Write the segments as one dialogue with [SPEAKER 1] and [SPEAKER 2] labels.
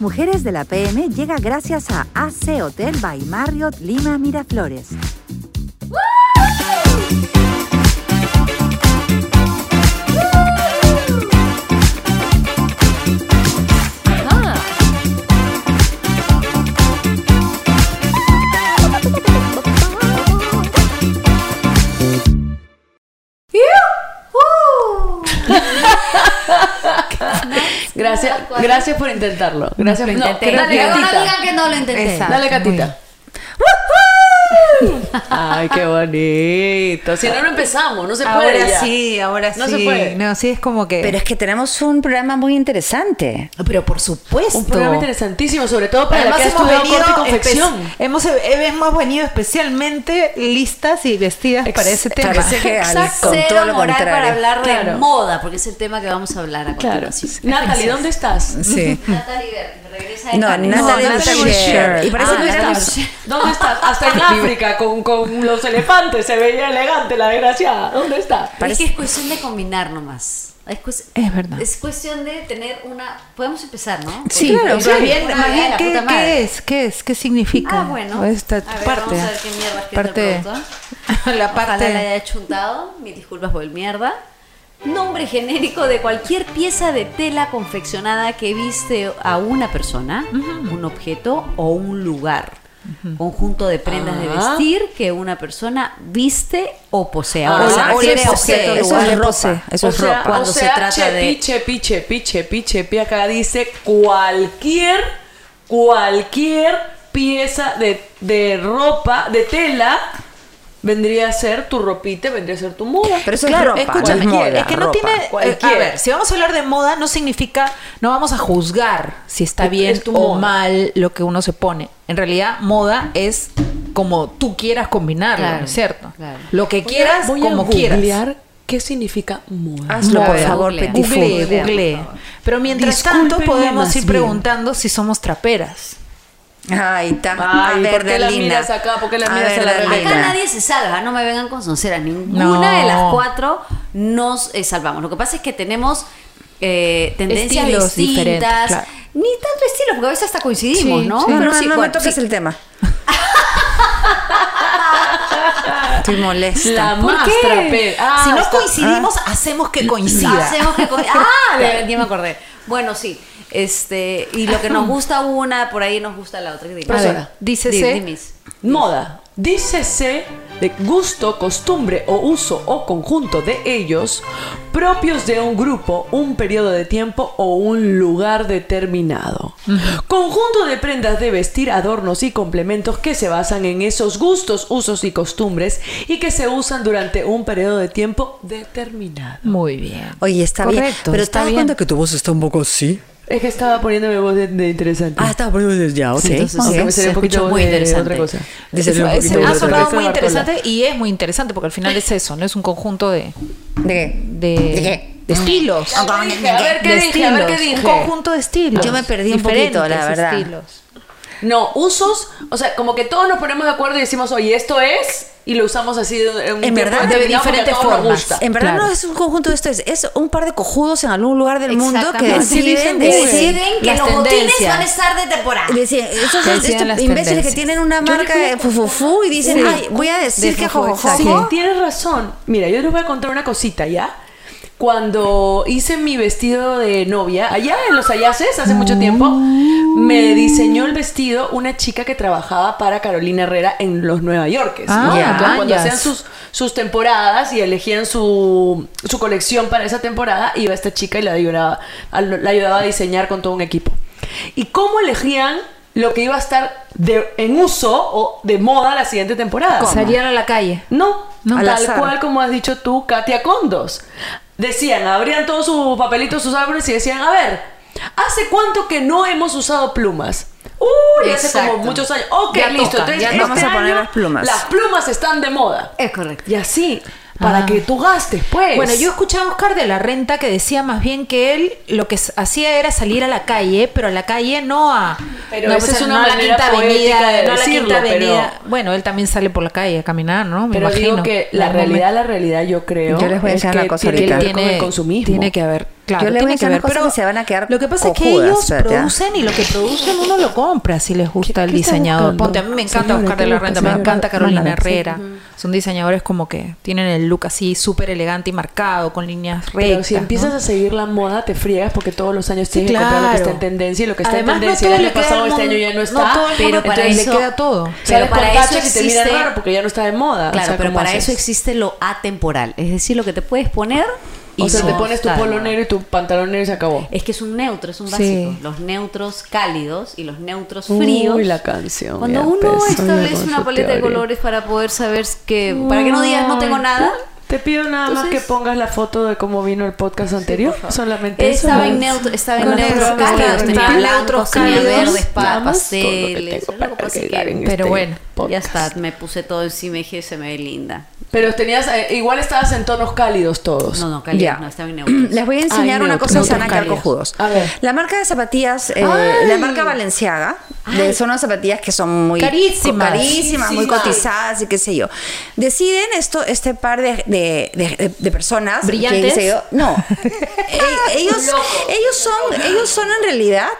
[SPEAKER 1] Mujeres de la PM llega gracias a AC Hotel by Marriott Lima Miraflores.
[SPEAKER 2] Gracias, gracias por intentarlo. Gracias
[SPEAKER 3] Lo
[SPEAKER 2] por
[SPEAKER 3] intenté.
[SPEAKER 2] intentarlo. Dale,
[SPEAKER 3] Dale, luego no
[SPEAKER 2] gatita.
[SPEAKER 3] digan que no lo intenté.
[SPEAKER 2] Dale, gatita. Ay, qué bonito. Si no, no empezamos. No se puede.
[SPEAKER 4] Ahora
[SPEAKER 2] ya.
[SPEAKER 4] sí, ahora
[SPEAKER 2] No
[SPEAKER 4] sí.
[SPEAKER 2] se puede.
[SPEAKER 4] No, sí es como que.
[SPEAKER 3] Pero es que tenemos un programa muy interesante.
[SPEAKER 4] Pero por supuesto.
[SPEAKER 2] Un programa interesantísimo, sobre todo para la
[SPEAKER 4] Además
[SPEAKER 2] que ha
[SPEAKER 4] hemos
[SPEAKER 2] estudiado corte y
[SPEAKER 4] venido,
[SPEAKER 2] confección.
[SPEAKER 4] espe- hemos, eh, hemos venido especialmente listas y vestidas
[SPEAKER 2] Ex-
[SPEAKER 4] para ese tema.
[SPEAKER 3] Parece que al-
[SPEAKER 2] Exacto.
[SPEAKER 3] con
[SPEAKER 2] Cero
[SPEAKER 3] todo lo
[SPEAKER 2] moral para
[SPEAKER 3] contrario.
[SPEAKER 2] hablar. Claro.
[SPEAKER 3] moda, porque es el tema que vamos a hablar a
[SPEAKER 2] Claro. Natalie, ¿dónde estás?
[SPEAKER 1] Sí.
[SPEAKER 3] Natalie regresa
[SPEAKER 1] de No, París. Natalie
[SPEAKER 3] Natalie
[SPEAKER 1] Boucher.
[SPEAKER 3] Boucher.
[SPEAKER 1] Y parece
[SPEAKER 3] Ah,
[SPEAKER 1] que
[SPEAKER 3] Natalie
[SPEAKER 1] estamos-
[SPEAKER 3] Boucher.
[SPEAKER 2] ¿Dónde estás? Hasta en África, con, con los elefantes, se veía elegante la desgraciada. ¿Dónde está?
[SPEAKER 3] Es que es cuestión de combinar nomás. Es, cues-
[SPEAKER 4] Es verdad.
[SPEAKER 3] es cuestión de tener una. Podemos empezar, ¿no?
[SPEAKER 1] Sí,
[SPEAKER 3] Porque-
[SPEAKER 1] claro,
[SPEAKER 3] porque
[SPEAKER 4] más
[SPEAKER 3] una
[SPEAKER 4] bien,
[SPEAKER 3] idea
[SPEAKER 4] más
[SPEAKER 3] de
[SPEAKER 4] bien,
[SPEAKER 3] la
[SPEAKER 4] ¿qué,
[SPEAKER 3] puta
[SPEAKER 4] qué
[SPEAKER 3] madre.
[SPEAKER 4] es? ¿Qué es? ¿Qué significa?
[SPEAKER 3] Ah, bueno.
[SPEAKER 4] Esta
[SPEAKER 3] a ver,
[SPEAKER 4] parte.
[SPEAKER 3] Vamos a ver qué mierda es que
[SPEAKER 4] parte,
[SPEAKER 3] es de pronto.
[SPEAKER 4] La parte.
[SPEAKER 3] Ojalá la haya chuntado. Mis disculpas por el mierda. Nombre genérico de cualquier pieza de tela confeccionada que viste a una persona, un objeto o un lugar. Conjunto de prendas de
[SPEAKER 2] Ah.
[SPEAKER 3] vestir que una persona viste o posea.
[SPEAKER 2] Ah,
[SPEAKER 3] o
[SPEAKER 2] o
[SPEAKER 3] sea,
[SPEAKER 2] le
[SPEAKER 3] refiere a
[SPEAKER 1] posee,
[SPEAKER 3] objeto,
[SPEAKER 1] eso
[SPEAKER 3] lugar.
[SPEAKER 1] es le posee, eso es ropa.
[SPEAKER 3] Cuando se trata de-
[SPEAKER 2] Piche, piche, piche, piche, pi acá dice cualquier, cualquier pieza de, de ropa, de tela, vendría a ser tu ropita, vendría a ser tu moda.
[SPEAKER 1] Pero eso
[SPEAKER 4] Claro,
[SPEAKER 1] es ropa.
[SPEAKER 4] escúchame,
[SPEAKER 1] es moda,
[SPEAKER 4] que- es que no
[SPEAKER 1] ropa.
[SPEAKER 4] tiene. eh,
[SPEAKER 2] Cualquier.
[SPEAKER 4] a ver, si vamos a hablar de moda, no significa. No vamos a juzgar si está
[SPEAKER 2] Es-
[SPEAKER 4] bien
[SPEAKER 2] es tu
[SPEAKER 4] o
[SPEAKER 2] moda.
[SPEAKER 4] mal lo que uno se pone. En realidad, moda es como tú quieras combinarlo,
[SPEAKER 3] Claro,
[SPEAKER 4] ¿no es cierto?
[SPEAKER 3] claro.
[SPEAKER 4] Lo que
[SPEAKER 2] Voy a-
[SPEAKER 4] quieras,
[SPEAKER 2] voy a
[SPEAKER 4] como quieras.
[SPEAKER 2] googlear qué significa moda.
[SPEAKER 1] Hazlo, por
[SPEAKER 4] Moda.
[SPEAKER 1] favor,
[SPEAKER 3] Googlea.
[SPEAKER 1] Petit Food.
[SPEAKER 4] Google,
[SPEAKER 3] Googlea,
[SPEAKER 4] google.
[SPEAKER 3] por favor.
[SPEAKER 4] Pero mientras
[SPEAKER 2] Discúlpenme
[SPEAKER 4] tanto, podemos
[SPEAKER 2] más
[SPEAKER 4] ir
[SPEAKER 2] bien.
[SPEAKER 4] preguntando si somos traperas.
[SPEAKER 1] Ahí está.
[SPEAKER 2] Ay,
[SPEAKER 1] a ver,
[SPEAKER 2] ¿por qué la
[SPEAKER 1] Dalina.
[SPEAKER 2] miras acá? ¿Por qué la
[SPEAKER 1] A
[SPEAKER 2] miras
[SPEAKER 1] ver,
[SPEAKER 2] a la
[SPEAKER 1] Dalina.
[SPEAKER 2] Rebeca?
[SPEAKER 3] Acá nadie se salva, no me vengan con sonceras. Ninguna
[SPEAKER 4] No.
[SPEAKER 3] de las cuatro nos eh, salvamos. Lo que pasa es que tenemos eh, tendencias
[SPEAKER 4] Estilos
[SPEAKER 3] distintas.
[SPEAKER 4] diferentes, claro.
[SPEAKER 3] Ni tanto estilo, porque a veces hasta coincidimos,
[SPEAKER 4] Sí,
[SPEAKER 3] ¿no?
[SPEAKER 4] sí.
[SPEAKER 1] No, no,
[SPEAKER 3] sí,
[SPEAKER 1] no me
[SPEAKER 3] bueno,
[SPEAKER 1] toques
[SPEAKER 3] sí.
[SPEAKER 1] el tema. Estoy molesta.
[SPEAKER 2] La más
[SPEAKER 4] qué?
[SPEAKER 2] trapera. Ah,
[SPEAKER 4] si no
[SPEAKER 2] está-
[SPEAKER 4] coincidimos, hacemos ah. que coincida.
[SPEAKER 3] Hacemos que co- Ah, de- ya me acordé. Bueno, sí. Este, y lo que nos gusta una, por ahí nos gusta la otra.
[SPEAKER 4] A
[SPEAKER 3] Dime.
[SPEAKER 4] ver,
[SPEAKER 2] Profesora,
[SPEAKER 4] dícese.
[SPEAKER 3] Di- dimis.
[SPEAKER 2] Moda. Dícese de gusto, costumbre o uso o conjunto de ellos propios de un grupo, un periodo de tiempo o un lugar determinado. Conjunto de prendas de vestir, adornos y complementos que se basan en esos gustos, usos y costumbres y que se usan durante un periodo de tiempo determinado.
[SPEAKER 4] Muy bien.
[SPEAKER 1] Oye, está bien.
[SPEAKER 4] Correcto,
[SPEAKER 1] Pero
[SPEAKER 4] está
[SPEAKER 1] ¿te das
[SPEAKER 4] bien.
[SPEAKER 1] cuenta que tu voz está un poco así?
[SPEAKER 2] Es que estaba poniéndome voz de, de interesante.
[SPEAKER 1] Ah, está poniendo ya, ok.
[SPEAKER 3] Sí, entonces,
[SPEAKER 1] ok.
[SPEAKER 3] sí,
[SPEAKER 2] Aunque me salió
[SPEAKER 3] se
[SPEAKER 2] un poquito
[SPEAKER 3] escuchó muy
[SPEAKER 2] de- de
[SPEAKER 3] interesante.
[SPEAKER 2] otra cosa.
[SPEAKER 1] Dice
[SPEAKER 4] Eso-
[SPEAKER 1] un
[SPEAKER 4] eso
[SPEAKER 1] poquito de
[SPEAKER 4] ha
[SPEAKER 1] otra
[SPEAKER 4] sonado
[SPEAKER 2] cosa.
[SPEAKER 4] muy interesante y es muy interesante porque al final es eso, ¿no? Es un conjunto de,
[SPEAKER 1] ¿De qué?
[SPEAKER 4] de,
[SPEAKER 1] ¿De qué?
[SPEAKER 4] de estilos.
[SPEAKER 1] Ah, bueno,
[SPEAKER 2] Dije, a ver qué
[SPEAKER 4] De
[SPEAKER 2] dije, a ver qué
[SPEAKER 4] estilos,
[SPEAKER 2] dije.
[SPEAKER 4] Un conjunto de estilos.
[SPEAKER 1] Yo me perdí un
[SPEAKER 4] Diferentes
[SPEAKER 1] poquito, la verdad.
[SPEAKER 4] estilos.
[SPEAKER 2] No, usos, o sea, como que todos nos ponemos de acuerdo y decimos, oye, esto es, y lo usamos así de, en un
[SPEAKER 1] En
[SPEAKER 2] tiempo
[SPEAKER 1] verdad, de
[SPEAKER 2] determinado porque a
[SPEAKER 4] diferentes
[SPEAKER 2] todos nos
[SPEAKER 4] formas.
[SPEAKER 2] gusta.
[SPEAKER 1] En verdad
[SPEAKER 4] Claro.
[SPEAKER 1] no es un conjunto de esto, es, es un par de cojudos en algún lugar del mundo que
[SPEAKER 3] Exactamente.
[SPEAKER 2] Así dicen
[SPEAKER 1] deciden
[SPEAKER 2] que
[SPEAKER 1] decir,
[SPEAKER 3] Deciden que
[SPEAKER 4] las
[SPEAKER 3] los botines
[SPEAKER 4] tendencias.
[SPEAKER 3] van a estar de temporada.
[SPEAKER 1] deciden- esos,
[SPEAKER 4] Deciden
[SPEAKER 1] estos
[SPEAKER 4] las
[SPEAKER 1] imbéciles que
[SPEAKER 4] tendencias.
[SPEAKER 1] tienen una marca de fufufu y dicen,
[SPEAKER 4] Sí.
[SPEAKER 1] ay, voy a decir
[SPEAKER 4] De
[SPEAKER 1] que
[SPEAKER 4] fufu,
[SPEAKER 1] jojojo.
[SPEAKER 4] exacto.
[SPEAKER 2] Sí,
[SPEAKER 4] Ojo.
[SPEAKER 2] tienes razón. Mira, yo les voy a contar una cosita, ¿ya? Cuando hice mi vestido de novia, allá en los Ayaces, hace mucho tiempo, me diseñó el vestido una chica que trabajaba para Carolina Herrera en los Nueva Yorkes. ¿no?
[SPEAKER 4] Ah,
[SPEAKER 2] Entonces, cuando
[SPEAKER 4] ya.
[SPEAKER 2] hacían sus, sus temporadas y elegían su, su colección para esa temporada, iba esta chica y la ayudaba, a- la ayudaba a diseñar con todo un equipo. ¿Y cómo elegían lo que iba a estar de- en uso o de moda la siguiente temporada?
[SPEAKER 4] Salían a la calle.
[SPEAKER 2] No,
[SPEAKER 4] No. Al
[SPEAKER 2] tal
[SPEAKER 4] azar.
[SPEAKER 2] cual como has dicho tú, Katia Condos. Decían, abrían todos sus papelitos, sus árboles y decían, a ver, ¿hace cuánto que no hemos usado plumas? Uy, hace
[SPEAKER 3] Exacto.
[SPEAKER 2] como muchos años. Ok,
[SPEAKER 4] Ya
[SPEAKER 2] listo.
[SPEAKER 4] toca,
[SPEAKER 2] entonces,
[SPEAKER 4] ya
[SPEAKER 2] este
[SPEAKER 1] vamos a poner
[SPEAKER 2] año
[SPEAKER 1] las plumas.
[SPEAKER 2] Las plumas están de moda.
[SPEAKER 3] Es correcto.
[SPEAKER 2] Y así, para
[SPEAKER 4] Ah.
[SPEAKER 2] que tú gastes, pues.
[SPEAKER 4] Bueno, yo escuchaba a Oscar de la Renta que decía más bien que él lo que s- hacía era salir a la calle, pero a la calle no a.
[SPEAKER 2] Pero
[SPEAKER 4] no,
[SPEAKER 2] esa
[SPEAKER 4] pues,
[SPEAKER 2] es una
[SPEAKER 4] no a la
[SPEAKER 2] manera
[SPEAKER 4] Quinta
[SPEAKER 2] poética
[SPEAKER 4] Avenida,
[SPEAKER 2] de
[SPEAKER 4] no a la
[SPEAKER 2] decirlo,
[SPEAKER 4] Quinta
[SPEAKER 2] pero-
[SPEAKER 4] Avenida. Bueno, él también sale por la calle a caminar, ¿no? Me
[SPEAKER 2] Pero
[SPEAKER 4] imagino.
[SPEAKER 2] digo que la
[SPEAKER 4] Algún
[SPEAKER 2] realidad, la realidad, yo creo.
[SPEAKER 1] Yo les voy a
[SPEAKER 2] es
[SPEAKER 1] enseñar
[SPEAKER 2] que
[SPEAKER 1] una cosa
[SPEAKER 2] tiene
[SPEAKER 4] momento
[SPEAKER 2] que
[SPEAKER 1] ahorita.
[SPEAKER 2] ver con el consumismo.
[SPEAKER 4] tiene que haber Claro,
[SPEAKER 1] Yo le
[SPEAKER 4] tiene
[SPEAKER 1] voy a
[SPEAKER 4] que
[SPEAKER 1] echar
[SPEAKER 4] ver,
[SPEAKER 1] unas cosas
[SPEAKER 4] pero
[SPEAKER 1] que se van a quedar
[SPEAKER 4] Lo que pasa es que
[SPEAKER 1] cojudas,
[SPEAKER 4] ellos
[SPEAKER 1] espérate, ¿ah?
[SPEAKER 4] producen y lo que producen uno lo compra si les gusta
[SPEAKER 2] ¿Qué-
[SPEAKER 4] el
[SPEAKER 2] qué estás
[SPEAKER 4] diseñador.
[SPEAKER 2] buscando?
[SPEAKER 4] Ponte, a mí me encanta
[SPEAKER 2] Señora,
[SPEAKER 4] Oscar
[SPEAKER 2] ¿qué
[SPEAKER 4] de la
[SPEAKER 2] busca,
[SPEAKER 4] Renta, me
[SPEAKER 2] señora?
[SPEAKER 4] encanta Carolina
[SPEAKER 1] Mándame, sí.
[SPEAKER 4] Herrera. Son diseñadores como que tienen el look así súper elegante y marcado, con líneas rectas.
[SPEAKER 2] Pero si empiezas
[SPEAKER 4] ¿no?
[SPEAKER 2] a seguir la moda, te friegas porque todos los años
[SPEAKER 4] Sí,
[SPEAKER 2] tienes que comprar lo que
[SPEAKER 4] claro.
[SPEAKER 2] está en tendencia y lo que está
[SPEAKER 4] Además,
[SPEAKER 2] en
[SPEAKER 4] no
[SPEAKER 2] tendencia
[SPEAKER 4] todo
[SPEAKER 2] el
[SPEAKER 4] le
[SPEAKER 2] año
[SPEAKER 4] queda
[SPEAKER 2] pasado,
[SPEAKER 4] al
[SPEAKER 2] este año
[SPEAKER 4] mundo-
[SPEAKER 2] ya no
[SPEAKER 4] no
[SPEAKER 2] está.
[SPEAKER 4] todo el
[SPEAKER 3] mundo-
[SPEAKER 2] entonces
[SPEAKER 3] para
[SPEAKER 2] le
[SPEAKER 3] eso-
[SPEAKER 2] queda todo.
[SPEAKER 3] pero
[SPEAKER 2] Sales con
[SPEAKER 3] para
[SPEAKER 2] tachas
[SPEAKER 3] eso
[SPEAKER 2] y te miran
[SPEAKER 3] existe-
[SPEAKER 2] raro porque ya no está de moda. O
[SPEAKER 3] Claro,
[SPEAKER 2] sea,
[SPEAKER 3] pero
[SPEAKER 2] ¿cómo
[SPEAKER 3] para
[SPEAKER 2] haces?
[SPEAKER 3] eso existe lo atemporal, es decir, lo que te puedes poner y
[SPEAKER 2] O sea,
[SPEAKER 3] no
[SPEAKER 2] te pones tu
[SPEAKER 3] está de
[SPEAKER 2] polo
[SPEAKER 3] moda.
[SPEAKER 2] negro y tu pantalón negro y se acabó.
[SPEAKER 3] Es que es un neutro, es un básico.
[SPEAKER 4] Sí.
[SPEAKER 3] Los neutros cálidos y los neutros fríos.
[SPEAKER 2] Uy, la canción.
[SPEAKER 3] Cuando
[SPEAKER 2] ya
[SPEAKER 3] uno
[SPEAKER 2] empezó
[SPEAKER 3] establece
[SPEAKER 2] con
[SPEAKER 3] una
[SPEAKER 2] su
[SPEAKER 3] paleta de
[SPEAKER 2] teoría.
[SPEAKER 3] colores para poder saber que para que no digas no tengo nada,
[SPEAKER 2] Te pido nada más
[SPEAKER 3] Entonces-
[SPEAKER 2] que pongas la foto de cómo vino el podcast anterior. Solamente eso.
[SPEAKER 3] Eh, estaba en
[SPEAKER 2] ¿no?
[SPEAKER 3] neutro, estaba en
[SPEAKER 2] Con
[SPEAKER 3] neutros
[SPEAKER 2] neutros
[SPEAKER 3] cálidos, tenía
[SPEAKER 2] cálidos,
[SPEAKER 3] blancos, tenía
[SPEAKER 4] cálidos,
[SPEAKER 3] verdes, pa-
[SPEAKER 2] nada más todo lo que
[SPEAKER 3] pasteles,
[SPEAKER 2] tengo
[SPEAKER 3] lo que
[SPEAKER 2] para
[SPEAKER 3] pasa es
[SPEAKER 2] agregar
[SPEAKER 3] que-
[SPEAKER 2] en
[SPEAKER 4] pero bueno,
[SPEAKER 3] ya
[SPEAKER 2] este podcast.
[SPEAKER 3] está, me puse todo encima y dije, se me ve linda.
[SPEAKER 2] Pero tenías, eh, igual estabas en tonos cálidos todos.
[SPEAKER 3] No, no, cálidos,
[SPEAKER 1] Ya.
[SPEAKER 3] no, estaba en neutros.
[SPEAKER 1] Les voy a enseñar
[SPEAKER 2] Ay,
[SPEAKER 1] una
[SPEAKER 2] neutros,
[SPEAKER 1] cosa
[SPEAKER 2] neutros
[SPEAKER 1] usana que
[SPEAKER 2] cálidos.
[SPEAKER 1] cojudos.
[SPEAKER 2] A ver.
[SPEAKER 1] La marca de zapatillas, eh,
[SPEAKER 2] Ay.
[SPEAKER 1] la marca Valenciaga, de- son unas zapatillas que son muy
[SPEAKER 4] Carísimas.
[SPEAKER 1] carísimas, muy
[SPEAKER 2] Carísimas.
[SPEAKER 1] cotizadas y qué sé yo. Deciden esto, este par de, de- de- de- de personas. que,
[SPEAKER 4] ¿Brillantes?
[SPEAKER 1] qué sé yo, no. Eh, ellos, ellos, son, ellos son en realidad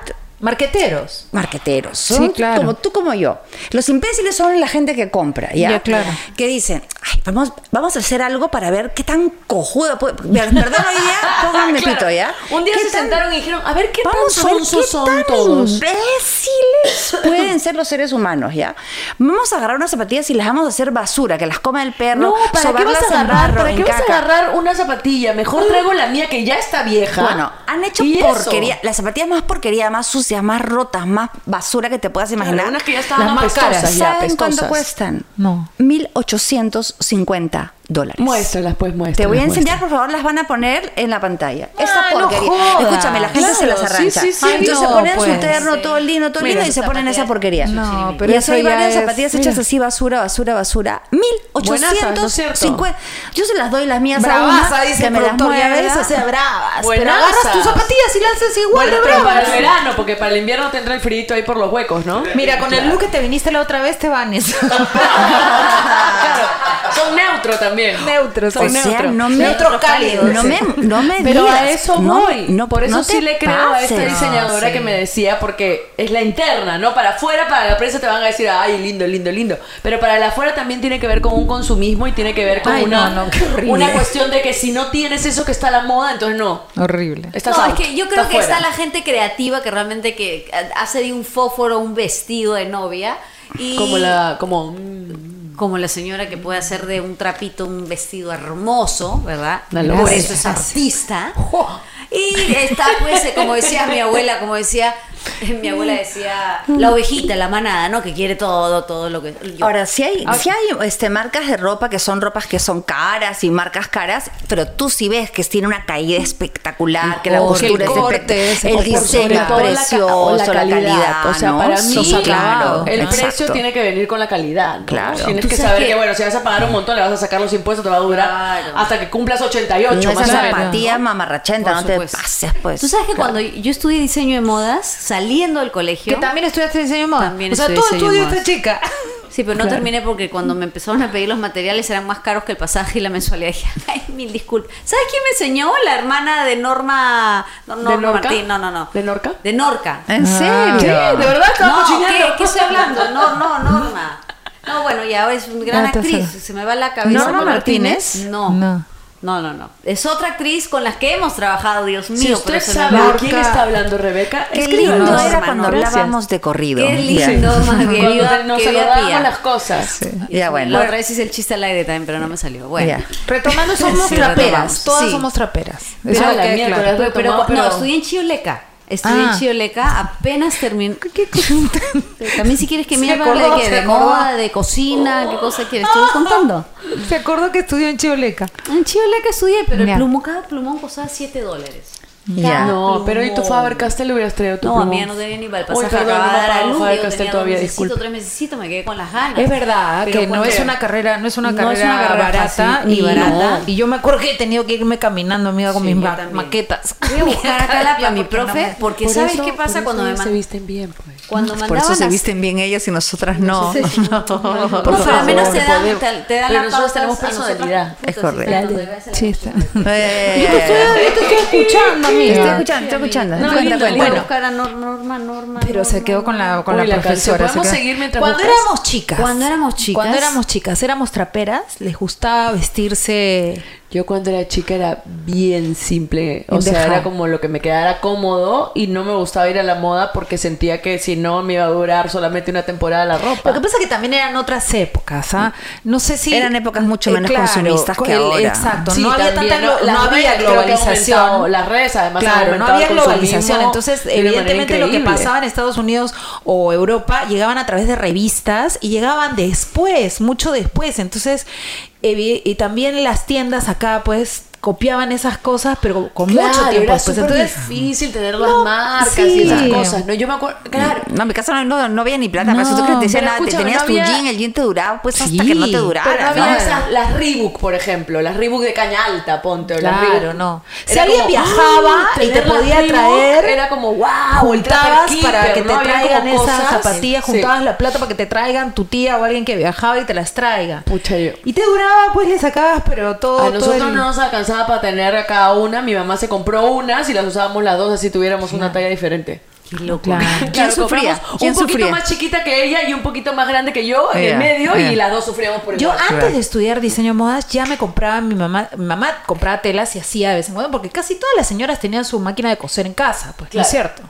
[SPEAKER 4] Marqueteros.
[SPEAKER 1] marqueteros.
[SPEAKER 4] Sí,
[SPEAKER 1] Son
[SPEAKER 4] claro.
[SPEAKER 1] como tú, como yo. Los imbéciles son la gente que compra, ¿ya?
[SPEAKER 4] Ya, claro.
[SPEAKER 1] Que dicen, "Ay, vamos, vamos a hacer algo para ver qué tan cojudo puede... Perdón, hoy día, pónganme
[SPEAKER 2] Claro.
[SPEAKER 1] pito, ¿ya?
[SPEAKER 2] Un día
[SPEAKER 1] ¿Qué
[SPEAKER 2] se
[SPEAKER 1] tan-
[SPEAKER 2] sentaron y dijeron, a ver qué
[SPEAKER 1] Vamos
[SPEAKER 2] tan
[SPEAKER 1] a ver
[SPEAKER 2] sonsos
[SPEAKER 1] qué
[SPEAKER 2] son
[SPEAKER 1] tan
[SPEAKER 2] todos.
[SPEAKER 1] imbéciles pueden ser los seres humanos, ¿ya? Vamos a agarrar unas zapatillas y las vamos a hacer basura, que las coma el perro,
[SPEAKER 2] No, ¿para qué
[SPEAKER 1] sobarlas
[SPEAKER 2] vas a
[SPEAKER 1] en
[SPEAKER 2] agarrar?
[SPEAKER 1] barro,
[SPEAKER 2] ¿Para
[SPEAKER 1] en
[SPEAKER 2] qué vas a
[SPEAKER 1] caca.
[SPEAKER 2] agarrar una zapatilla? Mejor traigo la mía que ya está vieja.
[SPEAKER 1] Bueno, han hecho
[SPEAKER 2] ¿Y eso?
[SPEAKER 1] porquería, las zapatillas más porquería, más sucias, más rotas, más basura que te puedas imaginar.
[SPEAKER 2] Algunas que ya estaban
[SPEAKER 4] Las más caras.
[SPEAKER 2] apestosas, ya
[SPEAKER 1] ¿Saben cuánto
[SPEAKER 2] apestosas.
[SPEAKER 1] cuestan?
[SPEAKER 4] No.
[SPEAKER 1] 1850 dólares.
[SPEAKER 2] Muéstralas, pues, muéstralas.
[SPEAKER 1] Te voy a enseñar,
[SPEAKER 2] muéstralas.
[SPEAKER 1] por favor, las van a poner en la pantalla. Esta
[SPEAKER 4] Ah, no
[SPEAKER 1] porquería.
[SPEAKER 4] jodas.
[SPEAKER 1] Escúchame, la gente
[SPEAKER 2] Claro,
[SPEAKER 1] se las
[SPEAKER 2] sí,
[SPEAKER 1] arranca.
[SPEAKER 2] sí, sí.
[SPEAKER 1] Ay, Entonces
[SPEAKER 4] no,
[SPEAKER 1] se ponen
[SPEAKER 4] pues.
[SPEAKER 1] su terno todo lindo, todo
[SPEAKER 3] Mira,
[SPEAKER 1] lindo y se
[SPEAKER 3] sus
[SPEAKER 1] ponen esa
[SPEAKER 3] zapatillas.
[SPEAKER 1] porquería.
[SPEAKER 4] No, pero
[SPEAKER 1] y así
[SPEAKER 4] eso
[SPEAKER 1] hay
[SPEAKER 4] ya
[SPEAKER 1] varias
[SPEAKER 4] es-
[SPEAKER 1] zapatillas
[SPEAKER 4] mira.
[SPEAKER 1] hechas así, basura, basura, basura. 1850.
[SPEAKER 2] Buenazas, ¿no es cierto?
[SPEAKER 1] Yo se las doy las mías a
[SPEAKER 4] Bravaza,
[SPEAKER 1] una,
[SPEAKER 4] dice
[SPEAKER 1] que
[SPEAKER 4] el
[SPEAKER 1] me las
[SPEAKER 4] productor, ya
[SPEAKER 1] mueve.
[SPEAKER 4] ves, o sea, bravas. Pero
[SPEAKER 2] Buenazas.
[SPEAKER 4] agarras tus zapatillas y lanzas igual
[SPEAKER 2] Bueno,
[SPEAKER 4] de
[SPEAKER 2] pero para
[SPEAKER 4] bravas.
[SPEAKER 2] el verano, porque para el invierno tendrá el frío ahí por los huecos, ¿no?
[SPEAKER 4] Mira, con el look que te viniste la otra vez te vanes.
[SPEAKER 2] claro, son neutro también.
[SPEAKER 4] Neutro,
[SPEAKER 1] O
[SPEAKER 4] son
[SPEAKER 1] sea,
[SPEAKER 4] neutro.
[SPEAKER 1] no me,
[SPEAKER 4] Neutro cálido.
[SPEAKER 1] no me, no me
[SPEAKER 2] Pero
[SPEAKER 1] digas,
[SPEAKER 2] a eso
[SPEAKER 1] no,
[SPEAKER 2] voy.
[SPEAKER 1] no-
[SPEAKER 2] Por eso
[SPEAKER 1] no
[SPEAKER 2] sí
[SPEAKER 1] te
[SPEAKER 2] le creo a esta
[SPEAKER 1] pases.
[SPEAKER 2] diseñadora que me decía, porque es la interna, ¿no? Para afuera, para la prensa te van a decir, ay, lindo, lindo, lindo. Pero para la afuera también tiene que ver con un consumismo y tiene que ver con
[SPEAKER 4] Ay,
[SPEAKER 2] una,
[SPEAKER 4] no, no, qué horrible.
[SPEAKER 2] una cuestión de que si no tienes eso que está a la moda, entonces no.
[SPEAKER 4] Horrible.
[SPEAKER 2] Estás
[SPEAKER 3] no,
[SPEAKER 2] out,
[SPEAKER 3] es que yo creo
[SPEAKER 2] estás
[SPEAKER 3] que está
[SPEAKER 2] fuera.
[SPEAKER 3] la gente creativa que realmente que hace de un fósforo un vestido de novia y
[SPEAKER 2] Como la. Como. mm,
[SPEAKER 3] como la señora que puede hacer de un trapito un vestido hermoso, ¿verdad?
[SPEAKER 2] Una
[SPEAKER 3] Por
[SPEAKER 2] locura.
[SPEAKER 3] eso es artista.
[SPEAKER 2] ¡Jo!
[SPEAKER 3] Y está, pues, eh, como decía mi abuela, como decía, mi abuela decía, la ovejita, la manada, ¿no? Que quiere todo, todo lo que... yo.
[SPEAKER 1] Ahora, si hay, sí hay este, marcas de ropa que son ropas que son caras y marcas caras, pero tú sí ves que tiene una caída espectacular, que la
[SPEAKER 4] corte,
[SPEAKER 1] costura
[SPEAKER 4] el
[SPEAKER 1] es
[SPEAKER 4] corte,
[SPEAKER 1] espect-
[SPEAKER 4] ese
[SPEAKER 1] el
[SPEAKER 4] corte,
[SPEAKER 2] sobre
[SPEAKER 1] diseño
[SPEAKER 2] todo la ca-
[SPEAKER 1] precioso, la calidad.
[SPEAKER 2] O sea,
[SPEAKER 1] ¿no?
[SPEAKER 2] para mí,
[SPEAKER 1] Sí, claro,
[SPEAKER 2] el
[SPEAKER 1] exacto.
[SPEAKER 2] precio tiene que venir con la calidad. ¿no?
[SPEAKER 1] Claro.
[SPEAKER 2] Tienes
[SPEAKER 3] Tú
[SPEAKER 2] que
[SPEAKER 3] sabes
[SPEAKER 2] saber que,
[SPEAKER 3] que-
[SPEAKER 2] bueno, si vas a pagar un montón, le vas a sacar los impuestos, te va a durar
[SPEAKER 3] Claro.
[SPEAKER 2] hasta que cumplas 88,
[SPEAKER 1] No esa
[SPEAKER 2] más o menos.
[SPEAKER 1] zapatilla mamarrachenta,
[SPEAKER 3] Por
[SPEAKER 1] no te
[SPEAKER 3] supuesto.
[SPEAKER 1] pases, pues.
[SPEAKER 3] Tú sabes que
[SPEAKER 1] Claro.
[SPEAKER 3] cuando yo estudié diseño de modas, saliendo del colegio...
[SPEAKER 4] Que también estudiaste diseño de moda.
[SPEAKER 3] También
[SPEAKER 4] o sea,
[SPEAKER 3] estudié
[SPEAKER 4] todo
[SPEAKER 3] diseño de
[SPEAKER 4] estudio
[SPEAKER 3] moda.
[SPEAKER 4] esta chica.
[SPEAKER 3] Sí, pero no terminé porque cuando me empezaron a pedir los materiales eran más caros que el pasaje y la mensualidad. Dije, ay, mil disculpas. ¿Sabes quién me enseñó? La hermana de Norma... No, Norma
[SPEAKER 2] Norca?
[SPEAKER 3] Martín, no, no, no.
[SPEAKER 2] ¿De Norca?
[SPEAKER 3] De Norca.
[SPEAKER 1] Ah, ¿En serio?
[SPEAKER 2] ¿Qué? ¿De verdad estaba
[SPEAKER 3] No, ¿qué,
[SPEAKER 2] cochineando?
[SPEAKER 3] ¿qué estoy hablando? No, no, Norma. No, bueno, ya es una gran
[SPEAKER 4] Ah, estás
[SPEAKER 3] actriz.
[SPEAKER 4] sola.
[SPEAKER 3] Se me va la cabeza.
[SPEAKER 1] ¿Norma
[SPEAKER 3] con-
[SPEAKER 1] Martínez?
[SPEAKER 3] No.
[SPEAKER 4] No.
[SPEAKER 3] no. No, no, Es otra actriz con las que hemos trabajado, Dios mío.
[SPEAKER 2] Si
[SPEAKER 3] pero
[SPEAKER 2] usted
[SPEAKER 3] se me
[SPEAKER 2] sabe
[SPEAKER 3] va.
[SPEAKER 2] de
[SPEAKER 4] Norca.
[SPEAKER 2] quién está hablando Rebeca,
[SPEAKER 1] Qué
[SPEAKER 2] escríbanos.
[SPEAKER 1] lindo
[SPEAKER 3] no,
[SPEAKER 1] era
[SPEAKER 3] hermano,
[SPEAKER 1] cuando
[SPEAKER 2] gracias.
[SPEAKER 1] hablábamos de corrido.
[SPEAKER 3] Qué
[SPEAKER 1] Ya.
[SPEAKER 3] lindo, más
[SPEAKER 2] Cuando
[SPEAKER 3] querida,
[SPEAKER 2] nos
[SPEAKER 3] querida tía.
[SPEAKER 2] saludábamos las cosas.
[SPEAKER 1] Ya, bueno.
[SPEAKER 3] La otra vez hice el chiste al aire también, pero no me salió. Bueno.
[SPEAKER 1] Ya.
[SPEAKER 4] Retomando, somos
[SPEAKER 3] Sí, retomamos.
[SPEAKER 4] traperas. Todas
[SPEAKER 3] Sí.
[SPEAKER 4] somos traperas. Eso
[SPEAKER 2] Pero
[SPEAKER 4] que
[SPEAKER 2] la
[SPEAKER 4] quede
[SPEAKER 2] miércoles
[SPEAKER 4] claro.
[SPEAKER 3] Pero,
[SPEAKER 2] retomado,
[SPEAKER 3] no,
[SPEAKER 2] pero-
[SPEAKER 3] estudié en Chioleca. Estudié
[SPEAKER 4] Ah.
[SPEAKER 3] en Chioleca, apenas terminé. También si quieres que
[SPEAKER 4] Se
[SPEAKER 3] me hable
[SPEAKER 4] acordó,
[SPEAKER 3] de qué,
[SPEAKER 4] se
[SPEAKER 3] de
[SPEAKER 4] acordó.
[SPEAKER 3] moda, de cocina, qué cosa quieres. Estuve contando.
[SPEAKER 4] Se acordó que estudió en Chioleca.
[SPEAKER 3] En Chioleca estudié, pero
[SPEAKER 4] Ya.
[SPEAKER 3] el plumón, cada plumón costaba 7 dólares.
[SPEAKER 1] Ya.
[SPEAKER 2] No, pero ¿y tu Faber Castell le hubieras traído tu
[SPEAKER 3] No, a
[SPEAKER 2] plumón?
[SPEAKER 3] mí ya no tenía ni para el
[SPEAKER 2] Uy,
[SPEAKER 3] pasaje.
[SPEAKER 2] perdón, no
[SPEAKER 3] acababa
[SPEAKER 2] me
[SPEAKER 3] de dar a
[SPEAKER 2] pago
[SPEAKER 3] luz,
[SPEAKER 2] Faber
[SPEAKER 3] yo
[SPEAKER 2] Castell
[SPEAKER 3] tenía
[SPEAKER 2] todavía,
[SPEAKER 3] dos mesecitos,
[SPEAKER 2] disculpa.
[SPEAKER 3] tres mesecitos, me quedé con las ganas.
[SPEAKER 4] Es verdad
[SPEAKER 2] Pero
[SPEAKER 4] que no
[SPEAKER 2] ¿por
[SPEAKER 4] es
[SPEAKER 2] qué?
[SPEAKER 4] una carrera, no es una
[SPEAKER 3] No es
[SPEAKER 4] carrera,
[SPEAKER 3] una carrera
[SPEAKER 4] barata
[SPEAKER 3] fácil, ni
[SPEAKER 4] y-
[SPEAKER 3] barata.
[SPEAKER 4] Y yo me acuerdo que he tenido que irme caminando, amiga, con
[SPEAKER 3] Sí,
[SPEAKER 4] mis
[SPEAKER 3] yo
[SPEAKER 4] ma-
[SPEAKER 3] también.
[SPEAKER 4] maquetas.
[SPEAKER 3] Voy a buscar acá la- a
[SPEAKER 4] Porque
[SPEAKER 3] mi
[SPEAKER 4] no
[SPEAKER 3] profe,
[SPEAKER 4] me-
[SPEAKER 3] porque
[SPEAKER 2] Por
[SPEAKER 3] ¿sabes
[SPEAKER 2] eso-
[SPEAKER 3] qué pasa
[SPEAKER 2] por
[SPEAKER 3] cuando
[SPEAKER 2] eso
[SPEAKER 3] me
[SPEAKER 2] ellos se
[SPEAKER 3] mandan?
[SPEAKER 2] visten bien, pues.
[SPEAKER 3] Cuando
[SPEAKER 1] Por eso
[SPEAKER 3] mandaban
[SPEAKER 1] se
[SPEAKER 3] las-
[SPEAKER 1] visten bien ellas y nosotras no. no.
[SPEAKER 3] No, pero al menos te dan,
[SPEAKER 2] podemos.
[SPEAKER 3] te, te
[SPEAKER 2] Pero
[SPEAKER 3] dan las
[SPEAKER 2] nosotros
[SPEAKER 3] pautas
[SPEAKER 2] tenemos
[SPEAKER 3] a nosotras.
[SPEAKER 2] personalidad.
[SPEAKER 3] Puta,
[SPEAKER 1] Es
[SPEAKER 3] sí,
[SPEAKER 1] correcto.
[SPEAKER 3] tanto, debe ser la
[SPEAKER 4] Sí, está.
[SPEAKER 3] cosa.
[SPEAKER 1] Eh,
[SPEAKER 4] Yo te estoy escuchando,
[SPEAKER 2] Este
[SPEAKER 1] Te estoy
[SPEAKER 4] amiga.
[SPEAKER 1] escuchando, estoy escuchando.
[SPEAKER 2] Ah. No,
[SPEAKER 1] Cuenta,
[SPEAKER 2] lindo,
[SPEAKER 1] cuenta.
[SPEAKER 2] lindo.
[SPEAKER 3] Bueno,
[SPEAKER 2] Bueno.
[SPEAKER 3] buscar a Nor- Norma, Norma.
[SPEAKER 4] Pero se
[SPEAKER 3] Norma,
[SPEAKER 4] quedó con la, con
[SPEAKER 2] Uy, la
[SPEAKER 4] la
[SPEAKER 2] canción.
[SPEAKER 4] profesora. se
[SPEAKER 2] ¿Podemos
[SPEAKER 4] quedó-
[SPEAKER 2] seguir mientras
[SPEAKER 4] Cuando
[SPEAKER 2] buscas?
[SPEAKER 4] éramos chicas.
[SPEAKER 3] Cuando éramos chicas.
[SPEAKER 4] Cuando éramos chicas, éramos traperas, les gustaba vestirse.
[SPEAKER 2] Yo cuando era chica era bien simple. O
[SPEAKER 4] Bien
[SPEAKER 2] sea,
[SPEAKER 4] dejada.
[SPEAKER 2] era como lo que me quedara cómodo y no me gustaba ir a la moda porque sentía que si no me iba a durar solamente una temporada la ropa.
[SPEAKER 4] Lo que pasa es que también eran otras épocas, ¿ah? No sé si...
[SPEAKER 1] Eran épocas mucho
[SPEAKER 4] Eh,
[SPEAKER 1] menos consumistas que ahora.
[SPEAKER 4] Exacto,
[SPEAKER 2] Sí,
[SPEAKER 4] no había
[SPEAKER 2] también,
[SPEAKER 4] tanta...
[SPEAKER 2] ¿no?
[SPEAKER 4] glo-
[SPEAKER 2] Las
[SPEAKER 4] No, había
[SPEAKER 2] redes creo que han aumentado,
[SPEAKER 4] globalización.
[SPEAKER 2] las redes además han
[SPEAKER 4] Claro, no
[SPEAKER 2] aumentado
[SPEAKER 4] había
[SPEAKER 2] el consumismo
[SPEAKER 4] globalización. Entonces,
[SPEAKER 2] de una manera
[SPEAKER 4] evidentemente lo que
[SPEAKER 2] increíble.
[SPEAKER 4] pasaba en Estados Unidos o Europa llegaban a través de revistas y llegaban después, mucho después. Entonces, evi- y también las tiendas acá, pues, copiaban esas cosas, pero con mucho
[SPEAKER 2] Claro,
[SPEAKER 4] tiempo
[SPEAKER 2] era
[SPEAKER 4] después.
[SPEAKER 2] súper
[SPEAKER 4] Entonces,
[SPEAKER 2] difícil tener las
[SPEAKER 4] No,
[SPEAKER 2] marcas
[SPEAKER 4] sí.
[SPEAKER 2] y esas cosas, ¿no? Yo me acuerdo, claro,
[SPEAKER 1] No, en mi casa no, no, no había ni plata. para
[SPEAKER 4] No,
[SPEAKER 1] eso tú que te decían
[SPEAKER 2] pero
[SPEAKER 1] nada, te
[SPEAKER 2] escúchame,
[SPEAKER 1] tenías
[SPEAKER 2] no
[SPEAKER 1] tu
[SPEAKER 2] había-
[SPEAKER 1] jean, el jean te duraba pues hasta
[SPEAKER 4] Sí,
[SPEAKER 1] que no te
[SPEAKER 4] pero no
[SPEAKER 1] durara.
[SPEAKER 2] Pero no
[SPEAKER 1] ¿no?
[SPEAKER 2] había esas, las Reebok, por ejemplo, las Reebok de caña alta, ponte. o las
[SPEAKER 4] Claro,
[SPEAKER 2] Reebok.
[SPEAKER 4] no.
[SPEAKER 2] Era
[SPEAKER 4] Si alguien viajaba
[SPEAKER 2] ¡ah!
[SPEAKER 4] y te
[SPEAKER 2] tener las
[SPEAKER 4] podía
[SPEAKER 2] Reebok
[SPEAKER 4] traer,
[SPEAKER 2] era como, wow,
[SPEAKER 4] juntabas para que te traigan esas zapatillas,
[SPEAKER 2] zapatillas
[SPEAKER 4] juntabas la plata para que te traigan tu tía o alguien que viajaba y te las traiga.
[SPEAKER 2] Pucha, yo-
[SPEAKER 4] Y te duraba, pues le sacabas, pero todo.
[SPEAKER 2] A
[SPEAKER 4] todo
[SPEAKER 2] nosotros
[SPEAKER 4] el-
[SPEAKER 2] no nos alcanzaba para tener a cada una. Mi mamá se compró unas y las usábamos las dos así tuviéramos una talla diferente.
[SPEAKER 1] Qué loco.
[SPEAKER 4] Claro.
[SPEAKER 1] ¿Quién
[SPEAKER 2] Claro,
[SPEAKER 1] sufría?
[SPEAKER 2] compramos
[SPEAKER 1] ¿Quién
[SPEAKER 2] un poquito
[SPEAKER 1] sufría?
[SPEAKER 2] más chiquita que ella y un poquito más grande que yo en
[SPEAKER 1] Ya,
[SPEAKER 2] el medio
[SPEAKER 1] ya.
[SPEAKER 2] y las dos sufríamos por
[SPEAKER 4] Yo
[SPEAKER 2] igual.
[SPEAKER 4] antes de estudiar diseño de modas ya me compraba mi mamá, mi mamá compraba telas y hacía de vez en cuando, porque casi todas las señoras tenían su máquina de coser en casa, pues, ¿no es
[SPEAKER 2] Claro.
[SPEAKER 4] cierto?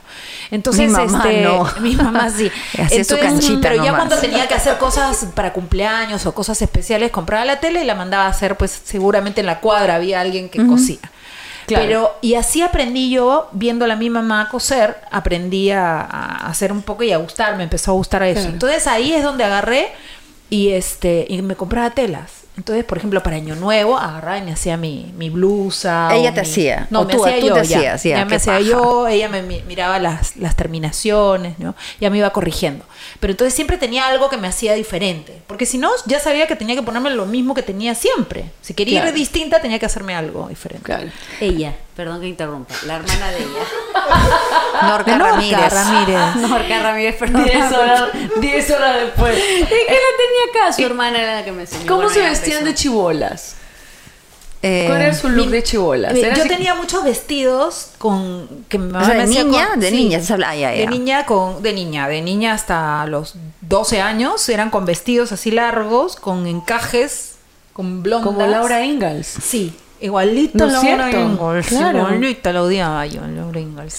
[SPEAKER 4] Entonces,
[SPEAKER 1] Mi mamá
[SPEAKER 4] este,
[SPEAKER 1] no.
[SPEAKER 4] mi mamá sí.
[SPEAKER 1] Hacía su canchita
[SPEAKER 4] pero ya
[SPEAKER 1] nomás.
[SPEAKER 4] cuando tenía que hacer cosas para cumpleaños o cosas especiales, compraba la tela y la mandaba a hacer, pues seguramente en la cuadra había alguien que cosía.
[SPEAKER 2] Claro.
[SPEAKER 4] Pero, y así aprendí yo, viéndola a mi mamá coser, aprendí a, a hacer un poco y a gustar, me empezó a gustar eso. Entonces ahí es donde agarré y este y me compraba telas. Entonces, por ejemplo, para Año Nuevo agarraba y me hacía mi, mi blusa. o
[SPEAKER 1] Ella te
[SPEAKER 4] mi-
[SPEAKER 1] hacía,
[SPEAKER 4] No,
[SPEAKER 1] o
[SPEAKER 4] me
[SPEAKER 1] tú-
[SPEAKER 4] hacía
[SPEAKER 1] tú
[SPEAKER 4] yo,
[SPEAKER 1] te
[SPEAKER 4] ya.
[SPEAKER 1] hacías, ya,
[SPEAKER 4] Ya me
[SPEAKER 1] qué
[SPEAKER 4] hacía
[SPEAKER 1] paja.
[SPEAKER 4] yo, ella me mi- miraba las, las terminaciones, ¿no? Ya me iba corrigiendo. Pero entonces siempre tenía algo que me hacía diferente. Porque si no, ya sabía que tenía que ponerme lo mismo que tenía siempre. Si quería ir
[SPEAKER 2] Claro.
[SPEAKER 4] distinta, tenía que hacerme algo diferente.
[SPEAKER 2] Claro.
[SPEAKER 3] Ella, perdón que interrumpa, la hermana de ella.
[SPEAKER 1] Norca
[SPEAKER 4] Norca
[SPEAKER 1] Ramírez.
[SPEAKER 4] Ramírez.
[SPEAKER 3] Norca Ramírez, perdón.
[SPEAKER 2] 10 horas, 10 horas después.
[SPEAKER 3] Es que la tenía acá, su hermana era la que me enseñó.
[SPEAKER 2] ¿Cómo
[SPEAKER 3] Bueno,
[SPEAKER 2] se
[SPEAKER 3] ya
[SPEAKER 2] vestían
[SPEAKER 3] empezó.
[SPEAKER 2] de chibolas?
[SPEAKER 1] Eh,
[SPEAKER 2] ¿Cuál era su look de chibolas?
[SPEAKER 4] Eh, Yo tenía muchos vestidos con que mi mamá
[SPEAKER 1] O sea,
[SPEAKER 4] me
[SPEAKER 1] de
[SPEAKER 4] hacía
[SPEAKER 1] niña,
[SPEAKER 4] con-
[SPEAKER 1] de niña, se habla- ah, ya,
[SPEAKER 4] de
[SPEAKER 1] ya.
[SPEAKER 4] niña con de niña, de niña hasta los 12 años eran con vestidos así largos, con encajes, con blondas.
[SPEAKER 2] Como Laura Ingalls.
[SPEAKER 4] Sí, igualito
[SPEAKER 2] ¿No
[SPEAKER 4] a
[SPEAKER 2] es
[SPEAKER 4] Laura
[SPEAKER 2] cierto?
[SPEAKER 4] Ingalls,
[SPEAKER 2] Claro.
[SPEAKER 4] igualito la odiaba yo, a Laura Ingalls.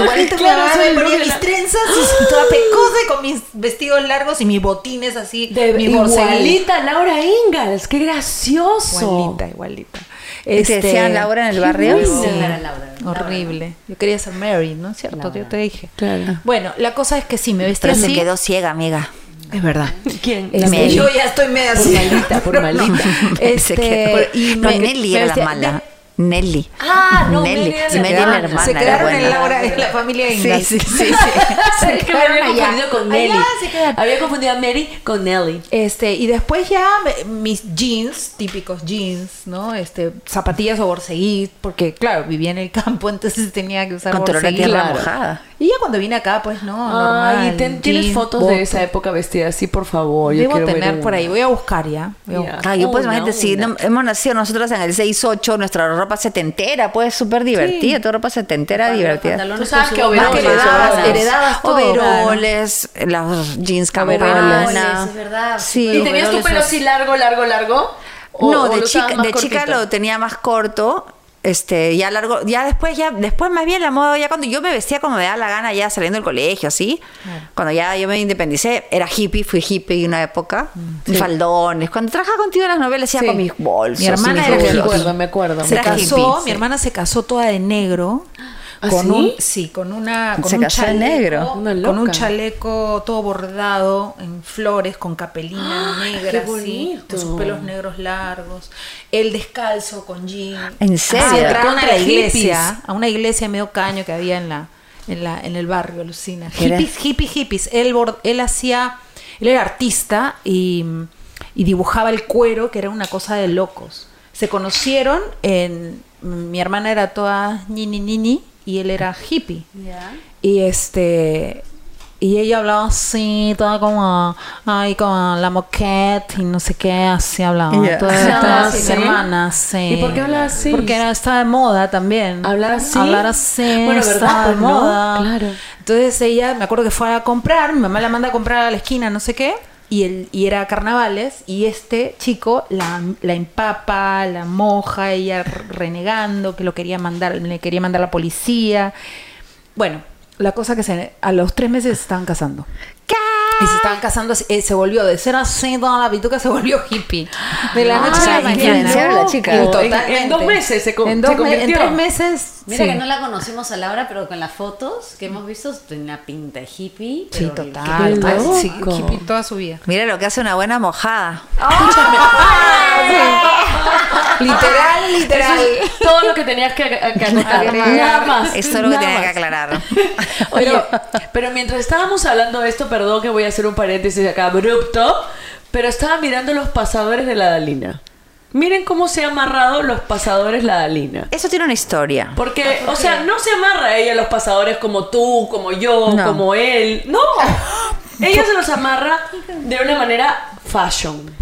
[SPEAKER 4] igualito
[SPEAKER 2] Claro,
[SPEAKER 4] claro,
[SPEAKER 2] soy
[SPEAKER 4] me ponía
[SPEAKER 2] Bruna.
[SPEAKER 4] mis trenzas y toda pecosa y con mis vestidos largos y mis botines así,
[SPEAKER 2] De
[SPEAKER 4] mi borselita.
[SPEAKER 2] igualita Laura Ingalls, qué gracioso.
[SPEAKER 4] Igualita, igualita. Este,
[SPEAKER 1] ¿Y te decían Laura en el barrio?
[SPEAKER 4] Sí,
[SPEAKER 3] Sí, era Laura.
[SPEAKER 4] horrible. Yo quería ser Mary, ¿no es cierto? Yo te dije.
[SPEAKER 2] Claro.
[SPEAKER 4] Bueno, la cosa es que sí, me vestía
[SPEAKER 1] Pero
[SPEAKER 4] así.
[SPEAKER 1] se quedó ciega, amiga.
[SPEAKER 4] Es verdad.
[SPEAKER 2] ¿Quién?
[SPEAKER 4] Este,
[SPEAKER 1] Mary.
[SPEAKER 4] yo ya estoy media así.
[SPEAKER 2] malita, por
[SPEAKER 4] No,
[SPEAKER 2] malita.
[SPEAKER 4] no.
[SPEAKER 1] Se
[SPEAKER 4] Este,
[SPEAKER 1] quedó-
[SPEAKER 4] y
[SPEAKER 1] no,
[SPEAKER 4] me-
[SPEAKER 1] Nelly
[SPEAKER 4] me
[SPEAKER 1] era la
[SPEAKER 4] vestía-
[SPEAKER 1] mala. Nelly.
[SPEAKER 2] Ah, no,
[SPEAKER 1] Nelly.
[SPEAKER 2] Mary era
[SPEAKER 1] Sí,
[SPEAKER 2] la
[SPEAKER 1] Mary era la
[SPEAKER 2] mala.
[SPEAKER 1] hermana.
[SPEAKER 4] Se
[SPEAKER 1] era
[SPEAKER 4] quedaron en
[SPEAKER 1] buena.
[SPEAKER 4] Laura, en la familia
[SPEAKER 1] Sí,
[SPEAKER 4] Ingalls.
[SPEAKER 1] sí, sí. sí.
[SPEAKER 2] Es que me había
[SPEAKER 4] Allá.
[SPEAKER 2] confundido con
[SPEAKER 4] Allá
[SPEAKER 2] Nelly.
[SPEAKER 4] se quedaron.
[SPEAKER 2] Había confundido a Mary con Nelly.
[SPEAKER 4] Este, y después ya me- mis jeans, típicos jeans, ¿no? Este, zapatillas o borseguí, porque claro, vivía en el campo, entonces tenía que usar
[SPEAKER 1] Con olor a
[SPEAKER 4] borseguí.
[SPEAKER 1] tierra
[SPEAKER 4] Claro.
[SPEAKER 1] mojada.
[SPEAKER 4] Y ya cuando vine acá, pues no,
[SPEAKER 2] Ay,
[SPEAKER 4] normal.
[SPEAKER 2] ten- ¿tienes
[SPEAKER 4] jeans,
[SPEAKER 2] fotos
[SPEAKER 4] botas.
[SPEAKER 2] de esa época vestida así, por favor? Yo
[SPEAKER 4] Debo
[SPEAKER 2] quiero ver
[SPEAKER 4] tener
[SPEAKER 2] una.
[SPEAKER 4] por ahí, voy a buscar ya. voy a
[SPEAKER 2] Ya.
[SPEAKER 4] buscar.
[SPEAKER 1] Ay, yo pues
[SPEAKER 2] Una,
[SPEAKER 1] imagínate, si
[SPEAKER 2] una.
[SPEAKER 1] no- hemos nacido nosotras en el 6-8, nuestra ropa setentera, pues súper divertida, toda ropa setentera divertida.
[SPEAKER 3] Pantalones
[SPEAKER 2] Tú sabes
[SPEAKER 3] con
[SPEAKER 2] que
[SPEAKER 3] su-
[SPEAKER 2] overoles,
[SPEAKER 3] Más que le dabas,
[SPEAKER 2] overoles.
[SPEAKER 4] heredabas todo,
[SPEAKER 1] Overoles, las jeans
[SPEAKER 3] Overoles,
[SPEAKER 1] campana.
[SPEAKER 3] es verdad.
[SPEAKER 1] Sí.
[SPEAKER 2] ¿Y tenías tu
[SPEAKER 1] Overoles,
[SPEAKER 2] pelo
[SPEAKER 1] los-
[SPEAKER 2] así largo, largo, largo? ¿O-
[SPEAKER 1] no,
[SPEAKER 2] o
[SPEAKER 1] de,
[SPEAKER 2] lo
[SPEAKER 1] chica,
[SPEAKER 2] usabas más
[SPEAKER 1] de chica
[SPEAKER 2] cortito?
[SPEAKER 1] lo tenía más corto. Este, ya largo, ya después, ya, después más bien la moda, ya cuando yo me vestía como me daba la gana, ya saliendo del colegio, así. Cuando ya yo me independicé, era hippie, fui hippie una época. Faldones. Cuando trabajaba contigo en las novelas, hacía
[SPEAKER 2] Mm. Sí.
[SPEAKER 1] con mis bolsos.
[SPEAKER 4] Mi hermana
[SPEAKER 1] mis
[SPEAKER 4] era
[SPEAKER 2] Me
[SPEAKER 1] rulos.
[SPEAKER 4] hippie.
[SPEAKER 2] acuerdo, me acuerdo.
[SPEAKER 4] se
[SPEAKER 1] Era
[SPEAKER 4] casó,
[SPEAKER 1] hippie, sí.
[SPEAKER 4] mi hermana se casó toda de negro.
[SPEAKER 2] ¿Ah,
[SPEAKER 4] con
[SPEAKER 2] sí?
[SPEAKER 4] un sí, con una con
[SPEAKER 1] Se
[SPEAKER 4] un
[SPEAKER 1] casó de
[SPEAKER 4] chaleco,
[SPEAKER 1] negro.
[SPEAKER 2] Una
[SPEAKER 4] con un
[SPEAKER 2] loca.
[SPEAKER 4] chaleco todo bordado en flores con capelina negra
[SPEAKER 2] ¡Ah, qué
[SPEAKER 4] así,
[SPEAKER 2] bonito.
[SPEAKER 4] con sus pelos negros largos, él descalzo con jean.
[SPEAKER 1] ¿En
[SPEAKER 4] Ah,
[SPEAKER 1] serio?
[SPEAKER 4] se entraron a la
[SPEAKER 2] Contra hippies.
[SPEAKER 4] iglesia, a una iglesia de medio caño que había en la en la en el barrio Lucina.
[SPEAKER 1] Era-
[SPEAKER 4] Hippies, hippies, hippies. Él bor- él hacía él era artista y y dibujaba el cuero, que era una cosa de locos. Se conocieron en. Mi hermana era toda ni ni ni ni y él era hippie.
[SPEAKER 3] Ya.
[SPEAKER 4] Y este. Y ella hablaba así, toda como, ay, como la moquette y no sé qué, así hablaba.
[SPEAKER 1] Ya.
[SPEAKER 4] Todas
[SPEAKER 2] Ah,
[SPEAKER 4] estas
[SPEAKER 2] ¿sí?
[SPEAKER 4] hermanas, sí.
[SPEAKER 2] ¿Y por qué hablaba así?
[SPEAKER 4] Porque era, estaba de moda también.
[SPEAKER 2] ¿Hablar así?
[SPEAKER 4] Hablar así,
[SPEAKER 2] Bueno, ¿verdad?
[SPEAKER 4] estaba de
[SPEAKER 2] Pues no,
[SPEAKER 4] moda.
[SPEAKER 2] claro.
[SPEAKER 4] Entonces ella, me acuerdo que fue a comprar, mi mamá la manda a comprar a la esquina, no sé qué, y, él, y era carnavales, y este chico la, la empapa, la moja, ella r- renegando, que lo quería mandar, le quería mandar la policía. Bueno, la cosa que se, a los tres meses se estaban casando. Y se estaban casando, así, eh, se volvió de ser así toda la pituca, se volvió hippie. De la
[SPEAKER 1] Ah,
[SPEAKER 4] noche a la
[SPEAKER 1] qué
[SPEAKER 4] mañana.
[SPEAKER 1] loco. la chica.
[SPEAKER 4] Y
[SPEAKER 1] En-
[SPEAKER 4] totalmente.
[SPEAKER 2] en dos meses se co-
[SPEAKER 4] en, dos
[SPEAKER 2] se
[SPEAKER 4] me- en
[SPEAKER 2] convirtió.
[SPEAKER 4] tres meses.
[SPEAKER 3] Mira
[SPEAKER 4] sí.
[SPEAKER 3] que no la conocimos a Laura, pero con las fotos que hemos visto, tiene una pinta de hippie.
[SPEAKER 4] Sí,
[SPEAKER 3] pero horrible.
[SPEAKER 4] total.
[SPEAKER 2] Qué
[SPEAKER 4] Ah,
[SPEAKER 2] loco.
[SPEAKER 4] sí, hippie toda su vida.
[SPEAKER 1] Mira lo que hace una buena mojada.
[SPEAKER 4] Literal, literal.
[SPEAKER 2] Eso es todo lo que tenías que, que anotar. Nada más.
[SPEAKER 1] Esto es lo que
[SPEAKER 2] nada
[SPEAKER 1] tenía que
[SPEAKER 2] más.
[SPEAKER 1] aclarar.
[SPEAKER 2] Oye, pero mientras estábamos hablando de esto, perdón que voy a hacer un paréntesis acá abrupto, pero estaba mirando los pasadores de la Dalina. Miren cómo se ha amarrado los pasadores la Dalina.
[SPEAKER 1] Eso tiene una historia.
[SPEAKER 2] Porque, o sea, no se amarra ella a los pasadores como tú, como yo,
[SPEAKER 1] No.
[SPEAKER 2] como él. No. Ella se los amarra de una manera fashion.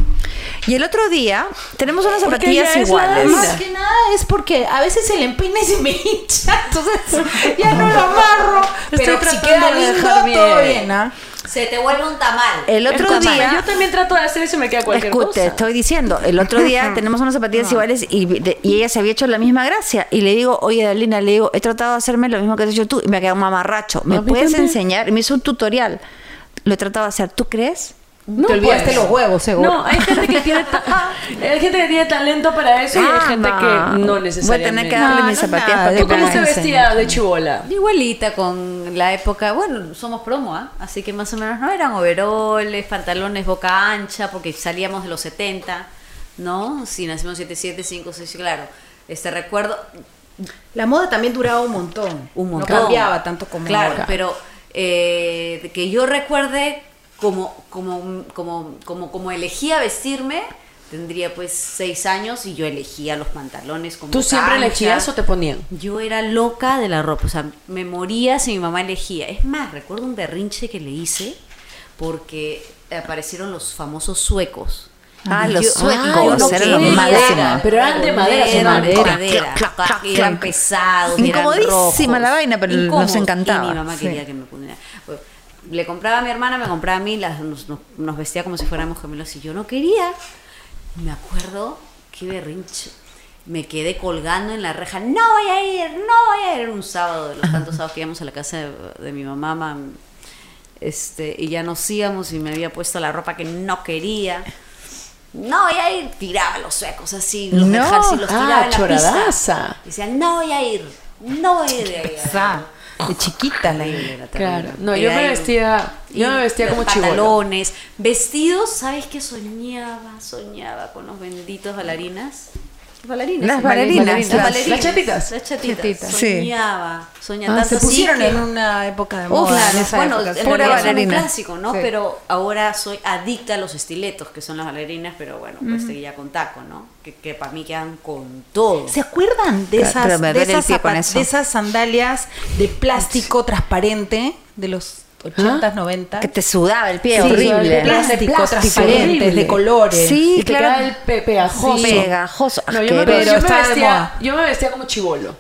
[SPEAKER 1] Y el otro día tenemos unas
[SPEAKER 2] Porque
[SPEAKER 1] zapatillas
[SPEAKER 2] ella es la
[SPEAKER 1] iguales.
[SPEAKER 2] Dalila.
[SPEAKER 4] Más que nada es porque a veces el empeine se me hincha, entonces ya no lo amarro. Pero si
[SPEAKER 1] tratando
[SPEAKER 4] queda
[SPEAKER 1] de
[SPEAKER 4] lindo,
[SPEAKER 1] dejar bien.
[SPEAKER 4] todo bien, ¿ah?
[SPEAKER 3] Se te vuelve un tamal.
[SPEAKER 1] El otro
[SPEAKER 2] Escúchame,
[SPEAKER 1] día.
[SPEAKER 2] Yo también trato de hacer eso y me queda cualquier
[SPEAKER 1] Escu- te
[SPEAKER 2] cosa.
[SPEAKER 1] estoy diciendo, el otro día tenemos unas zapatillas iguales y, de- y ella se había hecho la misma gracia. Y le digo, oye, Dalina, le digo, he tratado de hacerme lo mismo que has hecho tú y me ha quedado mamarracho. ¿Me
[SPEAKER 2] A mí
[SPEAKER 1] puedes
[SPEAKER 2] también.
[SPEAKER 1] enseñar? Y me hizo un tutorial. Lo he tratado de hacer. ¿Tú crees?
[SPEAKER 2] No,
[SPEAKER 4] Te olvidaste
[SPEAKER 2] pues.
[SPEAKER 4] los huevos, seguro.
[SPEAKER 2] No, hay gente que tiene, ta- hay gente que tiene talento para eso y hay gente
[SPEAKER 1] Anda.
[SPEAKER 2] que no
[SPEAKER 1] Ah, Voy a tener
[SPEAKER 2] necesariamente.
[SPEAKER 1] que darle mis
[SPEAKER 4] No, no es
[SPEAKER 1] zapatillas
[SPEAKER 4] nada,
[SPEAKER 1] para que
[SPEAKER 4] ¿tú
[SPEAKER 2] ¿Tú cómo
[SPEAKER 1] me
[SPEAKER 2] te
[SPEAKER 1] hagas.
[SPEAKER 2] vestías de chibola?
[SPEAKER 3] Igualita con la época, bueno, somos promo, ¿ah? así que más o menos no eran overoles, pantalones boca ancha, porque salíamos de los 70, ¿no? Si nacimos 77, 5, 6, claro. Este recuerdo
[SPEAKER 4] La moda también duraba un montón.
[SPEAKER 3] un montón.
[SPEAKER 4] No cambiaba tanto como
[SPEAKER 3] Claro,
[SPEAKER 4] ahora.
[SPEAKER 3] pero eh, de que yo recuerde como, como, como, como, como elegía vestirme, tendría pues 6 años y yo elegía los pantalones como
[SPEAKER 2] ¿Tú siempre
[SPEAKER 3] cancha.
[SPEAKER 2] elegías o te ponían?
[SPEAKER 3] Yo era loca de la ropa, o sea, me moría si mi mamá elegía. Es más, recuerdo un berrinche que le hice porque aparecieron los famosos suecos.
[SPEAKER 1] Ah,
[SPEAKER 3] Y
[SPEAKER 1] los
[SPEAKER 3] yo-
[SPEAKER 1] suecos,
[SPEAKER 3] Ah, yo no
[SPEAKER 1] eran los
[SPEAKER 3] quería,
[SPEAKER 1] máximos.
[SPEAKER 2] Pero eran de madera, sí,
[SPEAKER 3] eran de
[SPEAKER 2] madera.
[SPEAKER 3] madera,
[SPEAKER 1] Clac, clac, clac,
[SPEAKER 3] y eran
[SPEAKER 1] clac.
[SPEAKER 3] pesados,
[SPEAKER 1] Incomodísima
[SPEAKER 3] eran rojos,
[SPEAKER 1] la vaina, pero nos
[SPEAKER 3] incómodos,
[SPEAKER 1] encantaba,
[SPEAKER 3] Y mi mamá
[SPEAKER 1] sí.
[SPEAKER 3] quería que me pudiera. pues, le compraba a mi hermana, me compraba a mí, las- nos, nos- nos vestía como si fuéramos gemelos y yo no quería. Me acuerdo, qué berrinche. Me quedé colgando en la reja. No voy a ir, no voy a ir. Era un sábado, de los tantos sábados que íbamos a la casa de, de mi mamá, mam- este, y ya nos íbamos y me había puesto la ropa que no quería. No voy a ir, tiraba los suecos así, los
[SPEAKER 1] No,
[SPEAKER 3] dejaba así, los
[SPEAKER 2] ah,
[SPEAKER 3] tiraba en la
[SPEAKER 2] choradaza.
[SPEAKER 3] pista. Decía, no voy a ir, no voy a ir de ahí.
[SPEAKER 4] Pesada. De chiquita la
[SPEAKER 3] Terrible, era terrible.
[SPEAKER 2] Claro. No, yo
[SPEAKER 3] Era
[SPEAKER 2] me
[SPEAKER 3] ir-
[SPEAKER 2] vestía, yo me vestía
[SPEAKER 3] los
[SPEAKER 2] como chibola.
[SPEAKER 3] pantalones, vestidos, ¿sabes qué soñaba? Soñaba con los benditos bailarinas. Bailarinas.
[SPEAKER 1] Las
[SPEAKER 3] sí,
[SPEAKER 1] bailarinas,
[SPEAKER 3] Las,
[SPEAKER 1] las-
[SPEAKER 3] bailarinas,
[SPEAKER 2] las chatitas.
[SPEAKER 3] Las chatitas.
[SPEAKER 4] Chatitas.
[SPEAKER 1] Sí.
[SPEAKER 3] Soñaba. Soñaba
[SPEAKER 2] Ah,
[SPEAKER 3] tanto
[SPEAKER 4] Se
[SPEAKER 3] así
[SPEAKER 4] pusieron
[SPEAKER 3] que- Oh,
[SPEAKER 4] en una época de
[SPEAKER 1] Uf,
[SPEAKER 4] moda.
[SPEAKER 3] Claro,
[SPEAKER 4] en esa
[SPEAKER 3] bueno,
[SPEAKER 4] época.
[SPEAKER 3] en
[SPEAKER 1] pura
[SPEAKER 3] realidad son un
[SPEAKER 1] bailarina.
[SPEAKER 3] clásico, ¿no?
[SPEAKER 4] Sí.
[SPEAKER 3] Pero ahora soy adicta a los estiletos, que son las bailarinas, pero bueno, pues seguía con taco, ¿no? Que, que para mí quedan con todo.
[SPEAKER 4] ¿Se acuerdan de
[SPEAKER 1] Claro,
[SPEAKER 4] esas,
[SPEAKER 1] pero me
[SPEAKER 4] de,
[SPEAKER 1] duele el
[SPEAKER 4] esas
[SPEAKER 1] pie con
[SPEAKER 4] zapa-
[SPEAKER 1] eso.
[SPEAKER 4] de esas sandalias de plástico transparente de los 80s, 90
[SPEAKER 1] Que te sudaba el pie,
[SPEAKER 4] Sí,
[SPEAKER 1] horrible.
[SPEAKER 4] De plástico,
[SPEAKER 2] De plástico,
[SPEAKER 4] transparentes,
[SPEAKER 2] horrible.
[SPEAKER 4] de colores.
[SPEAKER 1] Sí,
[SPEAKER 2] Y te
[SPEAKER 1] claro.
[SPEAKER 2] queda el pe- pegajoso.
[SPEAKER 1] Sí, pegajoso, Ah,
[SPEAKER 2] No, yo me,
[SPEAKER 1] asqueroso.
[SPEAKER 2] yo me
[SPEAKER 4] Pero está de
[SPEAKER 2] vestía,
[SPEAKER 4] moda.
[SPEAKER 2] yo me vestía como chibolo.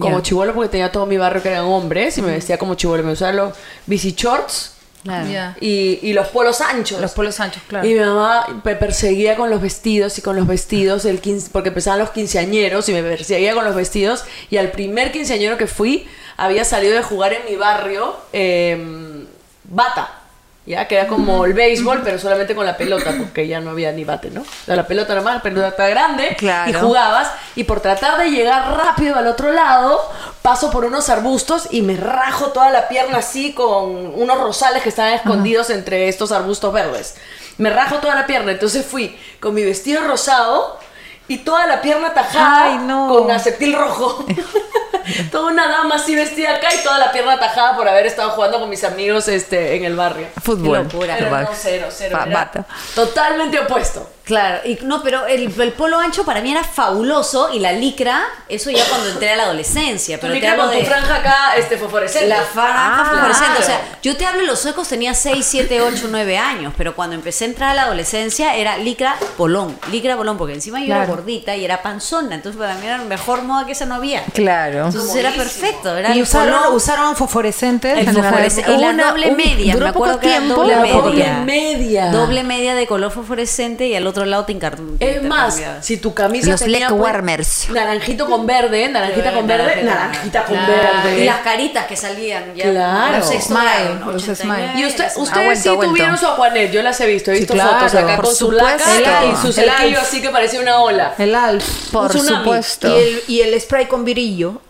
[SPEAKER 2] Como chibolo porque tenía todo mi barrio que eran hombres y me vestía como chibolo. Me usaba los bici shorts
[SPEAKER 1] Claro.
[SPEAKER 4] Ya.
[SPEAKER 2] y, y los polos anchos.
[SPEAKER 4] Ah. Los polos anchos, claro.
[SPEAKER 2] Y mi mamá me perseguía con los vestidos y con los vestidos, el 15 porque empezaban los quinceañeros y me perseguía con los vestidos. Y al primer quinceañero que fui, había salido de jugar en mi barrio eh, bata, ya que era como el béisbol, pero solamente con la pelota, porque ya no había ni bate, ¿no? O sea, la pelota nomás, la pelota grande, y
[SPEAKER 1] Claro.
[SPEAKER 2] jugabas. Y por tratar de llegar rápido al otro lado, paso por unos arbustos y me rajo toda la pierna así con unos rosales que estaban escondidos entre estos arbustos verdes. Me rajo toda la pierna, entonces fui con mi vestido rosado y toda la pierna tajada
[SPEAKER 4] Ay, no.
[SPEAKER 2] con acetil rojo. toda una dama así vestida acá y toda la pierna tajada por haber estado jugando con mis amigos este, en el barrio.
[SPEAKER 1] Fútbol.
[SPEAKER 3] Qué locura.
[SPEAKER 2] Pero
[SPEAKER 1] Fútbol.
[SPEAKER 2] no, cero, cero.
[SPEAKER 1] Pa-
[SPEAKER 2] era
[SPEAKER 1] bata.
[SPEAKER 2] totalmente opuesto.
[SPEAKER 3] Claro, y no, pero el, el polo ancho para mí era fabuloso y la licra, eso ya cuando entré a la adolescencia, pero te
[SPEAKER 2] Mira,
[SPEAKER 3] hablo
[SPEAKER 2] con tu
[SPEAKER 3] de
[SPEAKER 2] franja acá, este, fosforescente.
[SPEAKER 3] la franja
[SPEAKER 1] Ah,
[SPEAKER 3] fluorescente,
[SPEAKER 2] claro.
[SPEAKER 3] o sea, yo te hablo, los suecos tenía 6, 7, 8, 9 años, pero cuando empecé a entrar a la adolescencia era licra polón, licra polón, porque encima yo era
[SPEAKER 4] Claro.
[SPEAKER 3] gordita y era panzona, entonces para mí era la mejor moda que esa no había.
[SPEAKER 1] Claro.
[SPEAKER 3] Entonces era perfecto, era
[SPEAKER 4] Y
[SPEAKER 3] el
[SPEAKER 4] usaron,
[SPEAKER 3] polón.
[SPEAKER 4] usaron fosforescentes.
[SPEAKER 3] El
[SPEAKER 4] en la-
[SPEAKER 3] fosforescente. Y la
[SPEAKER 1] Una-
[SPEAKER 3] doble
[SPEAKER 1] un-
[SPEAKER 3] media.
[SPEAKER 1] duró
[SPEAKER 3] me acuerdo
[SPEAKER 1] poco
[SPEAKER 3] que era
[SPEAKER 1] tiempo,
[SPEAKER 3] doble
[SPEAKER 1] la
[SPEAKER 3] media.
[SPEAKER 2] doble media.
[SPEAKER 3] Doble media de color fosforescente y al otro lado te encartó.
[SPEAKER 2] Es más, si tu camisa
[SPEAKER 1] Los
[SPEAKER 2] tenía,
[SPEAKER 1] leg
[SPEAKER 2] pues,
[SPEAKER 1] warmers.
[SPEAKER 2] naranjito con verde, ¿eh? naranjita con verde, naranjita con verde.
[SPEAKER 3] Y las caritas que salían. Ya,
[SPEAKER 2] Claro.
[SPEAKER 3] Los sexto
[SPEAKER 4] Smile,
[SPEAKER 3] grado, ¿no?
[SPEAKER 4] los
[SPEAKER 3] 89,
[SPEAKER 4] smile.
[SPEAKER 2] Y usted,
[SPEAKER 3] los
[SPEAKER 2] ustedes
[SPEAKER 1] vuelto,
[SPEAKER 2] sí
[SPEAKER 1] ha vuelto.
[SPEAKER 2] tuvieron su aguanet, yo las he visto, he visto
[SPEAKER 4] claro,
[SPEAKER 2] fotos acá
[SPEAKER 1] por
[SPEAKER 2] con su
[SPEAKER 1] supuesto.
[SPEAKER 2] laca y su
[SPEAKER 4] El
[SPEAKER 2] celallo
[SPEAKER 4] kiss.
[SPEAKER 2] así que parecía una ola.
[SPEAKER 4] El alf.
[SPEAKER 1] Por
[SPEAKER 2] tsunami.
[SPEAKER 1] supuesto.
[SPEAKER 4] Y el, y el spray con brillo.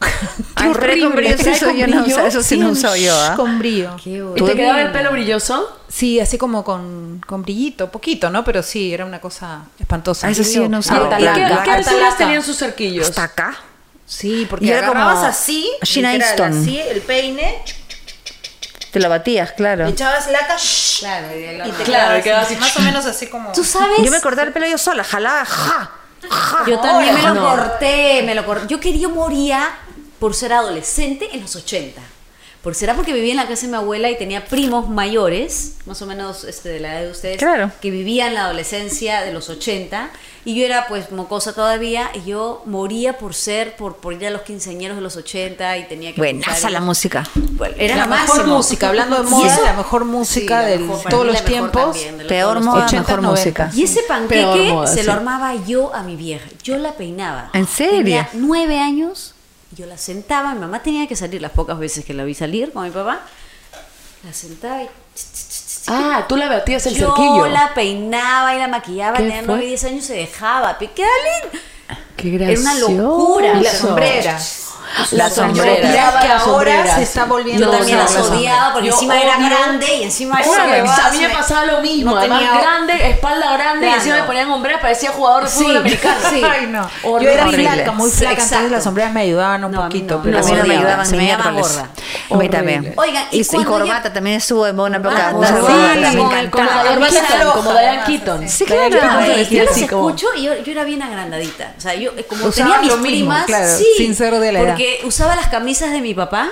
[SPEAKER 1] Ah, el spray con brillo, sí, eso yo no uso- eso sí no uso yo, ¿ah?
[SPEAKER 4] Con brillo.
[SPEAKER 3] Qué
[SPEAKER 2] ¿Y te
[SPEAKER 1] Tú-
[SPEAKER 2] quedaba el pelo brilloso?
[SPEAKER 4] Sí, así como con, con brillito, poquito, ¿no? Pero sí, era una cosa espantosa.
[SPEAKER 1] Ah, eso sí yo no usaba.
[SPEAKER 4] Harta
[SPEAKER 2] ¿Y qué,
[SPEAKER 4] laca.
[SPEAKER 2] qué
[SPEAKER 4] Harta
[SPEAKER 2] alturas
[SPEAKER 4] laca.
[SPEAKER 2] tenían sus cerquillos?
[SPEAKER 1] Hasta acá.
[SPEAKER 4] Sí, porque
[SPEAKER 1] Y era
[SPEAKER 4] agarrabas
[SPEAKER 1] como
[SPEAKER 4] así,
[SPEAKER 1] Sheena
[SPEAKER 4] literal,
[SPEAKER 1] Easton.
[SPEAKER 4] así el peine, chuc,
[SPEAKER 1] Te lo batías, claro.
[SPEAKER 4] le echabas laca shh,
[SPEAKER 3] Claro, y de la-
[SPEAKER 4] y te
[SPEAKER 2] Claro,
[SPEAKER 4] quedabas
[SPEAKER 2] quedaba
[SPEAKER 4] así,
[SPEAKER 2] así.
[SPEAKER 4] más o menos así como
[SPEAKER 3] Tú sabes.
[SPEAKER 1] Yo me corté el pelo yo sola, jalaba, ja, ja.
[SPEAKER 3] Yo también Ah, me lo
[SPEAKER 2] no.
[SPEAKER 3] corté, me lo corté. Yo quería yo moría por ser adolescente en los 80. Por será porque vivía en la casa de mi abuela y tenía primos mayores, más o menos este, de la edad de ustedes,
[SPEAKER 1] Claro.
[SPEAKER 3] que vivían la adolescencia de los 80 y yo era pues mocosa todavía y yo moría por ser por por ir a los quinceañeros de los 80 y tenía que
[SPEAKER 1] Buenaza
[SPEAKER 3] escuchar-
[SPEAKER 1] la música.
[SPEAKER 3] Bueno, era
[SPEAKER 4] la
[SPEAKER 3] la
[SPEAKER 4] mejor
[SPEAKER 3] máximo.
[SPEAKER 4] música, hablando de
[SPEAKER 3] Sí,
[SPEAKER 4] moda,
[SPEAKER 3] eso-
[SPEAKER 4] la mejor música
[SPEAKER 3] Sí, la
[SPEAKER 4] del-
[SPEAKER 3] mejor, para
[SPEAKER 4] todos
[SPEAKER 3] mí
[SPEAKER 4] los
[SPEAKER 3] la mejor
[SPEAKER 4] tiempos.
[SPEAKER 3] también, de los-
[SPEAKER 1] Peor
[SPEAKER 3] todos los
[SPEAKER 1] moda,
[SPEAKER 4] 80,
[SPEAKER 1] mejor
[SPEAKER 4] 90.
[SPEAKER 1] música.
[SPEAKER 3] Y ese panqueque
[SPEAKER 2] Peor moda,
[SPEAKER 3] se
[SPEAKER 2] sí.
[SPEAKER 3] lo armaba yo a mi vieja. Yo la peinaba.
[SPEAKER 1] ¿En serio?
[SPEAKER 3] Tenía nueve años. Yo la sentaba. Mi mamá tenía que salir las pocas veces que la vi salir con mi papá. La sentaba y...
[SPEAKER 2] Ah, tú le batías el
[SPEAKER 3] yo
[SPEAKER 2] cerquillo.
[SPEAKER 3] la peinaba y la maquillaba.
[SPEAKER 2] ¿Qué
[SPEAKER 3] Tenía
[SPEAKER 2] fue?
[SPEAKER 3] nueve, diez años y se dejaba. Pe- ¡Qué lindo!
[SPEAKER 2] Qué
[SPEAKER 3] Era una locura.
[SPEAKER 4] Y
[SPEAKER 2] gracioso.
[SPEAKER 4] las sombreras.
[SPEAKER 2] Las
[SPEAKER 1] Las
[SPEAKER 2] sombreras.
[SPEAKER 1] sombreras.
[SPEAKER 4] Mira que
[SPEAKER 2] Las
[SPEAKER 4] ahora
[SPEAKER 2] sombreras.
[SPEAKER 4] se está volviendo-
[SPEAKER 3] Yo
[SPEAKER 2] No,
[SPEAKER 3] también
[SPEAKER 2] no,
[SPEAKER 3] las
[SPEAKER 2] sombreras.
[SPEAKER 3] odiaba porque
[SPEAKER 2] Yo
[SPEAKER 3] encima era
[SPEAKER 2] odio-
[SPEAKER 3] grande y encima...
[SPEAKER 2] Claro,
[SPEAKER 3] esa huevada
[SPEAKER 2] a mí me
[SPEAKER 3] me-
[SPEAKER 2] pasaba lo mismo.
[SPEAKER 3] no
[SPEAKER 2] además,
[SPEAKER 3] tenía-
[SPEAKER 2] grande, espalda grande, y
[SPEAKER 3] Claro.
[SPEAKER 2] encima me ponían hombreras, parecía jugador de fútbol americano.
[SPEAKER 3] sí.
[SPEAKER 4] Ay, no.
[SPEAKER 3] Horrible.
[SPEAKER 4] Yo era
[SPEAKER 1] Horrible.
[SPEAKER 4] flaca, muy
[SPEAKER 3] Sí,
[SPEAKER 4] flaca, entonces
[SPEAKER 3] exacto.
[SPEAKER 4] las sombreras me ayudaban un
[SPEAKER 3] No, a mí
[SPEAKER 4] poquito.
[SPEAKER 3] no,
[SPEAKER 4] pero
[SPEAKER 1] a mí no me
[SPEAKER 4] odiaba.
[SPEAKER 1] ayudaban
[SPEAKER 3] se
[SPEAKER 1] ni
[SPEAKER 3] me llama
[SPEAKER 1] miércoles.
[SPEAKER 3] gorda.
[SPEAKER 1] A mí
[SPEAKER 2] Horrible.
[SPEAKER 1] también.
[SPEAKER 3] Oigan, ¿y
[SPEAKER 1] y,
[SPEAKER 3] cuando ya-
[SPEAKER 1] corbata también estuvo de moda una época.
[SPEAKER 3] Ah,
[SPEAKER 1] una
[SPEAKER 3] corbata,
[SPEAKER 1] corbata,
[SPEAKER 3] con
[SPEAKER 1] me
[SPEAKER 3] el- con
[SPEAKER 1] encantaba.
[SPEAKER 3] la
[SPEAKER 2] Diane
[SPEAKER 3] gorrita
[SPEAKER 2] Keaton,
[SPEAKER 3] roja,
[SPEAKER 2] como
[SPEAKER 3] nada
[SPEAKER 2] Diane
[SPEAKER 3] más,
[SPEAKER 2] Keaton.
[SPEAKER 1] Sí,
[SPEAKER 2] Diane
[SPEAKER 1] claro.
[SPEAKER 2] Keaton se
[SPEAKER 1] Ay,
[SPEAKER 3] Ay,
[SPEAKER 2] vestía
[SPEAKER 3] yo las
[SPEAKER 2] así como-
[SPEAKER 3] escucho y yo, yo era bien agrandadita. O sea, yo eh, como
[SPEAKER 4] Usaba
[SPEAKER 3] tenía mis
[SPEAKER 4] lo mismo,
[SPEAKER 3] primas,
[SPEAKER 4] claro,
[SPEAKER 3] sí,
[SPEAKER 4] sin ser de la edad.
[SPEAKER 3] porque usaba las camisas de mi papá,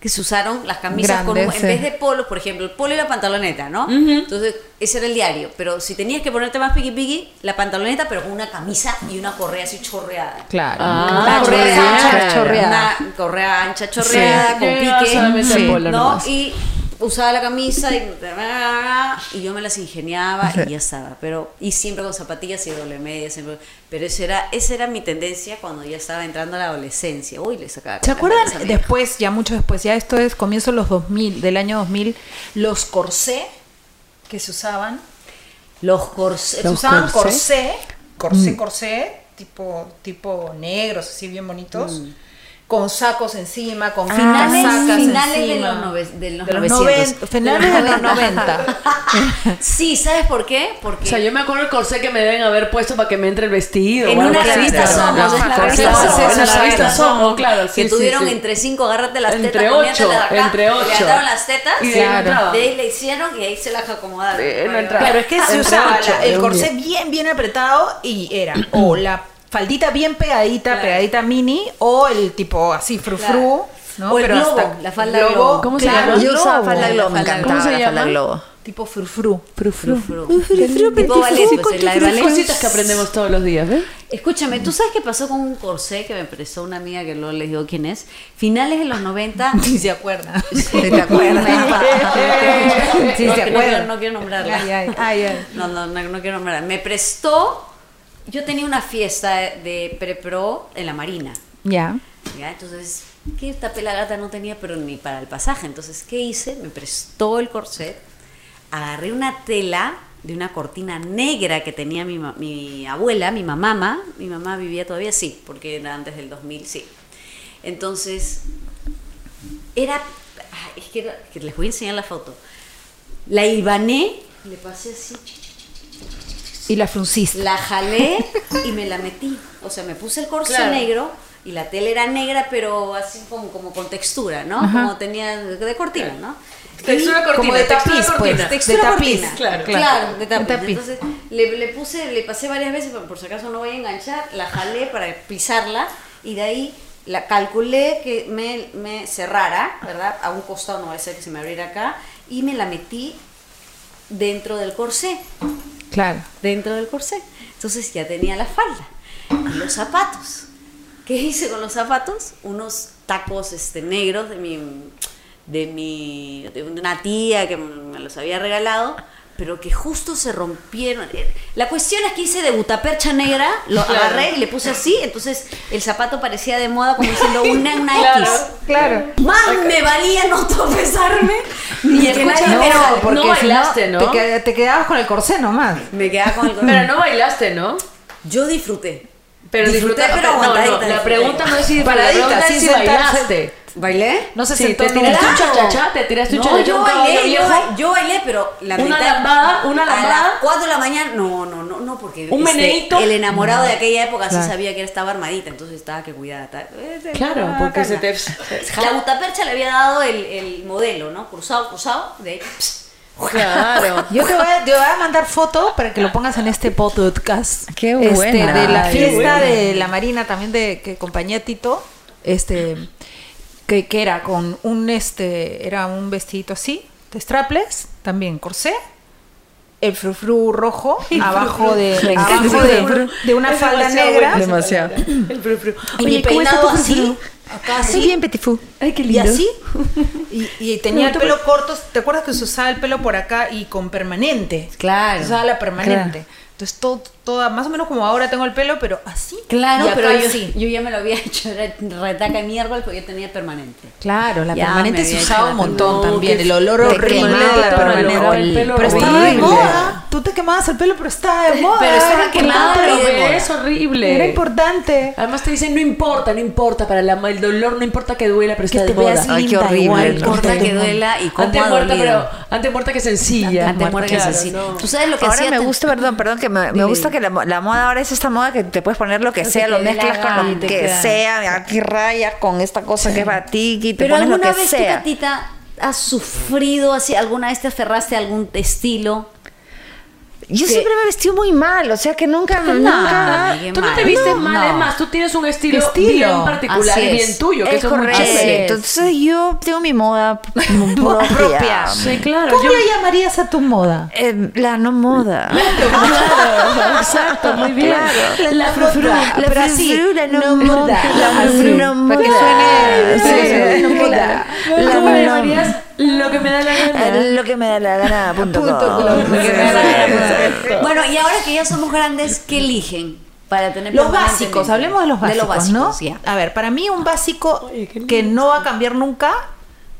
[SPEAKER 3] que se usaron las camisas con un-
[SPEAKER 4] Grandes,
[SPEAKER 3] en
[SPEAKER 4] sí.
[SPEAKER 3] vez de polos, por ejemplo, el polo y la pantaloneta, ¿no? Entonces, ese era el diario. Pero si tenías que ponerte más piqui piqui, la pantaloneta, pero con una camisa y una correa así chorreada.
[SPEAKER 4] Claro.
[SPEAKER 2] Ah,
[SPEAKER 3] Una
[SPEAKER 2] correa
[SPEAKER 3] ancha,
[SPEAKER 1] ancha,
[SPEAKER 4] chorreada.
[SPEAKER 3] Una correa ancha chorreada
[SPEAKER 2] Sí.
[SPEAKER 3] con
[SPEAKER 2] Yo llevaba
[SPEAKER 3] pique.
[SPEAKER 2] solamente el polo
[SPEAKER 3] ¿no?
[SPEAKER 2] nomás.
[SPEAKER 3] Y usaba la camisa y, y yo me las ingeniaba y ya estaba. Pero, y siempre con zapatillas y doble media. siempre- pero esa era, esa era mi tendencia cuando ya estaba entrando a la adolescencia. Uy, le sacaba.
[SPEAKER 4] ¿Se
[SPEAKER 3] la
[SPEAKER 4] acuerdan
[SPEAKER 3] cabeza a mi hija.
[SPEAKER 4] después, ya mucho después, ya esto es comienzo de los 2000, del año 2000, los corsé que se usaban? Eh,
[SPEAKER 3] Los corsés.
[SPEAKER 4] Se usaban corsé, corsé,
[SPEAKER 3] Mm.
[SPEAKER 4] corsé, tipo, tipo negros, así bien bonitos,
[SPEAKER 3] Mm.
[SPEAKER 4] con sacos encima, con
[SPEAKER 3] Finales,
[SPEAKER 4] finas sacas
[SPEAKER 3] Ah, finales de
[SPEAKER 4] encima.
[SPEAKER 3] los, nove- de los
[SPEAKER 4] De los
[SPEAKER 3] 900.
[SPEAKER 4] noven- finales de los 90.
[SPEAKER 3] sí, ¿sabes por qué? Porque
[SPEAKER 2] O sea, yo me acuerdo el corsé que me deben haber puesto para que me entre el vestido.
[SPEAKER 3] En
[SPEAKER 2] o algo
[SPEAKER 3] una
[SPEAKER 2] así.
[SPEAKER 3] revista
[SPEAKER 1] claro,
[SPEAKER 3] Somos,
[SPEAKER 1] claro,
[SPEAKER 3] es la
[SPEAKER 1] claro,
[SPEAKER 3] revista
[SPEAKER 1] claro,
[SPEAKER 3] Somos.
[SPEAKER 1] claro,
[SPEAKER 3] es la
[SPEAKER 2] claro,
[SPEAKER 3] revista
[SPEAKER 2] claro,
[SPEAKER 3] Somos,
[SPEAKER 2] claro, sí,
[SPEAKER 3] Que
[SPEAKER 2] sí,
[SPEAKER 3] tuvieron
[SPEAKER 2] sí.
[SPEAKER 3] entre cinco, agárrate las
[SPEAKER 2] Entre
[SPEAKER 3] tetas,
[SPEAKER 2] ocho,
[SPEAKER 3] comiéndolas acá,
[SPEAKER 2] entre ocho.
[SPEAKER 3] Le ataron las tetas,
[SPEAKER 2] Y de ahí no entraba.
[SPEAKER 3] de ahí le hicieron y ahí se las acomodaron.
[SPEAKER 2] Sí, Eh, no
[SPEAKER 3] Bueno,
[SPEAKER 2] entraba.
[SPEAKER 4] Claro, es que se
[SPEAKER 2] Entre
[SPEAKER 4] usaba
[SPEAKER 2] ocho,
[SPEAKER 4] la- el
[SPEAKER 2] de
[SPEAKER 4] corsé bien, bien apretado y era o la faldita bien pegadita,
[SPEAKER 3] Claro.
[SPEAKER 4] pegadita mini, o el tipo así frufru,
[SPEAKER 3] Claro.
[SPEAKER 4] ¿no?
[SPEAKER 3] O el globo, la falda globo.
[SPEAKER 2] ¿Cómo se
[SPEAKER 4] claro,
[SPEAKER 2] llama?
[SPEAKER 1] Yo usaba
[SPEAKER 4] globo.
[SPEAKER 1] falda globo, me
[SPEAKER 3] ¿Cómo se
[SPEAKER 1] encantaba la
[SPEAKER 2] llama?
[SPEAKER 1] falda globo.
[SPEAKER 4] Tipo frufru.
[SPEAKER 3] Fru, fru. Tipo ballet, pues, la de
[SPEAKER 2] Las
[SPEAKER 3] ballet.
[SPEAKER 2] cositas que aprendemos todos los días, ¿eh? ¿ves?
[SPEAKER 3] Escúchame, ¿tú sabes qué pasó con un corsé que me prestó una amiga que luego les digo quién es? Finales de los 90.
[SPEAKER 4] Si se acuerda.
[SPEAKER 1] ¿Te acuerdas?
[SPEAKER 4] Sí,
[SPEAKER 3] no,
[SPEAKER 4] se
[SPEAKER 3] que no
[SPEAKER 4] acuerda.
[SPEAKER 3] quiero- No quiero nombrarla.
[SPEAKER 4] Ay, ay, ay, ay.
[SPEAKER 3] No, no, no, no quiero nombrarla. Me prestó. Yo tenía una fiesta de pre-pro en la Marina.
[SPEAKER 4] Ya.
[SPEAKER 3] Ya, entonces, que esta pelagata no tenía, pero ni para el pasaje. Entonces, ¿qué hice? Me prestó el corset, agarré una tela de una cortina negra que tenía mi, ma- mi abuela, mi mamá. Mi mamá vivía todavía, sí, porque era antes del 2000, sí. Entonces, era. ah, Es que, era- que les voy a enseñar la foto. La hilvané, le pasé así, chi, chi, chi,
[SPEAKER 4] Y la frunciste.
[SPEAKER 3] la jalé y me la metí. O sea, me puse el corsé
[SPEAKER 2] Claro.
[SPEAKER 3] negro y la tela era negra, pero así como, como con textura, ¿no? Como tenía de de cortina, ¿no?
[SPEAKER 2] Textura
[SPEAKER 3] Y-
[SPEAKER 2] cortina,
[SPEAKER 3] como de
[SPEAKER 2] textura
[SPEAKER 3] tapiz,
[SPEAKER 2] cortina.
[SPEAKER 3] pues. Textura
[SPEAKER 4] De tapiz,
[SPEAKER 3] cortina.
[SPEAKER 2] claro.
[SPEAKER 3] claro. de tapiz.
[SPEAKER 4] De tapiz.
[SPEAKER 3] Entonces, Le, le puse, le pasé varias veces, pero por si acaso no voy a enganchar, la jalé para pisarla y de ahí la calculé que me, me cerrara, ¿verdad? A un costado no va a ser que se me abriera acá y me la metí dentro del corsé,
[SPEAKER 4] Claro.
[SPEAKER 3] dentro del corsé. Entonces ya tenía la falda y los zapatos. ¿Qué hice con los zapatos? Unos tacos este, negros de mi, de mi, de una tía que me los había regalado, pero que justo se rompieron. La cuestión es que hice de butapercha negra, lo
[SPEAKER 2] Claro.
[SPEAKER 3] agarré y le puse así, entonces el zapato parecía de moda como diciendo una, una
[SPEAKER 2] Claro.
[SPEAKER 3] X.
[SPEAKER 4] Claro.
[SPEAKER 3] Más me valía no tropezarme ni que
[SPEAKER 2] Escucha,
[SPEAKER 3] nadie
[SPEAKER 2] no,
[SPEAKER 3] me jale.
[SPEAKER 2] porque
[SPEAKER 4] si
[SPEAKER 2] bailaste, ¿no?
[SPEAKER 4] Te, qued- te quedabas con el corsé nomás.
[SPEAKER 3] Me quedaba con el
[SPEAKER 2] Pero no bailaste, ¿no?
[SPEAKER 3] Yo disfruté.
[SPEAKER 2] Pero
[SPEAKER 3] Disfruté,
[SPEAKER 2] disfruté,
[SPEAKER 3] pero
[SPEAKER 2] no, no,
[SPEAKER 3] aguantadita,
[SPEAKER 2] la
[SPEAKER 3] disfruté.
[SPEAKER 2] pregunta no es si
[SPEAKER 4] Paradita,
[SPEAKER 2] la pregunta es
[SPEAKER 4] sin
[SPEAKER 2] si
[SPEAKER 4] sentarse.
[SPEAKER 2] bailaste.
[SPEAKER 3] ¿Bailé?
[SPEAKER 4] No sé
[SPEAKER 2] Sí,
[SPEAKER 4] si
[SPEAKER 2] te tiraste un chachachá, te tiraste un
[SPEAKER 3] No,
[SPEAKER 2] chachachá,
[SPEAKER 3] yo
[SPEAKER 2] un caballo
[SPEAKER 3] bailé, yo,
[SPEAKER 2] viejo.
[SPEAKER 3] ba- yo bailé, pero la
[SPEAKER 2] Una
[SPEAKER 3] mitad-
[SPEAKER 2] lambada, una
[SPEAKER 3] A
[SPEAKER 2] lambada.
[SPEAKER 3] las 4 de la mañana, no, no, no, no, porque
[SPEAKER 2] Un meneíto.
[SPEAKER 3] el enamorado de aquella época sí
[SPEAKER 4] Claro.
[SPEAKER 3] sabía que estaba armadita, entonces estaba que cuidada. estaba- eh, eh,
[SPEAKER 2] Claro,
[SPEAKER 3] ah,
[SPEAKER 2] porque se
[SPEAKER 3] calma.
[SPEAKER 2] te...
[SPEAKER 3] La butapercha le había dado el, el modelo, ¿no? Cruzado, cruzado, de ahí, pss,
[SPEAKER 2] Claro.
[SPEAKER 4] Yo te voy, a, te voy a mandar foto para que lo pongas en este podcast.
[SPEAKER 1] Qué
[SPEAKER 4] Este,
[SPEAKER 1] buena.
[SPEAKER 4] de la
[SPEAKER 1] Ay,
[SPEAKER 4] fiesta de la Marina también de que compañía Tito, este que, que era con un este era un vestidito así, de strapless, también corsé. El frufru rojo abajo de
[SPEAKER 1] Me
[SPEAKER 4] abajo
[SPEAKER 1] encanta el
[SPEAKER 4] de, de una
[SPEAKER 2] Es
[SPEAKER 4] falda
[SPEAKER 2] demasiado
[SPEAKER 4] negra.
[SPEAKER 2] bueno.
[SPEAKER 1] Demasiado.
[SPEAKER 2] El fru, fru.
[SPEAKER 3] y
[SPEAKER 4] Oye,
[SPEAKER 3] mi
[SPEAKER 4] ¿cómo está
[SPEAKER 3] peinado
[SPEAKER 4] tu
[SPEAKER 3] así,
[SPEAKER 4] frufru?
[SPEAKER 3] acá así,
[SPEAKER 1] bien petifú.
[SPEAKER 2] Ay, qué
[SPEAKER 3] y así,
[SPEAKER 4] Y, y tenía el
[SPEAKER 2] No, tú-
[SPEAKER 4] pelo corto. ¿Te acuerdas que se usaba el pelo por acá y con permanente?
[SPEAKER 3] Claro.
[SPEAKER 4] Se usaba la permanente. Entonces, todo, toda, más o menos como ahora tengo el pelo, pero así.
[SPEAKER 3] Claro,
[SPEAKER 4] Y acá
[SPEAKER 3] pero yo,
[SPEAKER 4] así.
[SPEAKER 3] yo ya me lo había hecho, era retaca de miércoles porque yo tenía permanente.
[SPEAKER 4] Claro, la
[SPEAKER 3] Ya
[SPEAKER 4] permanente
[SPEAKER 3] me
[SPEAKER 4] se
[SPEAKER 3] había
[SPEAKER 4] usaba
[SPEAKER 3] hecho
[SPEAKER 4] un
[SPEAKER 3] la
[SPEAKER 4] montón
[SPEAKER 2] permanente.
[SPEAKER 4] también.
[SPEAKER 2] No,
[SPEAKER 4] El olor
[SPEAKER 2] qué
[SPEAKER 4] horrible
[SPEAKER 2] quemado,
[SPEAKER 4] de la
[SPEAKER 2] te oloraba el
[SPEAKER 4] permanente.
[SPEAKER 2] pelo
[SPEAKER 4] Pero estaba de
[SPEAKER 2] horrible.
[SPEAKER 4] moda. Tú te quemabas el pelo, pero estaba de moda.
[SPEAKER 3] Pero estaba
[SPEAKER 4] Era
[SPEAKER 3] quemado,
[SPEAKER 4] importante.
[SPEAKER 3] pero
[SPEAKER 2] Pero
[SPEAKER 3] de
[SPEAKER 2] es horrible.
[SPEAKER 4] Era importante.
[SPEAKER 2] Además te dicen, no importa, no importa, para la- el dolor no importa que duela, pero está de moda.
[SPEAKER 1] Ay, qué horrible,
[SPEAKER 4] igual,
[SPEAKER 1] ¿no?
[SPEAKER 4] corta
[SPEAKER 3] Corta que
[SPEAKER 4] igual.
[SPEAKER 3] duela Ah, y cómo
[SPEAKER 2] Antes
[SPEAKER 3] ha
[SPEAKER 2] muerta,
[SPEAKER 3] dolido.
[SPEAKER 2] pero antes muerta que sencilla.
[SPEAKER 3] Antes muerta que
[SPEAKER 2] Claro,
[SPEAKER 3] sencilla.
[SPEAKER 2] no.
[SPEAKER 3] ¿Tú sabes lo que
[SPEAKER 1] Ahora
[SPEAKER 3] hacía
[SPEAKER 1] me
[SPEAKER 3] tan-
[SPEAKER 1] gusta, perdón, perdón, que me, me
[SPEAKER 3] Dime,
[SPEAKER 1] gusta
[SPEAKER 3] dime.
[SPEAKER 1] que la, mo- la moda ahora es esta moda que te puedes poner lo que
[SPEAKER 3] Lo que
[SPEAKER 1] sea,
[SPEAKER 3] te
[SPEAKER 1] lo
[SPEAKER 3] dé la
[SPEAKER 1] mezclas con
[SPEAKER 3] gana,
[SPEAKER 1] lo
[SPEAKER 3] te
[SPEAKER 1] que
[SPEAKER 3] queda.
[SPEAKER 1] sea, aquí raya con esta cosa que es batiki, te
[SPEAKER 3] Pero
[SPEAKER 1] pones lo
[SPEAKER 3] alguna
[SPEAKER 1] que
[SPEAKER 3] vez tú,
[SPEAKER 1] sea.
[SPEAKER 3] Catita, has sufrido así, alguna vez te aferraste a algún estilo.
[SPEAKER 1] Yo
[SPEAKER 3] que-
[SPEAKER 1] siempre me he vestido muy mal, o sea que nunca,
[SPEAKER 3] No,
[SPEAKER 1] nunca.
[SPEAKER 3] amiga,
[SPEAKER 2] Tú no te
[SPEAKER 3] mal.
[SPEAKER 2] vistes
[SPEAKER 3] No,
[SPEAKER 2] mal,
[SPEAKER 3] no.
[SPEAKER 2] es más, tú tienes un estilo,
[SPEAKER 4] Estilo.
[SPEAKER 2] bien particular,
[SPEAKER 3] Así
[SPEAKER 2] y bien
[SPEAKER 3] es.
[SPEAKER 2] tuyo, que
[SPEAKER 1] es
[SPEAKER 2] eso es muy
[SPEAKER 1] correcto.
[SPEAKER 2] chévere.
[SPEAKER 1] Entonces yo tengo mi moda
[SPEAKER 4] Moda
[SPEAKER 1] propia.
[SPEAKER 4] propia.
[SPEAKER 2] Sí, claro.
[SPEAKER 4] ¿Cómo
[SPEAKER 2] yo-
[SPEAKER 4] le llamarías a tu moda?
[SPEAKER 1] Eh, la no moda.
[SPEAKER 2] Claro, exacto, muy bien. La frufruna.
[SPEAKER 1] La
[SPEAKER 4] Pero así,
[SPEAKER 1] frufrura
[SPEAKER 4] no
[SPEAKER 1] no moda.
[SPEAKER 4] moda.
[SPEAKER 1] La
[SPEAKER 4] Así,
[SPEAKER 1] frufrura no
[SPEAKER 4] para que
[SPEAKER 1] moda.
[SPEAKER 4] suene-
[SPEAKER 1] Sí,
[SPEAKER 4] sí,
[SPEAKER 1] no
[SPEAKER 4] sí,
[SPEAKER 1] moda.
[SPEAKER 4] claro.
[SPEAKER 1] La
[SPEAKER 2] ¿Cómo le
[SPEAKER 1] no-
[SPEAKER 2] llamarías lo que me da la gana?
[SPEAKER 1] Eh, Lo que me da la gana. Punto
[SPEAKER 4] Punto
[SPEAKER 1] com.
[SPEAKER 4] com.
[SPEAKER 1] Lo que me da la gana.
[SPEAKER 3] Bueno, y ahora que ya somos grandes, ¿qué eligen para tener
[SPEAKER 4] Los
[SPEAKER 3] permanentemente?
[SPEAKER 4] básicos, hablemos de los básicos, ¿no?
[SPEAKER 3] básicos, ya.
[SPEAKER 4] A ver, para mí un básico
[SPEAKER 2] Oye, qué lindo.
[SPEAKER 4] que no va a cambiar nunca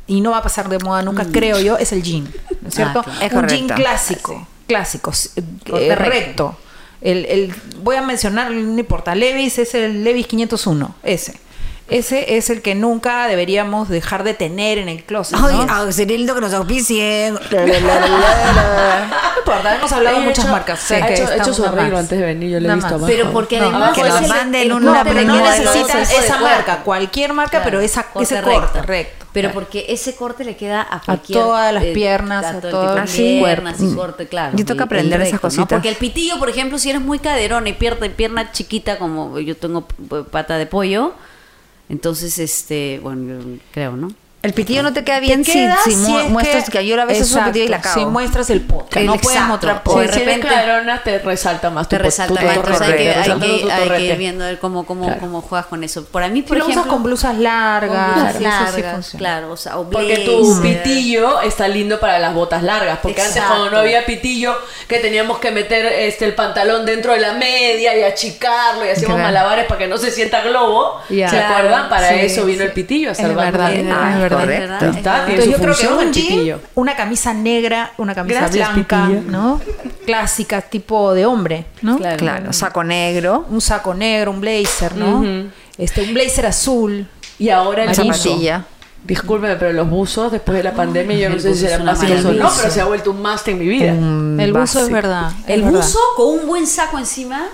[SPEAKER 4] y no va a pasar de moda nunca,
[SPEAKER 2] Mm.
[SPEAKER 4] creo yo, es el jean, ¿no es
[SPEAKER 3] Ah,
[SPEAKER 4] cierto?
[SPEAKER 3] claro.
[SPEAKER 1] Es
[SPEAKER 4] un jean
[SPEAKER 1] correcto.
[SPEAKER 4] clásico, clásico, s- eh,
[SPEAKER 3] Corte
[SPEAKER 4] eh,
[SPEAKER 3] recto.
[SPEAKER 4] recto. El, el- voy a mencionar, no importa, Levis es el Levis 501, ese. Ese es el que nunca deberíamos dejar de tener en el closet, ¿no?
[SPEAKER 1] Ay, ah, sería lindo que nos auspicien.
[SPEAKER 4] No importa, hemos hablado de
[SPEAKER 2] He
[SPEAKER 4] muchas
[SPEAKER 2] hecho-
[SPEAKER 4] marcas.
[SPEAKER 2] sí, ha hecho- ha hecho su arreglo antes de venir, yo le he visto abajo.
[SPEAKER 3] Pero porque
[SPEAKER 4] No,
[SPEAKER 3] además
[SPEAKER 1] que
[SPEAKER 3] es
[SPEAKER 1] nos
[SPEAKER 3] el-
[SPEAKER 1] manden
[SPEAKER 3] el
[SPEAKER 1] una
[SPEAKER 3] corte
[SPEAKER 4] pero
[SPEAKER 3] de
[SPEAKER 4] no
[SPEAKER 1] modelo,
[SPEAKER 3] moda, el
[SPEAKER 4] necesitan
[SPEAKER 3] otro tipo de
[SPEAKER 4] esa
[SPEAKER 3] corte.
[SPEAKER 4] marca, cualquier marca,
[SPEAKER 3] Claro,
[SPEAKER 4] pero esa,
[SPEAKER 3] corte
[SPEAKER 4] ese corte, recto.
[SPEAKER 3] Pero
[SPEAKER 4] Claro.
[SPEAKER 3] porque ese corte le queda a, eh,
[SPEAKER 4] todas las piernas, a todo el
[SPEAKER 3] el
[SPEAKER 1] cuerpo.
[SPEAKER 3] piernas y
[SPEAKER 1] Mm.
[SPEAKER 3] corte, claro.
[SPEAKER 1] Yo tengo que
[SPEAKER 3] el- el
[SPEAKER 1] aprender esas
[SPEAKER 3] recto,
[SPEAKER 1] cositas.
[SPEAKER 3] Porque el pitillo, por ejemplo, si eres muy caderona y pierna, pierna chiquita, como yo tengo p- pata de pollo, entonces, este, bueno, yo creo, ¿no?
[SPEAKER 1] El pitillo no te queda
[SPEAKER 4] Te
[SPEAKER 1] bien si,
[SPEAKER 4] queda
[SPEAKER 1] si
[SPEAKER 4] si
[SPEAKER 1] mu-
[SPEAKER 4] es
[SPEAKER 1] muestras que yo a veces uso un
[SPEAKER 4] Exacto,
[SPEAKER 1] pitillo y la
[SPEAKER 4] Si
[SPEAKER 1] cago.
[SPEAKER 4] muestras el poto,
[SPEAKER 3] El
[SPEAKER 4] no puedes
[SPEAKER 3] exacto,
[SPEAKER 4] mostrar
[SPEAKER 3] pues.
[SPEAKER 4] poto.
[SPEAKER 3] de
[SPEAKER 2] Sí, si eres
[SPEAKER 3] repente-
[SPEAKER 2] clarona, te resalta más tu
[SPEAKER 3] Te
[SPEAKER 2] po-
[SPEAKER 3] resalta
[SPEAKER 2] tu
[SPEAKER 3] más,
[SPEAKER 2] torrente,
[SPEAKER 3] entonces hay que,
[SPEAKER 2] te
[SPEAKER 3] hay
[SPEAKER 2] resalta
[SPEAKER 3] que,
[SPEAKER 2] tu
[SPEAKER 3] hay que
[SPEAKER 2] torrente.
[SPEAKER 3] ir viendo el cómo, cómo,
[SPEAKER 2] Claro.
[SPEAKER 3] cómo juegas con eso. Para mí,
[SPEAKER 4] Si
[SPEAKER 3] por
[SPEAKER 4] lo usas
[SPEAKER 3] ejemplo...
[SPEAKER 4] con blusas
[SPEAKER 3] con
[SPEAKER 4] largas,
[SPEAKER 3] blusas
[SPEAKER 4] sí,
[SPEAKER 3] largas,
[SPEAKER 4] sí, sí funciona.
[SPEAKER 3] claro, o sea, o
[SPEAKER 2] Porque tu
[SPEAKER 3] blazer.
[SPEAKER 2] pitillo está lindo para las botas largas. Porque antes
[SPEAKER 3] Exacto.
[SPEAKER 2] cuando no había pitillo, que teníamos que meter este el pantalón dentro de la media y achicarlo y hacíamos
[SPEAKER 4] Claro.
[SPEAKER 2] malabares para que no se sienta globo.
[SPEAKER 4] Ya.
[SPEAKER 2] ¿Se
[SPEAKER 3] Claro,
[SPEAKER 2] acuerdan? Para
[SPEAKER 4] sí,
[SPEAKER 2] eso vino el pitillo a
[SPEAKER 4] Es
[SPEAKER 2] salvar
[SPEAKER 4] verdad,
[SPEAKER 2] vidas.
[SPEAKER 4] Ah,
[SPEAKER 1] Ah,
[SPEAKER 4] es verdad, es
[SPEAKER 1] correcto.
[SPEAKER 3] verdad, es
[SPEAKER 2] Está,
[SPEAKER 3] verdad.
[SPEAKER 2] tiene
[SPEAKER 4] Entonces
[SPEAKER 2] su
[SPEAKER 4] yo creo que
[SPEAKER 2] función
[SPEAKER 4] un
[SPEAKER 2] el
[SPEAKER 4] jean,
[SPEAKER 2] pitillo.
[SPEAKER 4] una camisa negra, una camisa
[SPEAKER 2] Gracias,
[SPEAKER 4] blanca,
[SPEAKER 2] pitillo.
[SPEAKER 4] ¿no? Clásica, tipo de hombre, ¿no?
[SPEAKER 3] Claro.
[SPEAKER 1] Claro, saco negro.
[SPEAKER 4] Un saco negro, un blazer, ¿no?
[SPEAKER 2] Ujú.
[SPEAKER 4] Este, un blazer azul.
[SPEAKER 2] Y ahora el
[SPEAKER 4] Amarillo.
[SPEAKER 2] buzo.
[SPEAKER 1] Zapatilla.
[SPEAKER 2] Discúlpeme, pero los buzos después de la pandemia, yo no
[SPEAKER 3] el
[SPEAKER 2] sé si
[SPEAKER 3] buzo es
[SPEAKER 2] serán
[SPEAKER 3] una
[SPEAKER 2] básicos o no,
[SPEAKER 3] maravilla.
[SPEAKER 2] pero se ha vuelto un must en mi vida.
[SPEAKER 1] Mm,
[SPEAKER 4] el buzo es
[SPEAKER 1] básico.
[SPEAKER 4] verdad.
[SPEAKER 3] El
[SPEAKER 4] es verdad.
[SPEAKER 3] buzo con un buen saco encima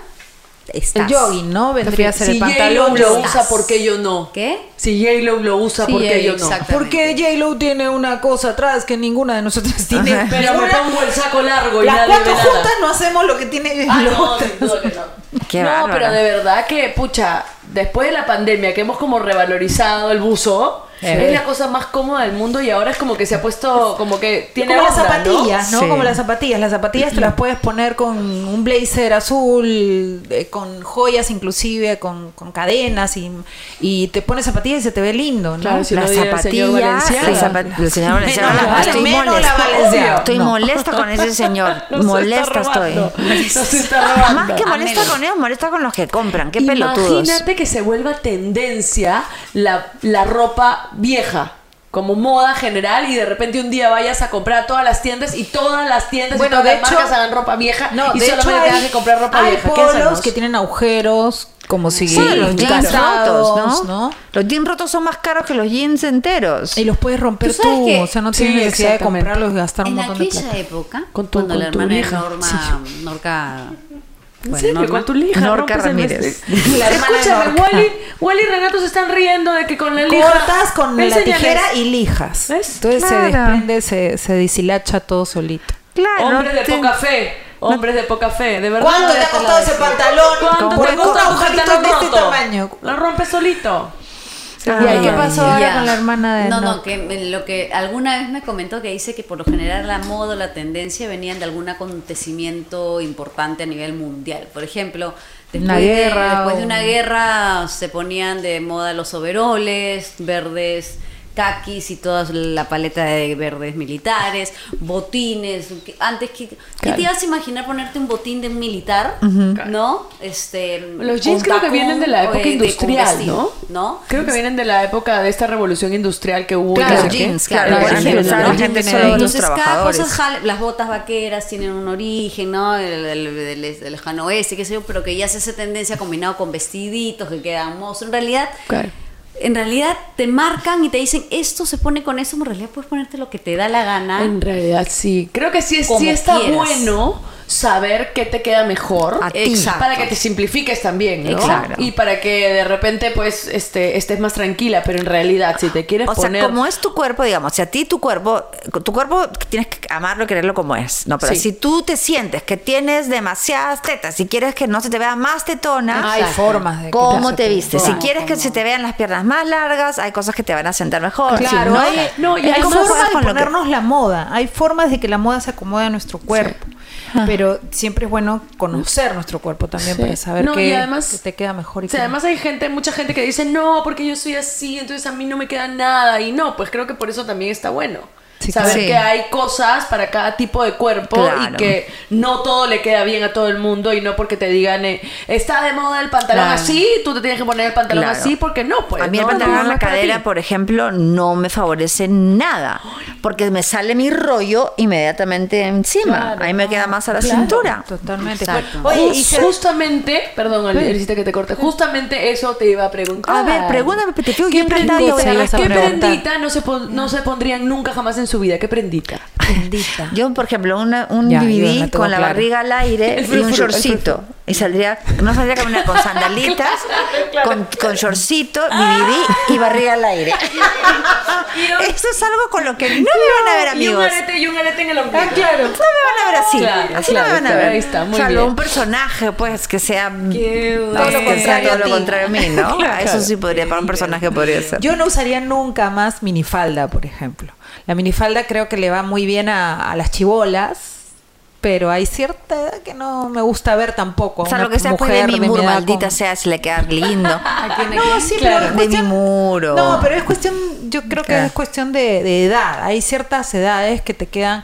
[SPEAKER 4] El
[SPEAKER 1] estás.
[SPEAKER 4] jogging, ¿no? Vendría a ser el
[SPEAKER 2] si J-Lo
[SPEAKER 4] pantalón.
[SPEAKER 2] lo
[SPEAKER 4] jogging.
[SPEAKER 2] usa, ¿por qué yo no?
[SPEAKER 3] ¿Qué?
[SPEAKER 2] Si J-Lo lo usa,
[SPEAKER 3] Sí,
[SPEAKER 2] ¿por qué yo no?
[SPEAKER 3] exacto.
[SPEAKER 4] Porque J-Lo tiene una cosa atrás que ninguna de nosotras tiene.
[SPEAKER 1] Ajá.
[SPEAKER 2] Pero me
[SPEAKER 4] Ninguna-
[SPEAKER 2] pongo el saco largo y
[SPEAKER 4] Las
[SPEAKER 2] nadie
[SPEAKER 4] cuatro
[SPEAKER 2] ve nada.
[SPEAKER 4] juntas no hacemos lo que tiene
[SPEAKER 2] Ah,
[SPEAKER 4] la
[SPEAKER 2] no,
[SPEAKER 4] otra.
[SPEAKER 2] sin duda que no.
[SPEAKER 1] Qué
[SPEAKER 2] no,
[SPEAKER 1] bárbara.
[SPEAKER 2] pero de verdad que, pucha, después de la pandemia que hemos como revalorizado el buzo,
[SPEAKER 4] Sí.
[SPEAKER 2] es la cosa más cómoda del mundo y ahora es como que se ha puesto, como que tiene
[SPEAKER 4] como
[SPEAKER 2] onda,
[SPEAKER 4] las zapatillas, ¿no?
[SPEAKER 1] Sí.
[SPEAKER 4] Como las zapatillas. Las zapatillas te las puedes poner con un blazer azul, eh, con joyas inclusive, con, con cadenas y, y te pones zapatillas y se te ve lindo, ¿no?
[SPEAKER 2] Claro, sí. si
[SPEAKER 1] la
[SPEAKER 2] no diera el señor
[SPEAKER 1] zapatilla,
[SPEAKER 2] Valenciaga.
[SPEAKER 1] la zapa- el señor Valenciaga,
[SPEAKER 4] la
[SPEAKER 1] la-
[SPEAKER 4] Vale-
[SPEAKER 1] estoy
[SPEAKER 4] menos la
[SPEAKER 1] molesta,
[SPEAKER 4] Valenciaga.
[SPEAKER 1] estoy
[SPEAKER 4] No.
[SPEAKER 1] molesta con ese señor,
[SPEAKER 2] ¿no? Nos
[SPEAKER 1] molesta
[SPEAKER 2] está
[SPEAKER 1] estoy.
[SPEAKER 2] robando, Nos está robando.
[SPEAKER 1] Más que molesta
[SPEAKER 3] Amén.
[SPEAKER 1] con ellos, molesta con los que compran, qué pelotudos.
[SPEAKER 2] Imagínate que se vuelva tendencia la, la ropa vieja. Como moda general y de repente un día vayas a comprar a todas las tiendas y todas las tiendas
[SPEAKER 4] Bueno,
[SPEAKER 2] y todas
[SPEAKER 4] de
[SPEAKER 2] las
[SPEAKER 4] hecho-
[SPEAKER 2] marcas hagan ropa vieja
[SPEAKER 4] No,
[SPEAKER 2] y
[SPEAKER 4] de hecho
[SPEAKER 2] solamente
[SPEAKER 4] hay-
[SPEAKER 2] tengas que comprar ropa
[SPEAKER 4] hay
[SPEAKER 2] vieja. ¿Qué
[SPEAKER 4] polos
[SPEAKER 2] hacemos?
[SPEAKER 4] que tienen agujeros, como si
[SPEAKER 1] Sí, los jeans
[SPEAKER 4] gastados,
[SPEAKER 1] rotos, ¿no? Los jeans rotos son más caros que los jeans enteros.
[SPEAKER 4] Y los puedes romper
[SPEAKER 3] ¿Tú
[SPEAKER 4] tú,
[SPEAKER 3] sabes que-
[SPEAKER 4] o sea, no
[SPEAKER 2] Sí,
[SPEAKER 4] tienes necesidad de
[SPEAKER 2] exactamente.
[SPEAKER 4] comprarlos y gastar un
[SPEAKER 3] En
[SPEAKER 4] montón de
[SPEAKER 3] aquella
[SPEAKER 4] plata.
[SPEAKER 3] época,
[SPEAKER 2] Con tu-
[SPEAKER 3] cuando la
[SPEAKER 2] con tu
[SPEAKER 3] hermana de
[SPEAKER 2] lija,
[SPEAKER 3] Norma,
[SPEAKER 2] sí.
[SPEAKER 3] Norca...
[SPEAKER 2] ¿En
[SPEAKER 3] bueno,
[SPEAKER 2] serio?
[SPEAKER 3] Norma,
[SPEAKER 2] ¿Con tu lija? Pues
[SPEAKER 1] Norca
[SPEAKER 2] rompes el
[SPEAKER 1] Ramírez.
[SPEAKER 2] vestido?
[SPEAKER 4] La hermana de
[SPEAKER 2] Escúchame,
[SPEAKER 4] Norca.
[SPEAKER 2] Wally, Wally y Renato se están riendo de que con la lija...
[SPEAKER 4] Cortas con la
[SPEAKER 2] Enséñales.
[SPEAKER 4] tijera y lijas.
[SPEAKER 2] ¿Ves?
[SPEAKER 4] Entonces se
[SPEAKER 1] Claro.
[SPEAKER 4] desprende, se, se deshilacha todo solito.
[SPEAKER 1] Claro,
[SPEAKER 2] Hombres de
[SPEAKER 1] te-
[SPEAKER 2] poca fe. Hombres de poca fe, de verdad.
[SPEAKER 4] ¿Cuánto te ha
[SPEAKER 2] déjala
[SPEAKER 4] costado
[SPEAKER 2] decir.
[SPEAKER 4] ese pantalón?
[SPEAKER 2] ¿Cuánto
[SPEAKER 4] Por
[SPEAKER 2] te
[SPEAKER 4] un
[SPEAKER 2] costó un
[SPEAKER 4] agujerito
[SPEAKER 2] pantalón
[SPEAKER 4] de este
[SPEAKER 2] roto?
[SPEAKER 4] tamaño.
[SPEAKER 2] Lo rompe solito.
[SPEAKER 1] Ah,
[SPEAKER 4] ¿Y ahí qué
[SPEAKER 1] ya,
[SPEAKER 4] pasó
[SPEAKER 1] ya.
[SPEAKER 4] ahora
[SPEAKER 3] Ya.
[SPEAKER 4] con la hermana de
[SPEAKER 3] No, no,
[SPEAKER 4] Nock?
[SPEAKER 3] que me- lo que alguna vez me comentó que dice que por lo general la moda, o la tendencia venían de algún acontecimiento importante a nivel mundial. Por ejemplo, después,
[SPEAKER 4] Una guerra
[SPEAKER 3] de, después de
[SPEAKER 4] o-
[SPEAKER 3] una guerra se ponían de moda los overoles, verdes caquis y toda la paleta de verdes militares, botines, que- antes que ¿qué te ibas a imaginar ponerte un botín de un militar? ¿No? Este
[SPEAKER 2] Los jeans
[SPEAKER 3] un
[SPEAKER 2] creo que
[SPEAKER 3] tacón,
[SPEAKER 2] vienen de la
[SPEAKER 3] eh,
[SPEAKER 2] época
[SPEAKER 3] de- con
[SPEAKER 2] industrial, ¿no?
[SPEAKER 3] vestido, ¿no?
[SPEAKER 2] Creo que vienen de la época de esta revolución industrial que hubo.
[SPEAKER 1] Claro,
[SPEAKER 2] y no sé
[SPEAKER 1] los
[SPEAKER 2] qué.
[SPEAKER 1] jeans, claro,
[SPEAKER 2] Los
[SPEAKER 3] por
[SPEAKER 2] jeans,
[SPEAKER 3] ejemplo,
[SPEAKER 2] ¿no?
[SPEAKER 3] ¿no?
[SPEAKER 1] la gente
[SPEAKER 4] Entonces,
[SPEAKER 1] solo de los
[SPEAKER 3] Entonces cada
[SPEAKER 1] trabajadores.
[SPEAKER 3] cosa, jala- las botas vaqueras tienen un origen, ¿no? El, el, el, el lejano oeste, qué sé yo, pero que ya se hace tendencia combinado con vestiditos que quedan mozos. En realidad,
[SPEAKER 2] Claro.
[SPEAKER 3] en realidad te marcan y te dicen, esto se pone con eso, en realidad puedes ponerte lo que te da la gana.
[SPEAKER 2] En realidad sí. Creo que sí, es-
[SPEAKER 3] Como
[SPEAKER 2] sí está
[SPEAKER 3] quieras.
[SPEAKER 2] bueno saber qué te queda mejor.
[SPEAKER 1] A ti.
[SPEAKER 3] Exacto.
[SPEAKER 2] Para que te simplifiques también, ¿no?
[SPEAKER 1] Exacto.
[SPEAKER 2] Y para que de repente, pues, este, estés más tranquila. Pero en realidad, si te quieres
[SPEAKER 1] O sea,
[SPEAKER 2] poner...
[SPEAKER 1] como es tu cuerpo, digamos, si a ti tu cuerpo, tu cuerpo tienes que amarlo y quererlo como es, ¿no? Pero
[SPEAKER 2] Sí.
[SPEAKER 1] si tú te sientes que tienes demasiadas tetas y quieres que no se te vea más tetona,
[SPEAKER 4] Hay
[SPEAKER 3] Exacto.
[SPEAKER 4] formas de
[SPEAKER 1] ¿cómo
[SPEAKER 4] quitarse
[SPEAKER 1] te
[SPEAKER 4] todo.
[SPEAKER 1] vistes? Si
[SPEAKER 3] Claro,
[SPEAKER 1] quieres que
[SPEAKER 3] cómo.
[SPEAKER 1] se te vean las piernas más largas, hay cosas que te van a sentar mejor.
[SPEAKER 4] Claro,
[SPEAKER 1] Si no,
[SPEAKER 4] hay,
[SPEAKER 2] no, y
[SPEAKER 4] hay
[SPEAKER 2] además-
[SPEAKER 1] juegas
[SPEAKER 4] formas de
[SPEAKER 1] con lo que-
[SPEAKER 4] ponernos la moda, hay formas de que la moda se acomode a nuestro cuerpo, pero siempre es bueno conocer nuestro cuerpo también
[SPEAKER 2] Sí.
[SPEAKER 4] para saber
[SPEAKER 2] No, y
[SPEAKER 4] qué,
[SPEAKER 2] además-
[SPEAKER 4] qué te queda mejor. Y
[SPEAKER 2] O sea,
[SPEAKER 4] qué no.
[SPEAKER 2] además hay gente, mucha gente que dice, no, porque yo soy así, entonces a mí no me queda nada. Y no, pues creo que por eso también está bueno.
[SPEAKER 4] Sí,
[SPEAKER 2] Saber
[SPEAKER 1] claro.
[SPEAKER 2] que hay cosas para cada tipo de cuerpo y
[SPEAKER 1] Claro.
[SPEAKER 2] que no todo le queda bien a todo el mundo y no porque te digan, eh, está de moda el pantalón
[SPEAKER 4] Claro.
[SPEAKER 2] así, tú te tienes que poner el pantalón
[SPEAKER 1] Claro.
[SPEAKER 2] así porque no, pues.
[SPEAKER 1] a mí
[SPEAKER 2] ¿no?
[SPEAKER 1] el pantalón
[SPEAKER 2] No,
[SPEAKER 1] en
[SPEAKER 2] no
[SPEAKER 1] la
[SPEAKER 2] es para
[SPEAKER 1] cadera,
[SPEAKER 2] ti.
[SPEAKER 1] por ejemplo, no me favorece nada, porque me sale mi rollo inmediatamente encima.
[SPEAKER 4] Claro,
[SPEAKER 1] a mí me queda más a la
[SPEAKER 4] Claro,
[SPEAKER 1] cintura.
[SPEAKER 4] Totalmente.
[SPEAKER 3] Exacto.
[SPEAKER 4] Oye,
[SPEAKER 2] Jus-
[SPEAKER 4] y se-
[SPEAKER 2] justamente, perdón, Alicita, que te corte, justamente eso te iba a preguntar.
[SPEAKER 1] A ver, pregúntame, te tengo
[SPEAKER 4] ¿Qué
[SPEAKER 1] bien plantada,
[SPEAKER 4] prendiste?
[SPEAKER 1] voy a
[SPEAKER 4] Ibas a
[SPEAKER 2] ¿Qué
[SPEAKER 1] responder.
[SPEAKER 4] preguntar.
[SPEAKER 2] prendita no se, pon- no se pondrían nunca jamás en su vida? ¿Qué prendita?
[SPEAKER 4] Bendita.
[SPEAKER 1] Yo, por ejemplo, una- un
[SPEAKER 4] Ya, yo la
[SPEAKER 1] DVD
[SPEAKER 4] tengo
[SPEAKER 1] con la
[SPEAKER 4] clara.
[SPEAKER 1] barriga al aire y
[SPEAKER 2] El
[SPEAKER 1] un
[SPEAKER 2] frufru, el
[SPEAKER 1] shortcito. Y saldría, no saldría con una, con sandalitas, con, con shortcito,
[SPEAKER 2] Ah.
[SPEAKER 1] DVD y barriga al aire. Eso es algo con lo que no me van a ver,
[SPEAKER 2] Y un
[SPEAKER 1] amigos.
[SPEAKER 2] arete y un arete en el ombligo. Ah,
[SPEAKER 1] No me van a ver así.
[SPEAKER 2] Claro,
[SPEAKER 1] así
[SPEAKER 2] claro,
[SPEAKER 1] no me van a
[SPEAKER 2] claro,
[SPEAKER 1] ver.
[SPEAKER 2] ahí está, muy
[SPEAKER 1] Salvo
[SPEAKER 2] bien.
[SPEAKER 1] un personaje, pues, que sea todo lo
[SPEAKER 2] bueno.
[SPEAKER 1] contrario, todo
[SPEAKER 2] Contrario a ti.
[SPEAKER 1] lo contrario a mí, ¿no?
[SPEAKER 2] Claro.
[SPEAKER 1] Eso sí podría, para un personaje podría ser.
[SPEAKER 4] Yo no usaría nunca más minifalda, por ejemplo. La minifalda creo que le va muy bien a, a las chibolas, pero hay cierta edad que no me gusta ver tampoco. a
[SPEAKER 1] o sea,
[SPEAKER 4] una
[SPEAKER 1] lo que sea pues, de
[SPEAKER 4] mujer
[SPEAKER 1] mi
[SPEAKER 4] edad
[SPEAKER 1] muro,
[SPEAKER 4] con-
[SPEAKER 1] maldita sea, se le queda lindo.
[SPEAKER 4] No, sí,
[SPEAKER 1] Claro.
[SPEAKER 4] pero es
[SPEAKER 1] De mi
[SPEAKER 4] cuestión-
[SPEAKER 1] muro.
[SPEAKER 4] No, pero es cuestión, yo creo que
[SPEAKER 1] Claro.
[SPEAKER 4] es cuestión de, de edad. Hay ciertas edades que te quedan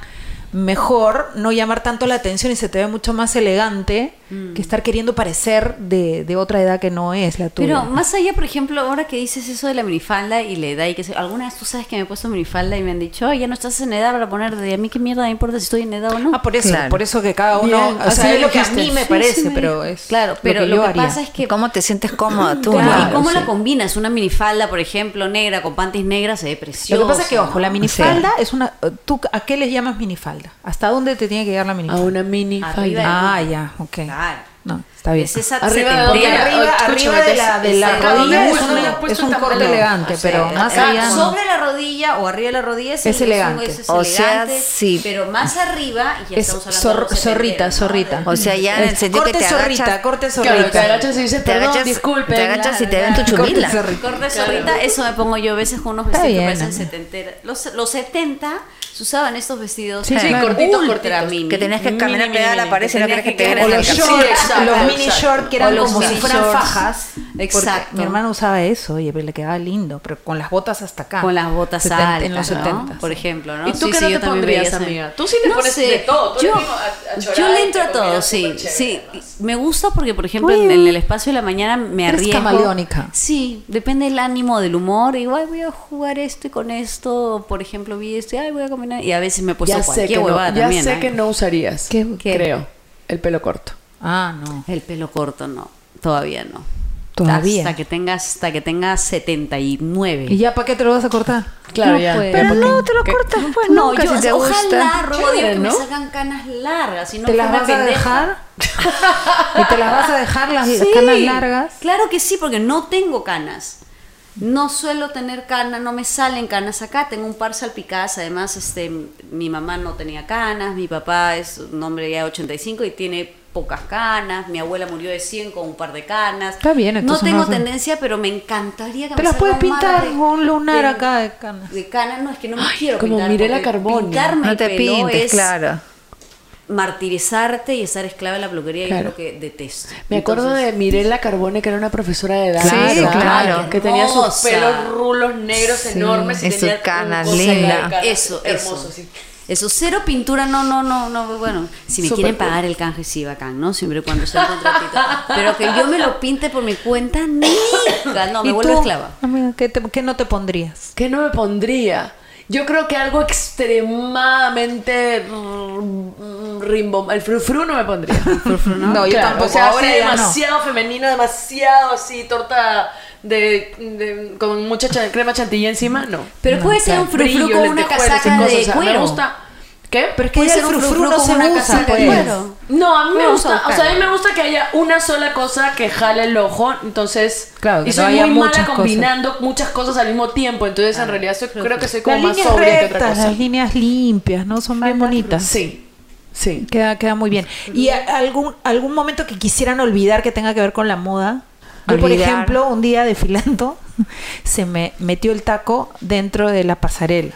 [SPEAKER 4] mejor no llamar tanto la atención y se te ve mucho más elegante que estar queriendo parecer de, de otra edad que no es la tuya.
[SPEAKER 3] Pero más allá, por ejemplo, ahora que dices eso de la minifalda y la edad y que se- alguna vez tú sabes que me he puesto minifalda y me han dicho, "Ay, ya no estás en edad para poner de a mí qué mierda me importa si estoy en edad o no.
[SPEAKER 4] Ah, por eso,
[SPEAKER 1] Claro.
[SPEAKER 4] por eso que cada uno,
[SPEAKER 2] Bien,
[SPEAKER 4] o sea,
[SPEAKER 2] así
[SPEAKER 4] es lo que a
[SPEAKER 2] dijiste.
[SPEAKER 4] mí me
[SPEAKER 2] Sí,
[SPEAKER 4] parece,
[SPEAKER 2] sí, me-
[SPEAKER 4] pero es
[SPEAKER 3] claro, pero
[SPEAKER 4] pues, lo que
[SPEAKER 3] lo
[SPEAKER 4] yo
[SPEAKER 3] que
[SPEAKER 4] haría.
[SPEAKER 3] pasa es que
[SPEAKER 1] ¿Cómo te sientes cómoda tú?
[SPEAKER 3] Claro,
[SPEAKER 1] no?
[SPEAKER 3] ¿Y cómo
[SPEAKER 2] sí.
[SPEAKER 3] la combinas? Una minifalda, por ejemplo, negra con panties negras se ve
[SPEAKER 4] Lo
[SPEAKER 3] preciosa.
[SPEAKER 4] que pasa es que, ojo, la
[SPEAKER 3] ¿no?
[SPEAKER 4] minifalda es una... ¿Tú a qué les llamas minifalda? ¿Hasta dónde te tiene que llegar la
[SPEAKER 2] A
[SPEAKER 4] minifalda?
[SPEAKER 2] una mini
[SPEAKER 3] Arriba
[SPEAKER 2] falda.
[SPEAKER 3] del-
[SPEAKER 4] Ah, ya, ok.
[SPEAKER 3] Claro.
[SPEAKER 4] No. está bien.
[SPEAKER 3] Es esa
[SPEAKER 2] Arriba de
[SPEAKER 4] Porque
[SPEAKER 2] Mira,
[SPEAKER 4] arriba,
[SPEAKER 2] escúchame,
[SPEAKER 4] arriba de la, de la
[SPEAKER 3] exacto.
[SPEAKER 4] rodilla es,
[SPEAKER 3] Uno
[SPEAKER 4] una-
[SPEAKER 3] le ha
[SPEAKER 4] es
[SPEAKER 5] puesto
[SPEAKER 4] un
[SPEAKER 5] tan
[SPEAKER 4] corte
[SPEAKER 5] bueno.
[SPEAKER 4] elegante,
[SPEAKER 3] O sea,
[SPEAKER 4] pero más allá no. Este,
[SPEAKER 3] Sobre la rodilla o arriba de la rodilla sí,
[SPEAKER 4] Es elegante.
[SPEAKER 3] es
[SPEAKER 1] O sea,
[SPEAKER 3] elegante,
[SPEAKER 1] sí.
[SPEAKER 3] Pero más arriba y ya
[SPEAKER 4] Es
[SPEAKER 3] estamos hablando de
[SPEAKER 4] zor-
[SPEAKER 3] los
[SPEAKER 4] zorrita,
[SPEAKER 3] setenteros, ¿no?
[SPEAKER 4] zorrita.
[SPEAKER 1] O sea, ya en el
[SPEAKER 4] Es
[SPEAKER 1] sentido que
[SPEAKER 4] corte
[SPEAKER 1] te
[SPEAKER 4] zorrita,
[SPEAKER 1] agachas-
[SPEAKER 4] corte zorrita.
[SPEAKER 2] Claro, te agachas y dices,
[SPEAKER 1] Te
[SPEAKER 2] perdón,
[SPEAKER 1] agachas-
[SPEAKER 2] disculpen.
[SPEAKER 1] te agachas y te
[SPEAKER 3] claro,
[SPEAKER 1] dan tu
[SPEAKER 3] claro.
[SPEAKER 1] chumila.
[SPEAKER 4] Corte zorrita.
[SPEAKER 3] Corte zorrita, eso me pongo yo a veces con unos
[SPEAKER 4] Está
[SPEAKER 3] vestidos que
[SPEAKER 4] bien,
[SPEAKER 3] parecen
[SPEAKER 4] Ana.
[SPEAKER 3] setentera. Los, los 70 se usaban estos vestidos eh,
[SPEAKER 4] Sí, sí,
[SPEAKER 3] ultra
[SPEAKER 5] cortitos,
[SPEAKER 3] ultra
[SPEAKER 5] cortitos.
[SPEAKER 3] mini.
[SPEAKER 1] Que tenías que caminar pegada a la pared si no
[SPEAKER 3] Tenías
[SPEAKER 1] crees que
[SPEAKER 3] que
[SPEAKER 1] te den
[SPEAKER 3] quedar
[SPEAKER 4] O
[SPEAKER 1] el
[SPEAKER 3] en
[SPEAKER 4] los
[SPEAKER 3] alcance.
[SPEAKER 1] alcance.
[SPEAKER 4] shorts,
[SPEAKER 2] Sí, exacto,
[SPEAKER 4] los mini
[SPEAKER 2] exacto.
[SPEAKER 4] shorts que eran
[SPEAKER 3] O los
[SPEAKER 4] como si
[SPEAKER 3] mini
[SPEAKER 4] fueran
[SPEAKER 3] shorts.
[SPEAKER 4] fajas.
[SPEAKER 3] Exacto.
[SPEAKER 4] Porque Mi hermano usaba eso, oye, pero le quedaba lindo, pero con las botas hasta acá.
[SPEAKER 3] Con las botas
[SPEAKER 4] Setenta-
[SPEAKER 3] altas,
[SPEAKER 4] En los
[SPEAKER 3] ¿no?
[SPEAKER 4] 70.
[SPEAKER 3] Por ejemplo, ¿no?
[SPEAKER 2] ¿Y tú qué no
[SPEAKER 3] yo
[SPEAKER 2] te
[SPEAKER 3] también
[SPEAKER 2] pondrías,
[SPEAKER 3] veía esa-
[SPEAKER 2] amiga? Tú sí le
[SPEAKER 3] No
[SPEAKER 2] pones
[SPEAKER 3] sé,
[SPEAKER 2] de todo, tú
[SPEAKER 3] yo,
[SPEAKER 2] eres mismo a- a chorar
[SPEAKER 3] yo
[SPEAKER 2] y
[SPEAKER 3] le
[SPEAKER 2] te
[SPEAKER 3] entro a todo,
[SPEAKER 2] combinas
[SPEAKER 3] sí.
[SPEAKER 2] súper
[SPEAKER 3] sí.
[SPEAKER 2] chévere,
[SPEAKER 3] Me gusta porque, por ejemplo, en,
[SPEAKER 4] Uy.
[SPEAKER 3] en el espacio de la mañana me
[SPEAKER 4] Eres
[SPEAKER 3] arriesgo.
[SPEAKER 4] camaleónica.
[SPEAKER 3] Sí, depende del ánimo, del humor. Igual voy a jugar esto y con esto, por ejemplo, vi esto, ay, voy a combinar. Y a veces me he puesto
[SPEAKER 2] Ya sé, que
[SPEAKER 3] cualquier
[SPEAKER 2] no,
[SPEAKER 3] huevada
[SPEAKER 2] ya
[SPEAKER 3] también.
[SPEAKER 2] sé
[SPEAKER 3] ¿eh?
[SPEAKER 2] que no usarías,
[SPEAKER 4] ¿Qué? ¿Qué?
[SPEAKER 2] creo, el pelo corto.
[SPEAKER 4] Ah, no.
[SPEAKER 3] El pelo corto no, todavía no.
[SPEAKER 4] Todavía.
[SPEAKER 3] Hasta que tenga, hasta que tenga 79.
[SPEAKER 4] ¿Y ya para qué te lo vas a cortar?
[SPEAKER 2] Claro,
[SPEAKER 3] No,
[SPEAKER 2] ya.
[SPEAKER 3] pues.
[SPEAKER 1] Pero
[SPEAKER 4] ¿Por qué?
[SPEAKER 1] no, te lo cortas, pues
[SPEAKER 3] no,
[SPEAKER 1] nunca
[SPEAKER 3] yo,
[SPEAKER 1] si te
[SPEAKER 3] ojalá,
[SPEAKER 1] gusta.
[SPEAKER 3] robo a Dios,
[SPEAKER 2] Chévere,
[SPEAKER 3] que me
[SPEAKER 2] ¿no?
[SPEAKER 3] sacan canas largas. Si no
[SPEAKER 4] ¿Te las
[SPEAKER 3] fuera
[SPEAKER 4] vas a
[SPEAKER 3] pendeja.
[SPEAKER 4] dejar? ¿Y te las vas a dejar las las canas largas?
[SPEAKER 3] Claro que sí, porque no tengo canas. No suelo tener canas, no me salen canas acá. Tengo un par salpicadas. Además, este, mi mamá no tenía canas, mi papá es un hombre ya de 85 y tiene pocas canas. Mi abuela murió de 100 con un par de canas.
[SPEAKER 4] Está bien,
[SPEAKER 3] No
[SPEAKER 4] entonces
[SPEAKER 3] tengo
[SPEAKER 4] no hace-
[SPEAKER 3] tendencia, pero me encantaría que
[SPEAKER 4] Te
[SPEAKER 3] me
[SPEAKER 4] las
[SPEAKER 3] salga
[SPEAKER 4] puedes
[SPEAKER 3] un mar
[SPEAKER 4] pintar
[SPEAKER 3] de-
[SPEAKER 4] con un lunar
[SPEAKER 3] de-
[SPEAKER 4] acá de canas.
[SPEAKER 3] De canas, no, es que no me quiero
[SPEAKER 2] como
[SPEAKER 3] pintar.
[SPEAKER 2] Mirela
[SPEAKER 3] porque
[SPEAKER 2] Carboni.
[SPEAKER 3] Pintarme
[SPEAKER 1] No
[SPEAKER 3] el
[SPEAKER 1] te
[SPEAKER 3] pelo
[SPEAKER 1] pintes,
[SPEAKER 3] es
[SPEAKER 1] claro.
[SPEAKER 3] martirizarte y estar esclava de la peluquería y
[SPEAKER 2] Claro.
[SPEAKER 3] es lo que detesto.
[SPEAKER 2] Me acuerdo
[SPEAKER 3] Entonces-
[SPEAKER 2] de Mirela Carbone, que era una profesora de danza.
[SPEAKER 1] Sí, claro.
[SPEAKER 2] Que tenía sus
[SPEAKER 3] Hermosa.
[SPEAKER 2] pelos rulos negros
[SPEAKER 1] Sí,
[SPEAKER 2] enormes.
[SPEAKER 1] y
[SPEAKER 2] Y
[SPEAKER 1] sus
[SPEAKER 2] tenía un
[SPEAKER 1] canas,
[SPEAKER 2] coso de
[SPEAKER 1] linda.
[SPEAKER 2] canas
[SPEAKER 3] Ah, Eso,
[SPEAKER 2] hermoso,
[SPEAKER 3] eso.
[SPEAKER 2] sí.
[SPEAKER 3] Eso, cero pintura, no, no, no, no, bueno, si me
[SPEAKER 2] Súper
[SPEAKER 3] quieren
[SPEAKER 2] cool.
[SPEAKER 3] pagar el canje, sí, bacán, ¿no? Siempre y cuando sea un contratito. Pero que yo me lo pinte por mi cuenta, nunca, no, me
[SPEAKER 4] ¿Y
[SPEAKER 3] vuelvo
[SPEAKER 4] tú,
[SPEAKER 3] esclava.
[SPEAKER 4] amiga, ¿qué, te- qué no te pondrías?
[SPEAKER 2] ¿Qué no me pondría? Yo creo que algo extremadamente mm, rimbom... El frufru no me pondría.
[SPEAKER 4] No, yo
[SPEAKER 2] Claro,
[SPEAKER 4] tampoco.
[SPEAKER 2] O sea,
[SPEAKER 4] Ahora
[SPEAKER 2] así
[SPEAKER 4] ya no.
[SPEAKER 2] demasiado femenino, demasiado así, torta de, de- con mucha cha- crema chantilly encima, no.
[SPEAKER 3] Pero puede
[SPEAKER 2] O sea,
[SPEAKER 3] ser un frufru
[SPEAKER 2] brillo,
[SPEAKER 3] con una
[SPEAKER 2] lentejuelas y
[SPEAKER 3] casaca
[SPEAKER 2] cosas,
[SPEAKER 3] de
[SPEAKER 2] o sea, Me
[SPEAKER 3] cuero.
[SPEAKER 2] gusta. ¿Qué? Pero es
[SPEAKER 3] Puede ser un frufru con una casaca
[SPEAKER 2] pues.
[SPEAKER 4] Pues,
[SPEAKER 3] de cuero.
[SPEAKER 2] No, a mí me
[SPEAKER 3] Puedes
[SPEAKER 2] gusta, o
[SPEAKER 3] usar.
[SPEAKER 2] sea, a mí me gusta que haya una sola cosa que jale el ojo, entonces,
[SPEAKER 4] Claro, que
[SPEAKER 2] y
[SPEAKER 4] no
[SPEAKER 2] soy
[SPEAKER 4] haya
[SPEAKER 2] muy mala
[SPEAKER 4] muchas cosas. Ah,
[SPEAKER 2] combinando muchas cosas al mismo tiempo, entonces en realidad soy- creo que soy como
[SPEAKER 4] las
[SPEAKER 2] más
[SPEAKER 4] líneas
[SPEAKER 2] sobria que otra
[SPEAKER 4] rectas,
[SPEAKER 2] cosa.
[SPEAKER 4] las líneas limpias, ¿no? Son bien bonitas.
[SPEAKER 2] Sí, sí.
[SPEAKER 4] Queda, queda muy bien. ¿Y a- algún, algún momento que quisieran olvidar que tenga que ver con la moda? Yo, por
[SPEAKER 1] Olvidar.
[SPEAKER 4] ejemplo, un día desfilando, se me metió el taco dentro de la pasarela.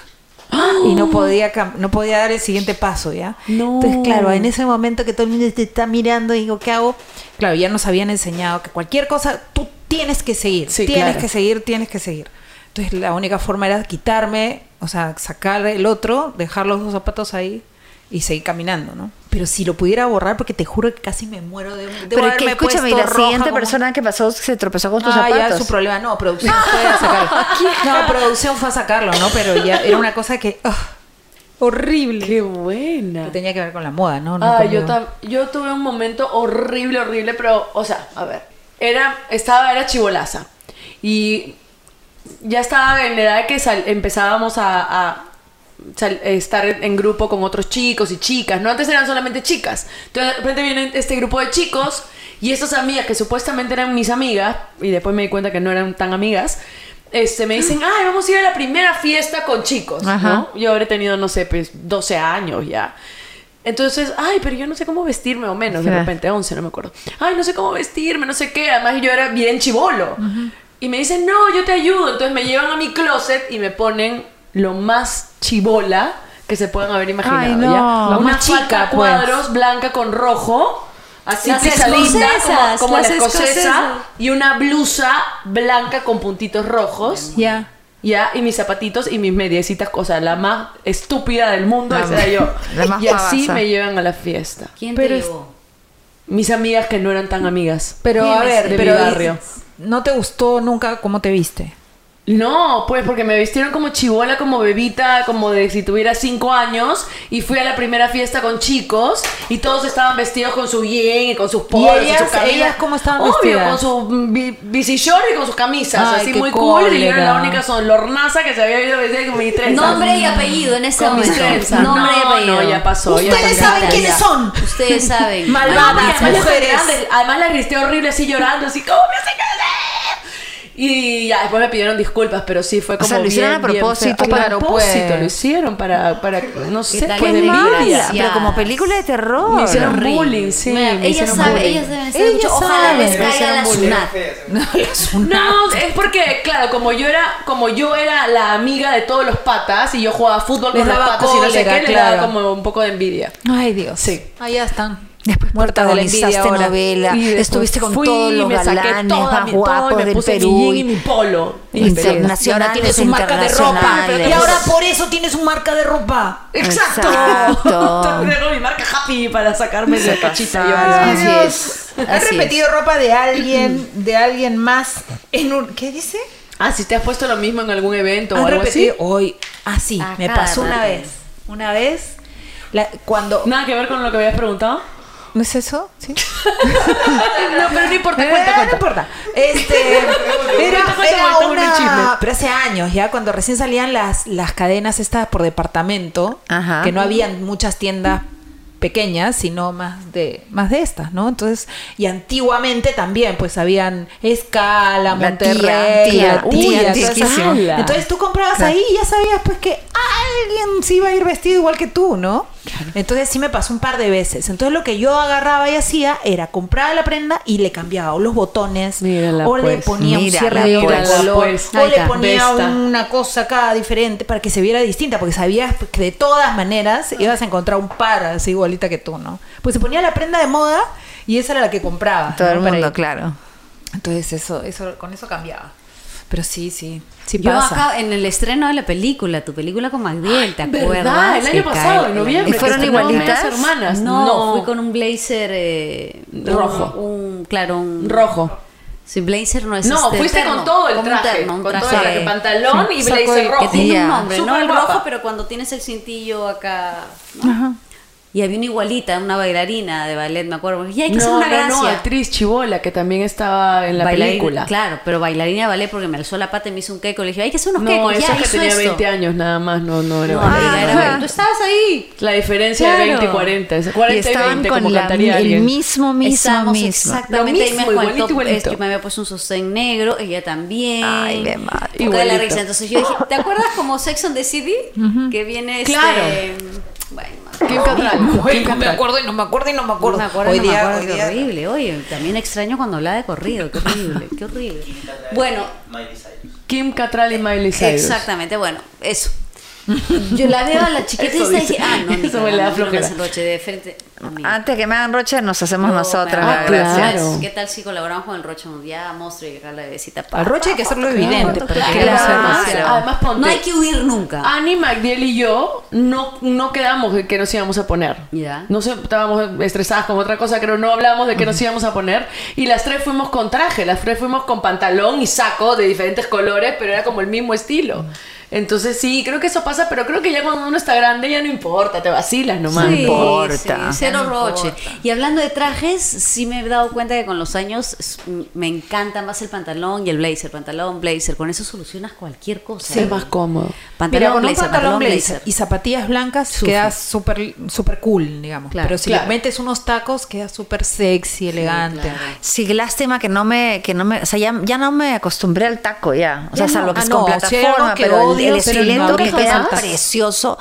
[SPEAKER 4] Y no podía, cam- no podía dar el siguiente paso, ¿ya?
[SPEAKER 2] No.
[SPEAKER 4] Entonces, claro, en ese momento que todo el mundo te está mirando, digo, ¿qué hago? Claro, ya nos habían enseñado que cualquier cosa tú tienes que seguir,
[SPEAKER 2] Sí,
[SPEAKER 4] tienes
[SPEAKER 2] claro.
[SPEAKER 4] que seguir, tienes que seguir. Entonces, la única forma era quitarme, o sea, sacar el otro, dejar los dos zapatos ahí y seguir caminando, ¿no? Pero si lo pudiera borrar, porque te juro que casi me muero de... de
[SPEAKER 1] Pero es que
[SPEAKER 4] haberme
[SPEAKER 1] escúchame, y
[SPEAKER 4] puesto
[SPEAKER 1] la
[SPEAKER 4] roja
[SPEAKER 1] siguiente
[SPEAKER 4] como-
[SPEAKER 1] persona que pasó se tropezó con tus
[SPEAKER 4] Ah, ya es
[SPEAKER 1] zapatos.
[SPEAKER 4] su problema. No, producción fue a sacarlo. No, producción fue a sacarlo, ¿no? Pero ya era una cosa que... ah, horrible.
[SPEAKER 2] Qué buena.
[SPEAKER 4] Que tenía que ver con la moda, ¿no? No
[SPEAKER 2] Ah,
[SPEAKER 4] conmigo.
[SPEAKER 2] yo, tam- yo tuve un momento horrible, horrible, pero, o sea, a ver, era, estaba, era chivolaza. Y ya estaba en la edad que sal- empezábamos a, a sal- estar en grupo con otros chicos y chicas, ¿no? Antes eran solamente chicas. Entonces, de repente viene este grupo de chicos y estas amigas que supuestamente eran mis amigas, y después me di cuenta que no eran tan amigas, este, me dicen, ay, vamos a ir a la primera fiesta con chicos, ¿no?
[SPEAKER 1] Ajá.
[SPEAKER 2] Yo habré tenido, no sé, pues 12 años ya. Entonces, ay, pero yo no sé cómo vestirme o menos, de
[SPEAKER 1] Claro.
[SPEAKER 2] repente, 11, no me acuerdo. Ay, no sé cómo vestirme, no sé qué. Además, yo era bien chivolo. Y me dicen, no, yo te ayudo. Entonces me llevan a mi closet y me ponen lo más chivola que se puedan haber imaginado.
[SPEAKER 1] Ay, no,
[SPEAKER 2] ¿ya?
[SPEAKER 4] lo
[SPEAKER 2] Una
[SPEAKER 4] más
[SPEAKER 2] falda
[SPEAKER 4] chica,
[SPEAKER 2] a
[SPEAKER 4] pues.
[SPEAKER 2] cuadros, blanca con rojo. Así
[SPEAKER 3] Las
[SPEAKER 2] pisadita, como,
[SPEAKER 3] escocesas,
[SPEAKER 2] como
[SPEAKER 3] las
[SPEAKER 2] la escocesa.
[SPEAKER 3] escocesas.
[SPEAKER 2] Y una blusa blanca con puntitos rojos.
[SPEAKER 4] Ya.
[SPEAKER 2] Ya, y mis zapatitos y mis mediecitas, o sea, la más estúpida del mundo,
[SPEAKER 1] La
[SPEAKER 2] esa era yo.
[SPEAKER 1] la más
[SPEAKER 2] Y así
[SPEAKER 1] pavasa.
[SPEAKER 2] me llevan a la fiesta.
[SPEAKER 3] ¿Quién
[SPEAKER 4] Pero
[SPEAKER 3] te
[SPEAKER 4] es-
[SPEAKER 3] llevó?
[SPEAKER 2] Mis amigas que no eran tan amigas.
[SPEAKER 4] Pero
[SPEAKER 3] Dime,
[SPEAKER 4] a ver,
[SPEAKER 2] de
[SPEAKER 4] pero
[SPEAKER 2] mi barrio.
[SPEAKER 4] ¿no te gustó nunca cómo te viste?
[SPEAKER 2] No, pues porque me vistieron como chivola, como bebita, como de si tuviera cinco años y fui a la primera fiesta con chicos y todos estaban vestidos con su bien y con sus polos y,
[SPEAKER 4] ellas-
[SPEAKER 2] sus camisas.
[SPEAKER 4] ellas cómo estaban
[SPEAKER 2] Obvio,
[SPEAKER 4] vestidas?
[SPEAKER 2] con sus bi- bici short y con sus camisas,
[SPEAKER 4] Ay,
[SPEAKER 2] así
[SPEAKER 4] qué
[SPEAKER 2] muy cool y yo era
[SPEAKER 4] cólera.
[SPEAKER 2] la única sonlornaza que se había ido vestida con mi trenza.
[SPEAKER 3] Nombre y apellido en este
[SPEAKER 2] Con mis
[SPEAKER 3] momento.
[SPEAKER 2] trenzas.
[SPEAKER 3] Nombre y
[SPEAKER 2] No,
[SPEAKER 3] apellido.
[SPEAKER 2] no, ya pasó, ya
[SPEAKER 4] Ustedes
[SPEAKER 2] está.
[SPEAKER 4] saben
[SPEAKER 2] Ya.
[SPEAKER 4] quiénes son.
[SPEAKER 3] Ustedes saben.
[SPEAKER 4] Malvadas
[SPEAKER 2] No, y además ya
[SPEAKER 4] mujeres.
[SPEAKER 2] fue grande. Además la grité horrible así llorando, así como me hacen llorar?" Y ya después me pidieron disculpas, pero sí fue como
[SPEAKER 1] sea, lo hicieron
[SPEAKER 2] bien,
[SPEAKER 1] a
[SPEAKER 2] bien feo.
[SPEAKER 1] propósito,
[SPEAKER 2] A
[SPEAKER 4] claro,
[SPEAKER 2] propósito
[SPEAKER 4] pues.
[SPEAKER 2] lo hicieron para para no sé,
[SPEAKER 3] tal?
[SPEAKER 2] pues,
[SPEAKER 3] Qué
[SPEAKER 2] de
[SPEAKER 3] mala.
[SPEAKER 2] envidia.
[SPEAKER 1] Pero como película de terror.
[SPEAKER 2] Me hicieron
[SPEAKER 3] Horrible.
[SPEAKER 2] bullying, sí,
[SPEAKER 3] Mira,
[SPEAKER 2] me
[SPEAKER 3] ella
[SPEAKER 2] hicieron
[SPEAKER 3] sabe,
[SPEAKER 2] bullying.
[SPEAKER 3] ellas deben estar mucho.
[SPEAKER 4] Ellas
[SPEAKER 3] Ojalá
[SPEAKER 4] saben.
[SPEAKER 3] les caiga la
[SPEAKER 2] Me hicieron
[SPEAKER 3] sunat.
[SPEAKER 2] No, es porque claro, como yo era como yo era la amiga de todos los patas y yo jugaba fútbol
[SPEAKER 4] Les
[SPEAKER 2] con los
[SPEAKER 4] daba
[SPEAKER 2] patas y no sé
[SPEAKER 4] cólera,
[SPEAKER 2] qué, le daba
[SPEAKER 4] claro.
[SPEAKER 2] como un poco de envidia.
[SPEAKER 4] Ay, Dios.
[SPEAKER 2] Sí.
[SPEAKER 4] Ahí ya están.
[SPEAKER 1] Después
[SPEAKER 4] Muertas de la envidia
[SPEAKER 1] protagonizaste
[SPEAKER 4] ahora.
[SPEAKER 1] novela,
[SPEAKER 2] Y después
[SPEAKER 1] estuviste con
[SPEAKER 2] fui,
[SPEAKER 1] todos los
[SPEAKER 2] me saqué
[SPEAKER 1] galanes
[SPEAKER 2] toda
[SPEAKER 1] más
[SPEAKER 2] mi- todo y
[SPEAKER 1] guapos
[SPEAKER 2] me
[SPEAKER 1] del
[SPEAKER 2] puse
[SPEAKER 1] Perú.
[SPEAKER 2] Mi jean y mi polo.
[SPEAKER 1] Internacionales,
[SPEAKER 4] Y ahora tienes un marca de ropa.
[SPEAKER 1] internacionales.
[SPEAKER 4] Y ahora por eso tienes un marca de ropa.
[SPEAKER 2] Exacto.
[SPEAKER 1] Exacto.
[SPEAKER 2] Tengo mi marca Happy para sacarme esa cachita. yo misma.
[SPEAKER 1] Así es.
[SPEAKER 4] Has
[SPEAKER 1] así
[SPEAKER 4] repetido ropa de alguien, de alguien más en un ¿qué dice?
[SPEAKER 2] Ah, si te has puesto lo mismo en algún evento o
[SPEAKER 4] Has
[SPEAKER 2] algo así.
[SPEAKER 4] repetido hoy. Ah, sí,
[SPEAKER 3] A
[SPEAKER 4] me
[SPEAKER 3] cada
[SPEAKER 4] pasó una
[SPEAKER 3] rato.
[SPEAKER 4] vez. Una vez la- cuando
[SPEAKER 2] Nada que ver con lo que habías preguntado.
[SPEAKER 4] ¿No es eso? Sí.
[SPEAKER 2] No, pero no importa,
[SPEAKER 4] Eh,
[SPEAKER 2] cuenta,
[SPEAKER 4] No
[SPEAKER 2] cuenta.
[SPEAKER 4] importa. Este, era
[SPEAKER 2] Cuenta, cuenta,
[SPEAKER 4] era
[SPEAKER 2] cuenta, cuenta el chisme.
[SPEAKER 4] una... Pero hace años, ya cuando recién salían las, las cadenas estas por departamento,
[SPEAKER 1] Ajá.
[SPEAKER 4] que no habían muchas tiendas pequeñas, sino más de más de estas, ¿no? Entonces, y antiguamente también, pues habían Escala,
[SPEAKER 1] La tía,
[SPEAKER 4] Monterrey,
[SPEAKER 1] tía, tía,
[SPEAKER 4] todas esas-
[SPEAKER 1] antiquísimo.
[SPEAKER 4] Entonces tú comprabas
[SPEAKER 1] Claro.
[SPEAKER 4] ahí y ya sabías pues que alguien se iba a ir vestido igual que tú, ¿no? Entonces sí me pasó un par de veces. Entonces lo que yo agarraba y hacía era compraba la prenda y le cambiaba o los botones
[SPEAKER 2] Mírala,
[SPEAKER 4] o le
[SPEAKER 2] pues.
[SPEAKER 4] ponía un
[SPEAKER 1] Mírala,
[SPEAKER 4] cierre de otro
[SPEAKER 2] pues.
[SPEAKER 4] color
[SPEAKER 2] Pues.
[SPEAKER 4] o
[SPEAKER 3] Ahí
[SPEAKER 4] le
[SPEAKER 3] está.
[SPEAKER 4] ponía
[SPEAKER 2] Vesta.
[SPEAKER 4] una cosa acá diferente para que se viera distinta porque sabías pues, que de todas maneras ibas a encontrar un par así igualita que tú, ¿no? Pues se ponía la prenda de moda y esa era la que compraba.
[SPEAKER 1] Todo el mundo, claro.
[SPEAKER 4] Entonces eso, eso, con eso cambiaba. Pero sí, sí, sí
[SPEAKER 3] Yo
[SPEAKER 4] pasa.
[SPEAKER 3] acá en el estreno de la película, tu película con Magdiel, ¿te acuerdas?
[SPEAKER 2] ¿Verdad? El año
[SPEAKER 3] Que
[SPEAKER 2] pasado,
[SPEAKER 3] cae-
[SPEAKER 2] en noviembre.
[SPEAKER 1] ¿Y fueron
[SPEAKER 2] que estrenó
[SPEAKER 1] igualitas?
[SPEAKER 2] Medias hermanas.
[SPEAKER 3] No, fui con un blazer eh, un-
[SPEAKER 2] Rojo.
[SPEAKER 3] Un, claro, un
[SPEAKER 2] rojo.
[SPEAKER 3] Sí, blazer no es
[SPEAKER 2] No,
[SPEAKER 3] este,
[SPEAKER 2] fuiste
[SPEAKER 3] terno,
[SPEAKER 2] con todo el
[SPEAKER 3] como un
[SPEAKER 2] traje,
[SPEAKER 3] terno, un
[SPEAKER 2] con todo el
[SPEAKER 3] traje.
[SPEAKER 2] traje, pantalón y
[SPEAKER 3] saco
[SPEAKER 2] blazer
[SPEAKER 3] de-
[SPEAKER 2] rojo.
[SPEAKER 3] Que tiene
[SPEAKER 1] Ya.
[SPEAKER 3] un nombre, ¿no?
[SPEAKER 2] Súper
[SPEAKER 3] El
[SPEAKER 2] guapa.
[SPEAKER 3] rojo, pero cuando tienes el cintillo acá. ¿no? Y había una igualita, una bailarina de ballet, me acuerdo. Y hay que hacer
[SPEAKER 2] No,
[SPEAKER 3] una
[SPEAKER 2] no, no,
[SPEAKER 3] gracia.
[SPEAKER 2] actriz chivola que también estaba en la
[SPEAKER 3] Bailarina,
[SPEAKER 2] película.
[SPEAKER 3] Claro, pero bailarina de ballet porque me alzó la pata y me hizo un queco. Le dije, hay que hacer unos
[SPEAKER 2] No,
[SPEAKER 3] quecos.
[SPEAKER 2] esa
[SPEAKER 3] ya
[SPEAKER 2] que
[SPEAKER 3] hizo
[SPEAKER 2] tenía
[SPEAKER 3] esto.
[SPEAKER 2] 20 años nada más, no, no era
[SPEAKER 3] No,
[SPEAKER 2] bailarina.
[SPEAKER 3] amiga, era
[SPEAKER 1] Ajá.
[SPEAKER 3] ballet. Tú estabas ahí.
[SPEAKER 2] La diferencia
[SPEAKER 3] Claro.
[SPEAKER 2] de 20 y 40. es
[SPEAKER 1] Y
[SPEAKER 2] 40 y
[SPEAKER 1] estaban
[SPEAKER 2] 20,
[SPEAKER 1] con
[SPEAKER 2] como
[SPEAKER 1] la-
[SPEAKER 2] cantaría
[SPEAKER 1] el
[SPEAKER 2] alguien.
[SPEAKER 1] mismo, mismo,
[SPEAKER 3] Estábamos
[SPEAKER 1] mismo.
[SPEAKER 3] exactamente ahí
[SPEAKER 2] Lo mismo,
[SPEAKER 3] mismo,
[SPEAKER 2] igualito, igualito.
[SPEAKER 3] Yo Este me había puesto un sostén negro, ella también.
[SPEAKER 1] Ay, de madre.
[SPEAKER 3] Porque de la
[SPEAKER 2] Igualito.
[SPEAKER 3] risa. Entonces yo dije, ¿te acuerdas como Sex on the City? Que viene este...
[SPEAKER 2] Claro.
[SPEAKER 3] Bueno, no me acuerdo.
[SPEAKER 2] ¿Quién cantará? ¿Quién
[SPEAKER 4] no me
[SPEAKER 2] cantará?
[SPEAKER 4] acuerdo y no me acuerdo y no me
[SPEAKER 3] No
[SPEAKER 4] acuerdo.
[SPEAKER 3] me acuerdo,
[SPEAKER 4] hoy
[SPEAKER 3] no me
[SPEAKER 4] día,
[SPEAKER 3] acuerdo,
[SPEAKER 4] hoy
[SPEAKER 3] qué
[SPEAKER 4] día-
[SPEAKER 3] horrible. Oye, también extraño cuando hablaba de corrido, qué horrible, qué horrible. Bueno,
[SPEAKER 2] Kim Cattrall y Miley Cyrus.
[SPEAKER 3] exactamente, bueno, eso. Yo la veo a la chiquita
[SPEAKER 2] Eso
[SPEAKER 3] y dije,
[SPEAKER 2] dice.
[SPEAKER 3] ah, no,
[SPEAKER 2] Eso
[SPEAKER 3] ni
[SPEAKER 2] me la da
[SPEAKER 3] cagando, no,
[SPEAKER 2] flojera.
[SPEAKER 3] no, roche de frente. amiga.
[SPEAKER 1] Antes que me hagan roche, nos hacemos
[SPEAKER 3] No,
[SPEAKER 1] nosotras
[SPEAKER 3] pero-
[SPEAKER 1] la
[SPEAKER 2] Ah,
[SPEAKER 1] gracia.
[SPEAKER 2] claro.
[SPEAKER 3] ¿Qué tal si colaboramos con el Roche Mundial, Monstruo y acá la bebecita?
[SPEAKER 4] Al Roche hay que hacerlo evidente, porque
[SPEAKER 1] claro.
[SPEAKER 4] no se-
[SPEAKER 1] Claro.
[SPEAKER 2] Además, ponte-
[SPEAKER 3] No hay que huir nunca.
[SPEAKER 2] Annie McNeil y yo no, no quedamos de que nos íbamos a poner.
[SPEAKER 3] Ya.
[SPEAKER 2] No sé, estábamos estresadas con otra cosa, pero no hablábamos de qué nos íbamos a poner. Y las tres fuimos con traje, las tres fuimos con pantalón y saco de diferentes colores, pero era como el mismo estilo. Entonces sí, creo que eso pasa, pero creo que ya cuando uno está grande ya no importa, te vacilas nomás.
[SPEAKER 1] Sí. importa.
[SPEAKER 3] sí, cero
[SPEAKER 4] No
[SPEAKER 3] roche.
[SPEAKER 4] importa.
[SPEAKER 3] Y hablando de trajes, sí me he dado cuenta que con los años es- m- me encanta más el pantalón y el blazer. Pantalón, blazer. Con eso solucionas cualquier cosa.
[SPEAKER 2] Sí, es más cómodo.
[SPEAKER 3] Pantalón,
[SPEAKER 4] Mira, con un
[SPEAKER 3] blazer,
[SPEAKER 4] pantalón blazer y zapatillas blancas
[SPEAKER 3] Sufre.
[SPEAKER 4] queda súper super cool, digamos.
[SPEAKER 3] Claro.
[SPEAKER 4] Pero si
[SPEAKER 2] Claro.
[SPEAKER 4] le metes unos tacos queda súper sexy, elegante.
[SPEAKER 1] Sí, qué lástima que no me, que no me, o sea, ya, ya no me acostumbré al taco ya. O sea,
[SPEAKER 4] Ya
[SPEAKER 1] salvo
[SPEAKER 4] no.
[SPEAKER 1] que
[SPEAKER 4] Ah,
[SPEAKER 1] es
[SPEAKER 4] no,
[SPEAKER 1] con
[SPEAKER 4] sí, hay algo
[SPEAKER 1] plataforma,
[SPEAKER 4] que
[SPEAKER 1] pero el,
[SPEAKER 4] odio,
[SPEAKER 1] el
[SPEAKER 4] pero
[SPEAKER 1] estilento
[SPEAKER 4] no,
[SPEAKER 1] que
[SPEAKER 4] nunca
[SPEAKER 1] queda
[SPEAKER 4] jamás.
[SPEAKER 1] precioso.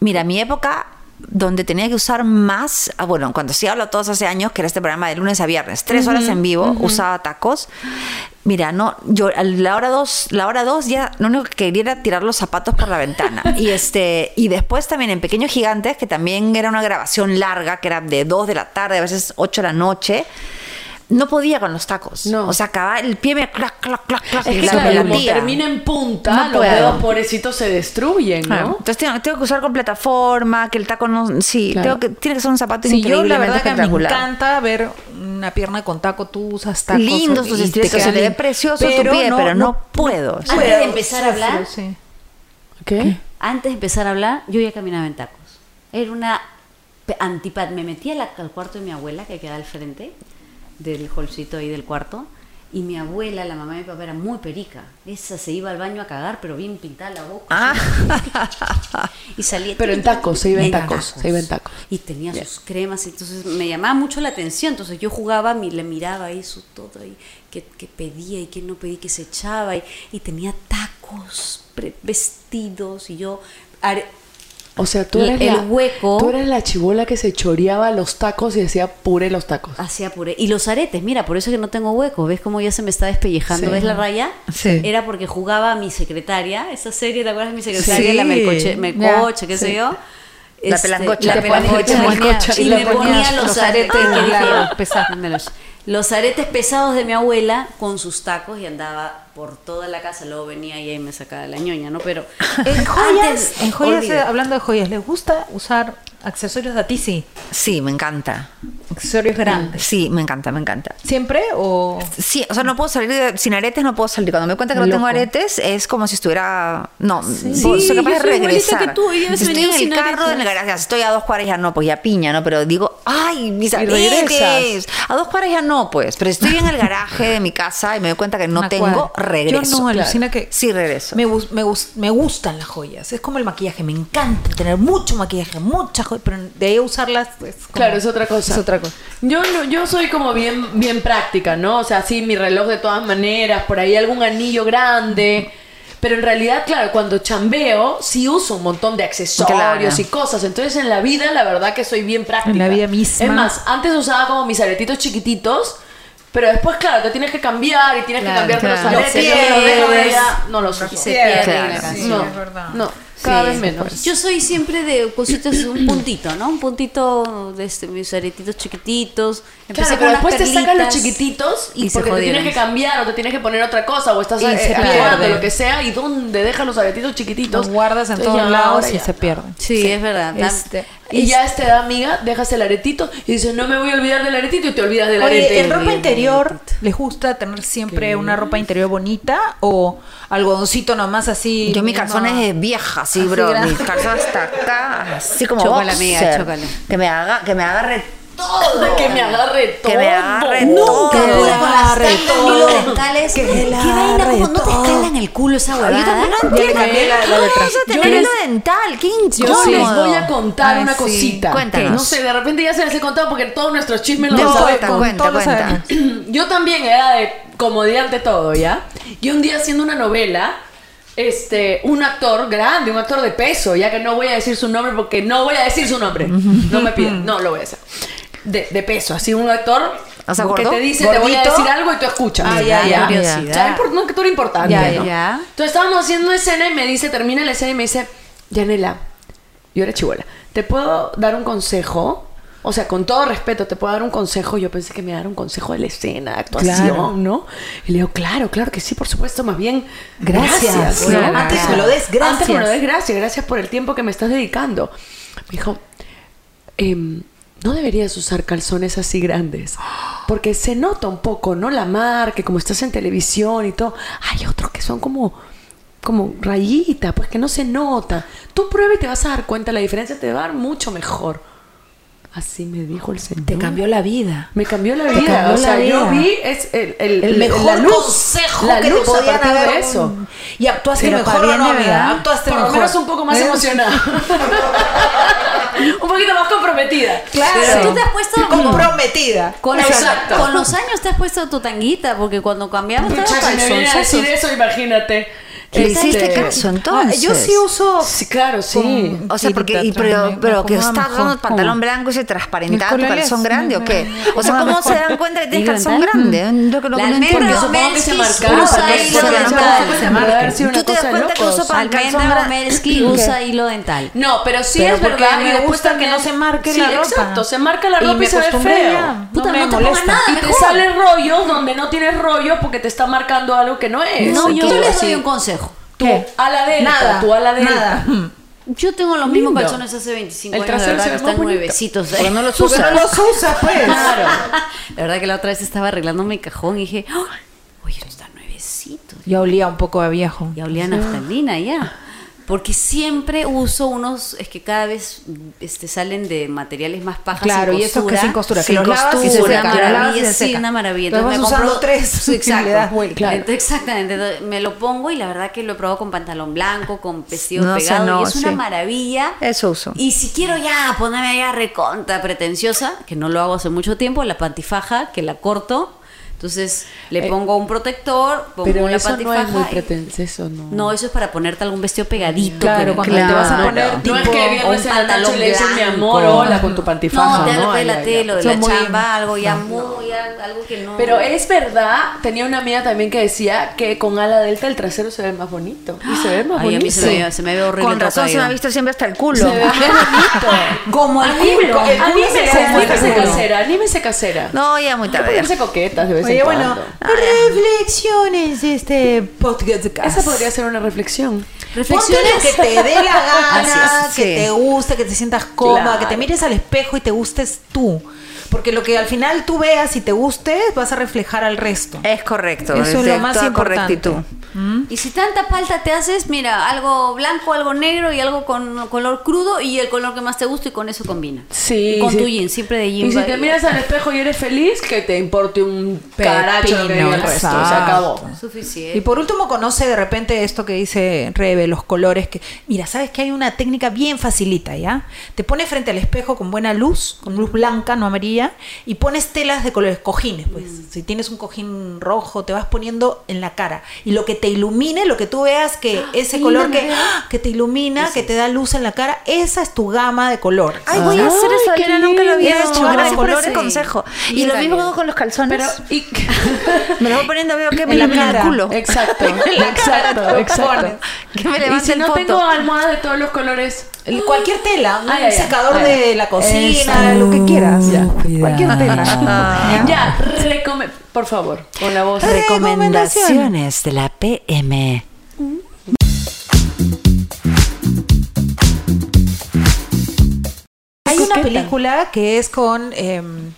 [SPEAKER 1] Mira, mi época donde tenía que usar más, ah, bueno, cuando sí hablo todos hace años, que era este programa de lunes a viernes, tres horas en vivo, usaba tacos. Mira, no, yo a la hora dos, la hora dos ya lo único que quería era tirar los zapatos por la ventana. Y este, y después también en Pequeños Gigantes, que también era una grabación larga, que era de dos de la tarde, a veces ocho de la noche. no podía con los tacos.
[SPEAKER 2] No.
[SPEAKER 1] O sea, acababa el pie me clac, clac, clac, clac.
[SPEAKER 2] Es
[SPEAKER 1] y
[SPEAKER 2] que
[SPEAKER 1] la
[SPEAKER 2] claro, como
[SPEAKER 1] latía.
[SPEAKER 2] termina en punta,
[SPEAKER 1] No
[SPEAKER 2] los
[SPEAKER 1] puedo.
[SPEAKER 2] dedos pobrecitos se destruyen, ¿no?
[SPEAKER 1] Claro. Entonces tengo, tengo que usar con plataforma, que el taco no... Sí,
[SPEAKER 2] Claro.
[SPEAKER 1] tengo que, tiene que ser un zapato
[SPEAKER 4] Sí, yo la
[SPEAKER 1] increíblemente
[SPEAKER 4] verdad que me
[SPEAKER 1] espectacular.
[SPEAKER 4] encanta ver una pierna con taco, tú usas tacos.
[SPEAKER 1] Lindos tus
[SPEAKER 4] y te
[SPEAKER 1] estilos, se
[SPEAKER 4] queda
[SPEAKER 1] te ve
[SPEAKER 4] lindo.
[SPEAKER 1] precioso tu pie, pero no puedo.
[SPEAKER 3] Antes de empezar a hablar,
[SPEAKER 4] Sí, sí.
[SPEAKER 2] ¿Qué?
[SPEAKER 3] Antes de empezar a hablar, yo ya caminaba en tacos. Era una pe- antipad. Me metí a la- al cuarto de mi abuela, que queda al frente del holcito ahí del cuarto. Y mi abuela, la mamá de mi papá, era muy perica. Esa se iba al baño a cagar, pero bien pintada la boca. Y salía.
[SPEAKER 2] Pero en tacos, se iba en tacos, se iba en tacos.
[SPEAKER 3] Y tenía sus cremas, entonces me llamaba mucho la atención. Entonces yo jugaba, mi- le miraba ahí su todo, ahí, que, que pedía y que no pedía, que se echaba. Y, y tenía tacos, pre- vestidos, y yo. are-
[SPEAKER 2] O sea, tú
[SPEAKER 3] El-
[SPEAKER 2] eres
[SPEAKER 3] el
[SPEAKER 2] la,
[SPEAKER 3] hueco.
[SPEAKER 2] Tú eres la chibola que se choreaba los tacos y decía puré los tacos.
[SPEAKER 3] Hacía puré. Y los aretes, mira, por eso es que no tengo hueco. ¿Ves cómo ya se me está despellejando?
[SPEAKER 2] Sí.
[SPEAKER 3] ¿Ves la raya?
[SPEAKER 1] Sí.
[SPEAKER 3] Era porque jugaba a mi secretaria, esa serie, ¿te acuerdas de mi secretaria?
[SPEAKER 1] Sí.
[SPEAKER 3] La Melcoche, Melcoche, qué
[SPEAKER 2] sí.
[SPEAKER 3] sé yo. Este,
[SPEAKER 1] La pelangocha.
[SPEAKER 3] La
[SPEAKER 1] Te ponía-
[SPEAKER 3] pelangocha.
[SPEAKER 1] te
[SPEAKER 3] ponía-
[SPEAKER 2] melcocha.
[SPEAKER 3] Y
[SPEAKER 2] Y le
[SPEAKER 3] me ponía
[SPEAKER 2] ponías
[SPEAKER 3] los
[SPEAKER 4] los
[SPEAKER 3] aretes.
[SPEAKER 4] aretes,
[SPEAKER 3] que dije,
[SPEAKER 4] claro,
[SPEAKER 3] "Ah,
[SPEAKER 4] pesados.
[SPEAKER 3] dámelos". Los aretes pesados de mi abuela con sus tacos y andaba por toda la casa. Luego venía y ahí me sacaba la ñoña, ¿no? Pero
[SPEAKER 4] En joyas,
[SPEAKER 3] antes-
[SPEAKER 4] en joyas, eh,
[SPEAKER 3] olvídate.
[SPEAKER 4] hablando de joyas, ¿les gusta usar accesorios a ti? Sí,
[SPEAKER 1] Sí, me encanta.
[SPEAKER 4] accesorios grandes.
[SPEAKER 1] Sí, me encanta, me encanta.
[SPEAKER 4] ¿Siempre o...?
[SPEAKER 1] Sí, o sea, no puedo salir de- sin aretes, no puedo salir. Cuando me doy cuenta que
[SPEAKER 4] Muy
[SPEAKER 1] no tengo
[SPEAKER 4] loco.
[SPEAKER 1] aretes, es como si estuviera. No, pues,
[SPEAKER 3] Sí,
[SPEAKER 1] puedo- soy capaz
[SPEAKER 3] yo
[SPEAKER 1] de
[SPEAKER 3] soy igualita
[SPEAKER 1] regresar.
[SPEAKER 3] que tú, yo
[SPEAKER 1] Si estoy
[SPEAKER 3] venía
[SPEAKER 1] en el
[SPEAKER 3] sin
[SPEAKER 1] carro,
[SPEAKER 3] aretes.
[SPEAKER 1] en el garaje, si estoy a dos cuadras ya no, pues ya piña, ¿no? Pero digo, ¡ay, mis
[SPEAKER 2] Y regresas.
[SPEAKER 1] aretes! A dos cuadras ya no, pues. Pero estoy en el garaje de mi casa y me doy cuenta que no
[SPEAKER 4] Una
[SPEAKER 1] tengo,
[SPEAKER 4] cuadra.
[SPEAKER 1] regreso.
[SPEAKER 4] Yo no, alucina que...
[SPEAKER 1] Sí, regreso.
[SPEAKER 4] Me, gus- me, gus- me gustan las joyas. Es como el maquillaje. Me encanta tener mucho maquillaje, muchas joyas, pero de ahí a usarlas es como-
[SPEAKER 2] Claro, es otra cosa.
[SPEAKER 4] Es otra cosa.
[SPEAKER 2] Yo, no- yo soy como bien, bien práctica, ¿no? O sea, sí, mi reloj de todas maneras, por ahí algún anillo grande. Pero en realidad, claro, cuando chambeo, sí uso un montón de accesorios
[SPEAKER 1] Claro.
[SPEAKER 2] y cosas. Entonces, en la vida, la verdad que soy bien práctica.
[SPEAKER 4] En la vida misma.
[SPEAKER 2] Es más, antes usaba como mis aretitos chiquititos. Pero después, claro, te tienes que cambiar y tienes que
[SPEAKER 4] Claro,
[SPEAKER 2] cambiarte
[SPEAKER 1] claro.
[SPEAKER 2] los
[SPEAKER 1] Los
[SPEAKER 2] aretes. yo los
[SPEAKER 1] pies.
[SPEAKER 2] dejo de allá, no los uso.
[SPEAKER 3] Se pierde
[SPEAKER 1] Claro,
[SPEAKER 3] la canción.
[SPEAKER 1] sí,
[SPEAKER 2] no,
[SPEAKER 4] es verdad.
[SPEAKER 2] no, cada vez menos.
[SPEAKER 3] Yo soy siempre de cositas, un puntito, ¿no? Un puntito de este, mis aretitos chiquititos.
[SPEAKER 2] Claro,
[SPEAKER 3] Empecé
[SPEAKER 2] pero
[SPEAKER 3] con las
[SPEAKER 2] después te sacan los
[SPEAKER 3] perlitas
[SPEAKER 2] chiquititos y,
[SPEAKER 3] y se
[SPEAKER 2] porque te tienes
[SPEAKER 3] jodieron.
[SPEAKER 2] que cambiar o te tienes que poner otra cosa o estás
[SPEAKER 4] Y
[SPEAKER 2] eh,
[SPEAKER 4] se
[SPEAKER 2] eh,
[SPEAKER 4] pierden.
[SPEAKER 2] jugando, lo que sea y dónde dejas los aretitos chiquititos.
[SPEAKER 4] Los guardas en
[SPEAKER 2] Entonces, ya,
[SPEAKER 4] todos lados
[SPEAKER 2] ahora
[SPEAKER 4] y
[SPEAKER 2] ya.
[SPEAKER 4] se pierden.
[SPEAKER 3] Sí, es verdad. Tam-
[SPEAKER 4] Este,
[SPEAKER 2] Y ya este da amiga, dejas el aretito y dices, no me voy a olvidar del aretito y te olvidas del
[SPEAKER 4] Oye,
[SPEAKER 2] arete.
[SPEAKER 4] ¿en ropa interior les gusta tener siempre una ropa interior bonita o algodoncito nomás así?
[SPEAKER 1] Yo mis
[SPEAKER 4] misma?
[SPEAKER 1] calzones es vieja, sí,
[SPEAKER 4] Así
[SPEAKER 1] bro.
[SPEAKER 4] grande.
[SPEAKER 1] Mis calzones hasta acá, así como
[SPEAKER 3] Chócala, amiga,
[SPEAKER 1] boxer.
[SPEAKER 3] chócala.
[SPEAKER 1] Que me haga, que me agarre
[SPEAKER 2] que me agarre todo.
[SPEAKER 1] Que me agarre todo.
[SPEAKER 3] Nunca
[SPEAKER 1] Que
[SPEAKER 3] pude
[SPEAKER 1] la
[SPEAKER 3] con las tangas
[SPEAKER 4] retó.
[SPEAKER 3] ni los dentales.
[SPEAKER 4] Que
[SPEAKER 3] ¿Qué
[SPEAKER 4] la
[SPEAKER 3] vaina? ¿Cómo no te
[SPEAKER 4] retó.
[SPEAKER 3] escalan el culo esa
[SPEAKER 1] Yo
[SPEAKER 3] huevada?
[SPEAKER 1] también no entiendo.
[SPEAKER 2] cambié la- la
[SPEAKER 1] ¿Qué
[SPEAKER 2] letra.
[SPEAKER 1] es eso de
[SPEAKER 2] Yo
[SPEAKER 1] tener
[SPEAKER 2] les-
[SPEAKER 1] hilo dental? ¡Qué
[SPEAKER 2] Yo
[SPEAKER 1] incómodo!
[SPEAKER 2] les voy a contar
[SPEAKER 4] Ay,
[SPEAKER 2] una
[SPEAKER 4] sí.
[SPEAKER 2] cosita.
[SPEAKER 1] Cuéntanos.
[SPEAKER 2] No sé, de repente ya se les he contado porque todos nuestros chismes
[SPEAKER 1] No,
[SPEAKER 2] los saben
[SPEAKER 1] cuenta,
[SPEAKER 2] con
[SPEAKER 1] cuenta,
[SPEAKER 2] todos los
[SPEAKER 1] cuenta.
[SPEAKER 2] años. Yo también era de comodidad ante todo, ¿ya? Y un día haciendo una novela, este, un actor grande, un actor de peso, ya que no voy a decir su nombre porque no voy a decir su nombre. No me piden, no lo voy a hacer. De, de peso, así un actor
[SPEAKER 1] O sea,
[SPEAKER 2] que
[SPEAKER 1] gordo,
[SPEAKER 2] te dice, te voy a
[SPEAKER 1] gordito.
[SPEAKER 2] decir algo y tú escuchas.
[SPEAKER 4] Ah, ya, ya,
[SPEAKER 3] curiosidad.
[SPEAKER 2] ¿Sabes por no, que tú eres importante?
[SPEAKER 4] Ya, ya.
[SPEAKER 2] ¿no?
[SPEAKER 3] Ya.
[SPEAKER 2] Entonces estábamos haciendo una escena y me dice, termina la escena y me dice, Yanela, yo era chivola, ¿te puedo dar un consejo? O sea, con todo respeto, ¿te puedo dar un consejo? Yo pensé que me iba a dar un consejo de la escena, de actuación,
[SPEAKER 4] Claro.
[SPEAKER 2] ¿no? Y le digo, claro, claro que sí, por supuesto, más bien,
[SPEAKER 4] Gracias,
[SPEAKER 2] gracias. ¿no?
[SPEAKER 4] claro. Antes me lo des,
[SPEAKER 2] Antes me lo
[SPEAKER 4] gracias.
[SPEAKER 2] des, gracias, gracias por el tiempo que me estás dedicando. Me dijo, em, no deberías usar calzones así grandes. Porque se nota un poco, ¿no? La marca, como estás en televisión y todo. Hay otros que son como, como rayita, pues que no se nota. Tú prueba y te vas a dar cuenta, la diferencia te va a dar mucho mejor. Así me dijo el señor.
[SPEAKER 4] Te cambió la vida.
[SPEAKER 2] Me cambió la
[SPEAKER 4] Te
[SPEAKER 2] vida.
[SPEAKER 4] cambió
[SPEAKER 2] o sea,
[SPEAKER 4] la
[SPEAKER 2] yo
[SPEAKER 4] vida.
[SPEAKER 2] vi es el, el-
[SPEAKER 4] el
[SPEAKER 2] la
[SPEAKER 4] mejor
[SPEAKER 2] luz,
[SPEAKER 4] consejo
[SPEAKER 2] la
[SPEAKER 4] que te
[SPEAKER 2] luz a
[SPEAKER 4] podían
[SPEAKER 2] partir
[SPEAKER 4] haber
[SPEAKER 2] de eso.
[SPEAKER 4] Y actuaste
[SPEAKER 1] Pero
[SPEAKER 4] mejor,
[SPEAKER 1] para bien,
[SPEAKER 4] ¿no,
[SPEAKER 1] de
[SPEAKER 4] amiga?
[SPEAKER 1] verdad.
[SPEAKER 4] Actuaste
[SPEAKER 2] Por lo
[SPEAKER 4] mejor.
[SPEAKER 2] menos un poco más
[SPEAKER 4] ¿Eh?
[SPEAKER 2] emocionada. un poquito más comprometida.
[SPEAKER 4] Claro.
[SPEAKER 3] Pero tú te has puesto como-
[SPEAKER 4] comprometida.
[SPEAKER 3] Con,
[SPEAKER 2] Exacto.
[SPEAKER 3] con los años te has puesto tu tanguita, porque cuando cambiamos
[SPEAKER 2] Pucha,
[SPEAKER 3] estabas
[SPEAKER 2] si me vienen a
[SPEAKER 3] calzonzazos.
[SPEAKER 2] decir eso, imagínate.
[SPEAKER 1] ¿Le
[SPEAKER 2] Este-
[SPEAKER 1] hiciste caso entonces?
[SPEAKER 4] yo sí uso.
[SPEAKER 2] Sí, claro, sí.
[SPEAKER 4] con
[SPEAKER 1] O sea, porque, y-
[SPEAKER 4] tirita atrás,
[SPEAKER 1] pero,
[SPEAKER 4] me- me
[SPEAKER 1] pero que
[SPEAKER 4] acomoda
[SPEAKER 1] estás
[SPEAKER 4] mejor,
[SPEAKER 1] usando pantalón
[SPEAKER 4] ¿cómo?
[SPEAKER 1] blanco ese transparentado, tu
[SPEAKER 4] Nicolás,
[SPEAKER 1] calzón
[SPEAKER 4] me-
[SPEAKER 1] grande o
[SPEAKER 4] me-
[SPEAKER 1] qué?
[SPEAKER 4] me
[SPEAKER 1] O sea,
[SPEAKER 4] acomoda
[SPEAKER 1] ¿cómo
[SPEAKER 4] mejor.
[SPEAKER 1] se dan cuenta que tienes
[SPEAKER 3] Digo,
[SPEAKER 1] calzón
[SPEAKER 3] ¿verdad?
[SPEAKER 1] grande? Yo que no,
[SPEAKER 3] La
[SPEAKER 1] no
[SPEAKER 3] neta,
[SPEAKER 1] entiendo.
[SPEAKER 3] no
[SPEAKER 2] Supongo que se
[SPEAKER 3] Melskis
[SPEAKER 2] marcaba
[SPEAKER 3] usa
[SPEAKER 2] para que
[SPEAKER 3] hilo
[SPEAKER 1] se
[SPEAKER 2] fuera
[SPEAKER 1] dental.
[SPEAKER 2] más-
[SPEAKER 1] Se
[SPEAKER 4] marque.
[SPEAKER 2] Sí, una
[SPEAKER 1] ¿Tú te das
[SPEAKER 2] cosa de
[SPEAKER 1] cuenta que
[SPEAKER 2] locos.
[SPEAKER 1] uso para el calzón
[SPEAKER 3] Almendra
[SPEAKER 1] grande?
[SPEAKER 3] Omelsky usa hilo dental.
[SPEAKER 2] No, pero sí
[SPEAKER 4] Pero
[SPEAKER 2] es
[SPEAKER 4] porque
[SPEAKER 2] verdad.
[SPEAKER 4] me
[SPEAKER 2] después
[SPEAKER 4] gusta que no se marque
[SPEAKER 2] sí,
[SPEAKER 4] la ropa.
[SPEAKER 2] Exacto, se marca la
[SPEAKER 4] Y
[SPEAKER 2] ropa y,
[SPEAKER 4] me
[SPEAKER 2] se ve
[SPEAKER 4] acostumbré
[SPEAKER 2] feo.
[SPEAKER 4] ya.
[SPEAKER 3] Puta,
[SPEAKER 4] No me
[SPEAKER 3] no te pongas
[SPEAKER 4] molesta.
[SPEAKER 3] nada,
[SPEAKER 2] Y te
[SPEAKER 3] mejor.
[SPEAKER 2] salen rollos donde no tienes rollo porque te está marcando algo que no es.
[SPEAKER 3] No, yo
[SPEAKER 2] Entonces,
[SPEAKER 3] les doy
[SPEAKER 2] así,
[SPEAKER 3] un consejo.
[SPEAKER 2] Tú,
[SPEAKER 4] ¿Qué?
[SPEAKER 2] a la delta,
[SPEAKER 4] Nada,
[SPEAKER 2] tú a la delta.
[SPEAKER 4] nada.
[SPEAKER 3] Yo tengo los mismos
[SPEAKER 2] Lindo.
[SPEAKER 3] calzones hace 25
[SPEAKER 2] El
[SPEAKER 3] años, de
[SPEAKER 2] trasero
[SPEAKER 3] verdad
[SPEAKER 2] se
[SPEAKER 3] que
[SPEAKER 2] ve más
[SPEAKER 3] están
[SPEAKER 2] bonito.
[SPEAKER 3] nuevecitos.
[SPEAKER 1] Porque no los
[SPEAKER 4] Porque
[SPEAKER 1] usas.
[SPEAKER 4] no los usa, pues.
[SPEAKER 3] La verdad que la otra vez estaba arreglando mi cajón y dije, "Ah, oye, no están nuevecitos.
[SPEAKER 4] Ya olía un poco a viejo.
[SPEAKER 3] Ya olía a
[SPEAKER 4] Ah.
[SPEAKER 3] naftalina ya. Porque siempre uso unos, es que cada vez este, salen de materiales más pajas
[SPEAKER 4] Claro,
[SPEAKER 3] sin
[SPEAKER 4] y esos que
[SPEAKER 3] costura.
[SPEAKER 4] sin costura, que
[SPEAKER 1] sin
[SPEAKER 4] los lavas y se
[SPEAKER 1] costura,
[SPEAKER 3] una
[SPEAKER 4] secan. los lavas y
[SPEAKER 3] maravilla,
[SPEAKER 4] se
[SPEAKER 3] sí,
[SPEAKER 4] secan.
[SPEAKER 3] una maravilla.
[SPEAKER 4] Pero
[SPEAKER 3] Entonces
[SPEAKER 4] vas
[SPEAKER 3] me
[SPEAKER 4] usando
[SPEAKER 3] compro
[SPEAKER 4] tres
[SPEAKER 3] Sí,
[SPEAKER 4] y le das vuelta.
[SPEAKER 3] Entonces, Exactamente. Entonces, me lo pongo y la verdad que lo probo con pantalón blanco, con vestido
[SPEAKER 1] No sé,
[SPEAKER 3] pegado
[SPEAKER 1] no,
[SPEAKER 3] y es una
[SPEAKER 1] sí.
[SPEAKER 3] maravilla.
[SPEAKER 1] Eso uso.
[SPEAKER 3] Y si quiero ya ponerme allá reconta, pretenciosa, que no lo hago hace mucho tiempo, la pantifaja, que la corto. Entonces le
[SPEAKER 2] Eh,
[SPEAKER 3] pongo un protector, pongo
[SPEAKER 2] Pero
[SPEAKER 3] la
[SPEAKER 2] eso no
[SPEAKER 3] pantifaja.
[SPEAKER 2] es muy
[SPEAKER 3] y-
[SPEAKER 2] pretencioso, eso no.
[SPEAKER 3] no, eso es para ponerte algún vestido pegadito.
[SPEAKER 4] Claro,
[SPEAKER 3] que-
[SPEAKER 4] cuando
[SPEAKER 1] Claro.
[SPEAKER 4] te vas a poner
[SPEAKER 1] No es
[SPEAKER 4] tipo...
[SPEAKER 2] no es que viernes en la
[SPEAKER 3] un
[SPEAKER 2] noche
[SPEAKER 3] pantalón
[SPEAKER 2] le dices mi amor,
[SPEAKER 3] blanco.
[SPEAKER 2] hola, con tu pantifaja.
[SPEAKER 3] No, te hablo
[SPEAKER 2] ¿no?
[SPEAKER 3] pues de
[SPEAKER 2] Ay,
[SPEAKER 3] la
[SPEAKER 2] ay,
[SPEAKER 3] tele o de
[SPEAKER 4] Son
[SPEAKER 3] la
[SPEAKER 4] muy-
[SPEAKER 3] chamba, algo ya muy, algo que no.
[SPEAKER 2] Pero es verdad, tenía una amiga también que decía que con ala delta el trasero se ve más bonito. Y se ve más
[SPEAKER 3] Ay, a mí
[SPEAKER 2] bonito.
[SPEAKER 3] se me, se me ve horrible.
[SPEAKER 1] Con razón se me ha visto siempre hasta el culo.
[SPEAKER 2] Se ve más bonito.
[SPEAKER 4] Como el
[SPEAKER 2] A mí-
[SPEAKER 4] culo.
[SPEAKER 2] co-
[SPEAKER 4] El culo se
[SPEAKER 2] Anímese,
[SPEAKER 4] ve como el
[SPEAKER 2] anímese
[SPEAKER 4] culo.
[SPEAKER 2] casera, anímese casera.
[SPEAKER 1] No, ya muy tarde.
[SPEAKER 2] Ponerse coquetas de vez
[SPEAKER 4] Oye,
[SPEAKER 2] en
[SPEAKER 4] bueno,
[SPEAKER 2] cuando.
[SPEAKER 4] reflexiones de este podcast.
[SPEAKER 2] Esa podría ser una reflexión.
[SPEAKER 4] Reflexiones
[SPEAKER 3] Reflexiones
[SPEAKER 4] que te dé la gana,
[SPEAKER 1] Así es,
[SPEAKER 4] que
[SPEAKER 1] sí.
[SPEAKER 4] te guste, que te sientas cómoda,
[SPEAKER 2] Claro.
[SPEAKER 4] que te mires al espejo y te gustes tú. Porque lo que al final tú veas y te guste, vas a reflejar al resto.
[SPEAKER 1] Es correcto.
[SPEAKER 4] Eso es
[SPEAKER 1] de
[SPEAKER 4] lo más
[SPEAKER 1] toda
[SPEAKER 4] importante.
[SPEAKER 1] correctitud.
[SPEAKER 3] Y si tanta falta te haces, mira, algo blanco, algo negro y algo con color crudo y el color que más te gusta y con eso combina.
[SPEAKER 2] Sí.
[SPEAKER 3] Y con
[SPEAKER 2] sí.
[SPEAKER 3] tu jean, siempre de jean.
[SPEAKER 2] Y si
[SPEAKER 3] va-
[SPEAKER 2] te miras al espejo y eres feliz, que te importe un caracho lo que
[SPEAKER 4] Pepino,
[SPEAKER 2] diga el resto. Se
[SPEAKER 4] exacto.
[SPEAKER 2] acabó.
[SPEAKER 3] Suficiente.
[SPEAKER 4] Y por último, conoce de repente esto que dice Rebe, los colores que... Mira, sabes que hay una técnica bien facilita, ¿ya? Te pones frente al espejo con buena luz, con luz blanca, no amarilla, y pones telas de colores, cojines, pues. Si tienes un cojín rojo, te vas poniendo en la cara. Y lo que te ilumine, lo que tú veas que ese
[SPEAKER 3] mira,
[SPEAKER 4] color que,
[SPEAKER 3] mira.
[SPEAKER 4] ¡ah! que te ilumina, que te da luz en la cara, esa es tu gama de color.
[SPEAKER 1] Ay, voy a hacer eso,
[SPEAKER 2] Ay,
[SPEAKER 1] Elena,
[SPEAKER 2] qué
[SPEAKER 1] nunca lo había
[SPEAKER 4] lindo.
[SPEAKER 1] hecho. Gracias por
[SPEAKER 4] Colores.
[SPEAKER 1] ese consejo. Y lo mismo hago con los calzones.
[SPEAKER 2] Pero, y-
[SPEAKER 1] me los voy poniendo, veo que me
[SPEAKER 4] En la
[SPEAKER 1] levantan el
[SPEAKER 4] cara.
[SPEAKER 1] culo.
[SPEAKER 2] Exacto, exacto, exacto.
[SPEAKER 1] Que me
[SPEAKER 2] Y
[SPEAKER 1] levante
[SPEAKER 2] si
[SPEAKER 1] el
[SPEAKER 2] no
[SPEAKER 1] poto.
[SPEAKER 2] tengo almohadas de todos los colores,
[SPEAKER 4] El- Cualquier tela, un
[SPEAKER 2] Ah, ya, ya.
[SPEAKER 4] secador
[SPEAKER 2] Ah, ya.
[SPEAKER 4] de la cocina,
[SPEAKER 1] Exacto.
[SPEAKER 4] lo que quieras.
[SPEAKER 2] Ya.
[SPEAKER 4] Cualquier tela.
[SPEAKER 2] ya, recome- por favor, con la voz.
[SPEAKER 1] Recomendaciones de la PM.
[SPEAKER 4] Hay una
[SPEAKER 2] Coqueta.
[SPEAKER 4] película que es con, em,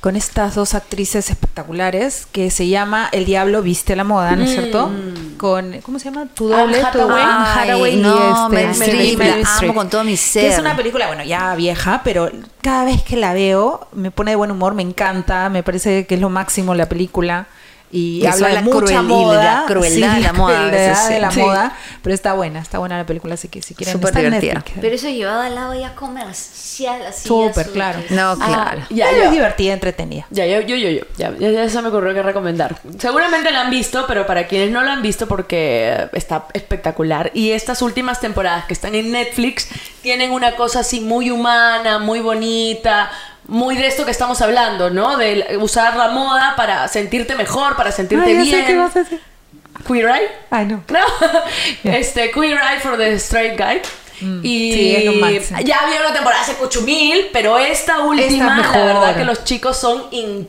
[SPEAKER 4] con estas dos actrices espectaculares que se llama El Diablo Viste la Moda, ¿no es cierto? Con, ¿cómo se llama? Tu doble,
[SPEAKER 2] Anne
[SPEAKER 4] tu
[SPEAKER 2] Hathaway.
[SPEAKER 4] Anne
[SPEAKER 1] Mm. Ah, Ay,
[SPEAKER 4] Hathaway y
[SPEAKER 1] no,
[SPEAKER 4] este,
[SPEAKER 1] Meryl
[SPEAKER 2] Streep,
[SPEAKER 4] Meryl
[SPEAKER 1] la amo
[SPEAKER 4] Streep.
[SPEAKER 1] con todo mi
[SPEAKER 4] Que es
[SPEAKER 1] ser.
[SPEAKER 4] una película, bueno, ya vieja, pero cada vez que la veo me pone de buen humor, me encanta, me parece que es lo máximo la película. Y
[SPEAKER 1] Que
[SPEAKER 4] habla
[SPEAKER 1] son
[SPEAKER 4] de
[SPEAKER 1] la
[SPEAKER 4] mucha
[SPEAKER 1] cruel- y
[SPEAKER 4] moda,
[SPEAKER 1] la crueldad de la moda a
[SPEAKER 4] crueldad
[SPEAKER 1] veces,
[SPEAKER 4] de
[SPEAKER 1] sí.
[SPEAKER 4] la
[SPEAKER 1] Sí.
[SPEAKER 4] moda, pero está buena, está buena la película, así que si quieren
[SPEAKER 1] Súper
[SPEAKER 4] está en
[SPEAKER 1] divertida.
[SPEAKER 4] Netflix.
[SPEAKER 3] Pero eso llevado al lado ya comercial, así.
[SPEAKER 4] Súper,
[SPEAKER 3] ya su-
[SPEAKER 4] claro.
[SPEAKER 1] No, claro.
[SPEAKER 2] Ya,
[SPEAKER 4] Pero
[SPEAKER 2] ya.
[SPEAKER 4] es divertida, entretenida.
[SPEAKER 2] Ya, yo, yo, yo, yo, ya, ya, ya se me ocurrió que recomendar. Seguramente la han visto, pero para quienes no la han visto, porque eh, está espectacular. Y estas últimas temporadas que están en Netflix tienen una cosa así muy humana, muy bonita, muy de esto que estamos hablando, ¿no? De usar la moda para sentirte mejor, para sentirte
[SPEAKER 4] Ay, Ah, ya sé
[SPEAKER 2] bien.
[SPEAKER 4] qué vas a decir.
[SPEAKER 2] Queer Eye.
[SPEAKER 4] Ay, no.
[SPEAKER 2] No. Este, Queer Eye for the Straight Guy. y
[SPEAKER 4] Mm. sí, es lo máximo.
[SPEAKER 2] ya había una temporada hace cuchumil, pero esta
[SPEAKER 4] Esta
[SPEAKER 2] última,
[SPEAKER 4] es
[SPEAKER 2] la
[SPEAKER 4] mejor.
[SPEAKER 2] verdad que los chicos son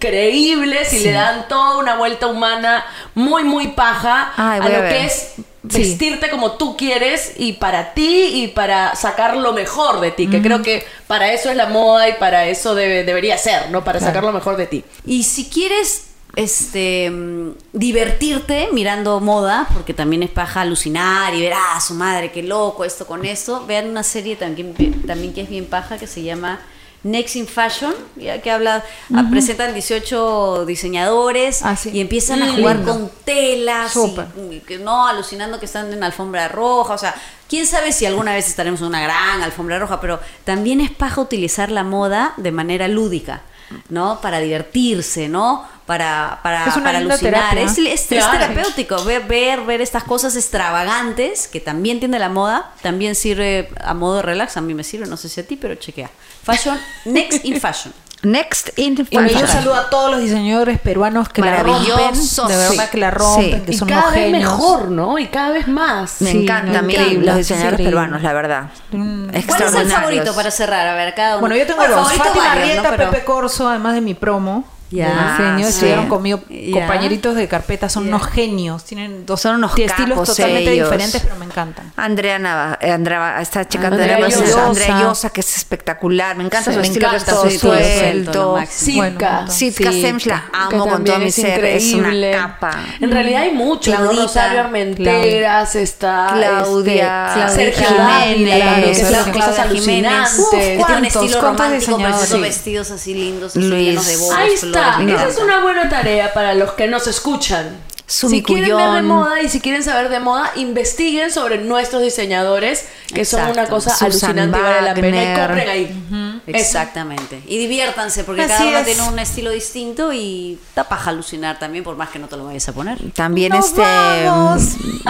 [SPEAKER 2] increíbles y le dan toda una vuelta humana muy, muy paja
[SPEAKER 1] Ay,
[SPEAKER 2] a
[SPEAKER 1] voy
[SPEAKER 2] lo
[SPEAKER 1] a ver.
[SPEAKER 2] que es
[SPEAKER 4] Sí.
[SPEAKER 2] vestirte como tú quieres y para ti y para sacar lo mejor de ti, que creo
[SPEAKER 4] Mm.
[SPEAKER 2] que para eso es la moda y para eso debe- debería ser, ¿no? Para sacar lo mejor de ti.
[SPEAKER 3] Y si quieres este mm, divertirte mirando moda, porque también es paja alucinar y ver, ah, su madre, qué loco, esto con esto, vean una serie también, también que es bien paja que se llama Next in Fashion, ya que habla, ah, presentan 18 diseñadores
[SPEAKER 4] Ah, sí.
[SPEAKER 3] y empiezan a
[SPEAKER 4] Mm.
[SPEAKER 3] jugar
[SPEAKER 4] Lindo.
[SPEAKER 3] con telas, y,
[SPEAKER 4] Súper.
[SPEAKER 3] mm, que no, alucinando que están en la alfombra roja, o sea, quién sabe si alguna vez estaremos en una gran alfombra roja, pero también es paja utilizar la moda de manera lúdica, ¿no? Para divertirse, ¿no? para, para,
[SPEAKER 4] Es una
[SPEAKER 3] para
[SPEAKER 4] linda
[SPEAKER 3] alucinar.
[SPEAKER 4] terapia.
[SPEAKER 3] Es, es- es
[SPEAKER 2] Claro.
[SPEAKER 3] terapéutico ver, ver, ver estas cosas extravagantes que también tiene la moda, también sirve a modo relax, a mí me sirve, no sé si a ti, pero chequea. Fashion, next in fashion.
[SPEAKER 1] Next in
[SPEAKER 4] Y bueno, yo
[SPEAKER 1] fashion.
[SPEAKER 4] saludo a todos los diseñadores peruanos que la rompen,
[SPEAKER 1] Maravillosos.
[SPEAKER 4] de verdad que la rompen,
[SPEAKER 1] Sí.
[SPEAKER 4] que
[SPEAKER 2] y
[SPEAKER 4] son
[SPEAKER 2] cada
[SPEAKER 4] unos
[SPEAKER 2] vez
[SPEAKER 4] genios.
[SPEAKER 2] mejor, ¿no? Y cada vez más.
[SPEAKER 1] Me
[SPEAKER 4] Sí,
[SPEAKER 1] encanta,
[SPEAKER 4] me
[SPEAKER 1] mira,
[SPEAKER 4] encanta.
[SPEAKER 1] los diseñadores
[SPEAKER 4] Sí.
[SPEAKER 1] peruanos, la verdad.
[SPEAKER 3] Mm. ¿Cuál es el
[SPEAKER 1] Extraordinarios.
[SPEAKER 3] favorito para cerrar? A ver, cada uno.
[SPEAKER 4] Bueno, yo tengo
[SPEAKER 3] Bueno,
[SPEAKER 4] dos.
[SPEAKER 3] favoritos
[SPEAKER 4] Fátima
[SPEAKER 3] varios,
[SPEAKER 4] Arrieta,
[SPEAKER 3] ¿no? Pero-
[SPEAKER 4] Pepe Corso, además de mi promo.
[SPEAKER 3] Ya,
[SPEAKER 4] de diseño,
[SPEAKER 3] sí.
[SPEAKER 4] estuvieron conmigo
[SPEAKER 3] Ya.
[SPEAKER 4] compañeritos de carpeta, son unos genios, tienen dos
[SPEAKER 1] Son unos
[SPEAKER 4] de estilos
[SPEAKER 1] capos
[SPEAKER 4] totalmente
[SPEAKER 1] ellos.
[SPEAKER 4] diferentes, pero me encantan.
[SPEAKER 1] Andrea Nava, eh, Andrea, esta chica
[SPEAKER 2] Andrea
[SPEAKER 1] Andrea
[SPEAKER 2] Llosa.
[SPEAKER 1] Llosa. Andrea Llosa, que es espectacular, me encanta
[SPEAKER 3] Sí,
[SPEAKER 1] su
[SPEAKER 3] me
[SPEAKER 1] estilo que es
[SPEAKER 3] encanta
[SPEAKER 1] todo
[SPEAKER 3] su estilo suelto, lo
[SPEAKER 1] suelto.
[SPEAKER 3] máximo.
[SPEAKER 2] Sitka.
[SPEAKER 4] Bueno, un montón.
[SPEAKER 1] Sitka Sems la
[SPEAKER 2] que
[SPEAKER 1] amo con
[SPEAKER 2] también
[SPEAKER 1] todo mi ser, es una capa.
[SPEAKER 2] En realidad hay muchos, ¿no?
[SPEAKER 1] Claudita.
[SPEAKER 2] Rosario Armenteras, está
[SPEAKER 1] Claudia,
[SPEAKER 2] este,
[SPEAKER 1] Claudia
[SPEAKER 2] Sergio
[SPEAKER 1] Jiménez,
[SPEAKER 2] Dávila, que son
[SPEAKER 1] Claudia
[SPEAKER 2] cosas alucinantes.
[SPEAKER 3] Uf,
[SPEAKER 2] Tiene
[SPEAKER 3] tiene un
[SPEAKER 4] ¿cuántos-
[SPEAKER 3] estilo
[SPEAKER 4] cuántos
[SPEAKER 3] romántico, pero
[SPEAKER 4] diseñadores?
[SPEAKER 3] esos
[SPEAKER 4] Sí.
[SPEAKER 3] vestidos así lindos, así
[SPEAKER 1] Luis.
[SPEAKER 3] llenos de bodas,
[SPEAKER 2] Ahí está,
[SPEAKER 3] flores.
[SPEAKER 2] esa es una buena tarea para los que nos escuchan.
[SPEAKER 1] Sumi
[SPEAKER 2] si quieren ver de
[SPEAKER 1] Cuyón.
[SPEAKER 2] moda y si quieren saber de moda, investiguen sobre nuestros diseñadores, que son una
[SPEAKER 3] Exacto.
[SPEAKER 2] cosa
[SPEAKER 1] Susan
[SPEAKER 2] alucinante y vale la pena. Y
[SPEAKER 1] Wagner.
[SPEAKER 2] compren ahí.
[SPEAKER 3] Exactamente. Y diviértanse, porque
[SPEAKER 4] Así
[SPEAKER 3] cada uno
[SPEAKER 4] es.
[SPEAKER 3] tiene un estilo distinto y da paja alucinar también, por más que no te lo vayas a poner.
[SPEAKER 1] También
[SPEAKER 4] Nos
[SPEAKER 1] este
[SPEAKER 4] vamos.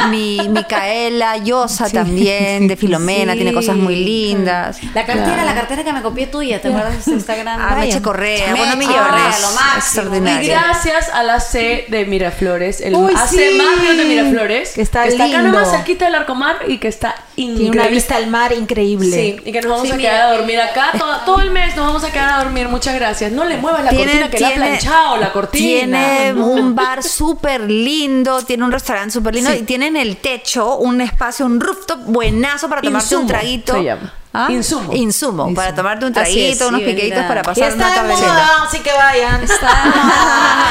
[SPEAKER 1] mi Micaela Llosa también de Filomena
[SPEAKER 3] Sí.
[SPEAKER 1] tiene cosas muy lindas.
[SPEAKER 3] La cartera, la cartera que me copié tuya, ¿te acuerdas de Instagram?
[SPEAKER 1] Ah, Meche
[SPEAKER 4] Brian.
[SPEAKER 1] Correa,
[SPEAKER 3] Meche
[SPEAKER 1] bueno, Miguel
[SPEAKER 3] Correa,
[SPEAKER 1] Ornés,
[SPEAKER 3] lo máximo.
[SPEAKER 2] Y
[SPEAKER 1] extraordinario.
[SPEAKER 2] gracias a la C de Miraflores, el
[SPEAKER 4] Uy,
[SPEAKER 2] AC
[SPEAKER 4] sí.
[SPEAKER 2] más grande de Miraflores,
[SPEAKER 4] Que está
[SPEAKER 2] acá
[SPEAKER 4] lindo.
[SPEAKER 2] nomás cerquita del Arcomar y que está increíble.
[SPEAKER 4] Tiene una vista al mar increíble.
[SPEAKER 2] Sí, y que nos vamos
[SPEAKER 3] Sí,
[SPEAKER 2] a
[SPEAKER 3] mira,
[SPEAKER 2] quedar a dormir acá todo, todo el mes, nos vamos a quedar a dormir. Muchas gracias. No le muevas la cortina que la ha planchado la cortina.
[SPEAKER 1] Tiene un bar súper lindo, tiene un restaurante súper lindo y tiene en el techo un espacio, un rooftop buenazo para tomarte
[SPEAKER 2] Insumo
[SPEAKER 1] un traguito. ¿Ah?
[SPEAKER 2] se llama. Insumo.
[SPEAKER 1] Insumo. para tomarte un
[SPEAKER 3] Así es,
[SPEAKER 1] traguito, unos
[SPEAKER 3] sí,
[SPEAKER 1] piqueitos
[SPEAKER 3] verdad.
[SPEAKER 1] para
[SPEAKER 4] Y
[SPEAKER 1] pasar
[SPEAKER 4] está
[SPEAKER 1] una
[SPEAKER 4] de
[SPEAKER 1] tarde
[SPEAKER 4] moda, así que vayan.
[SPEAKER 3] Está-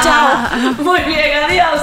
[SPEAKER 2] Chao. Ah, Muy bien, adiós.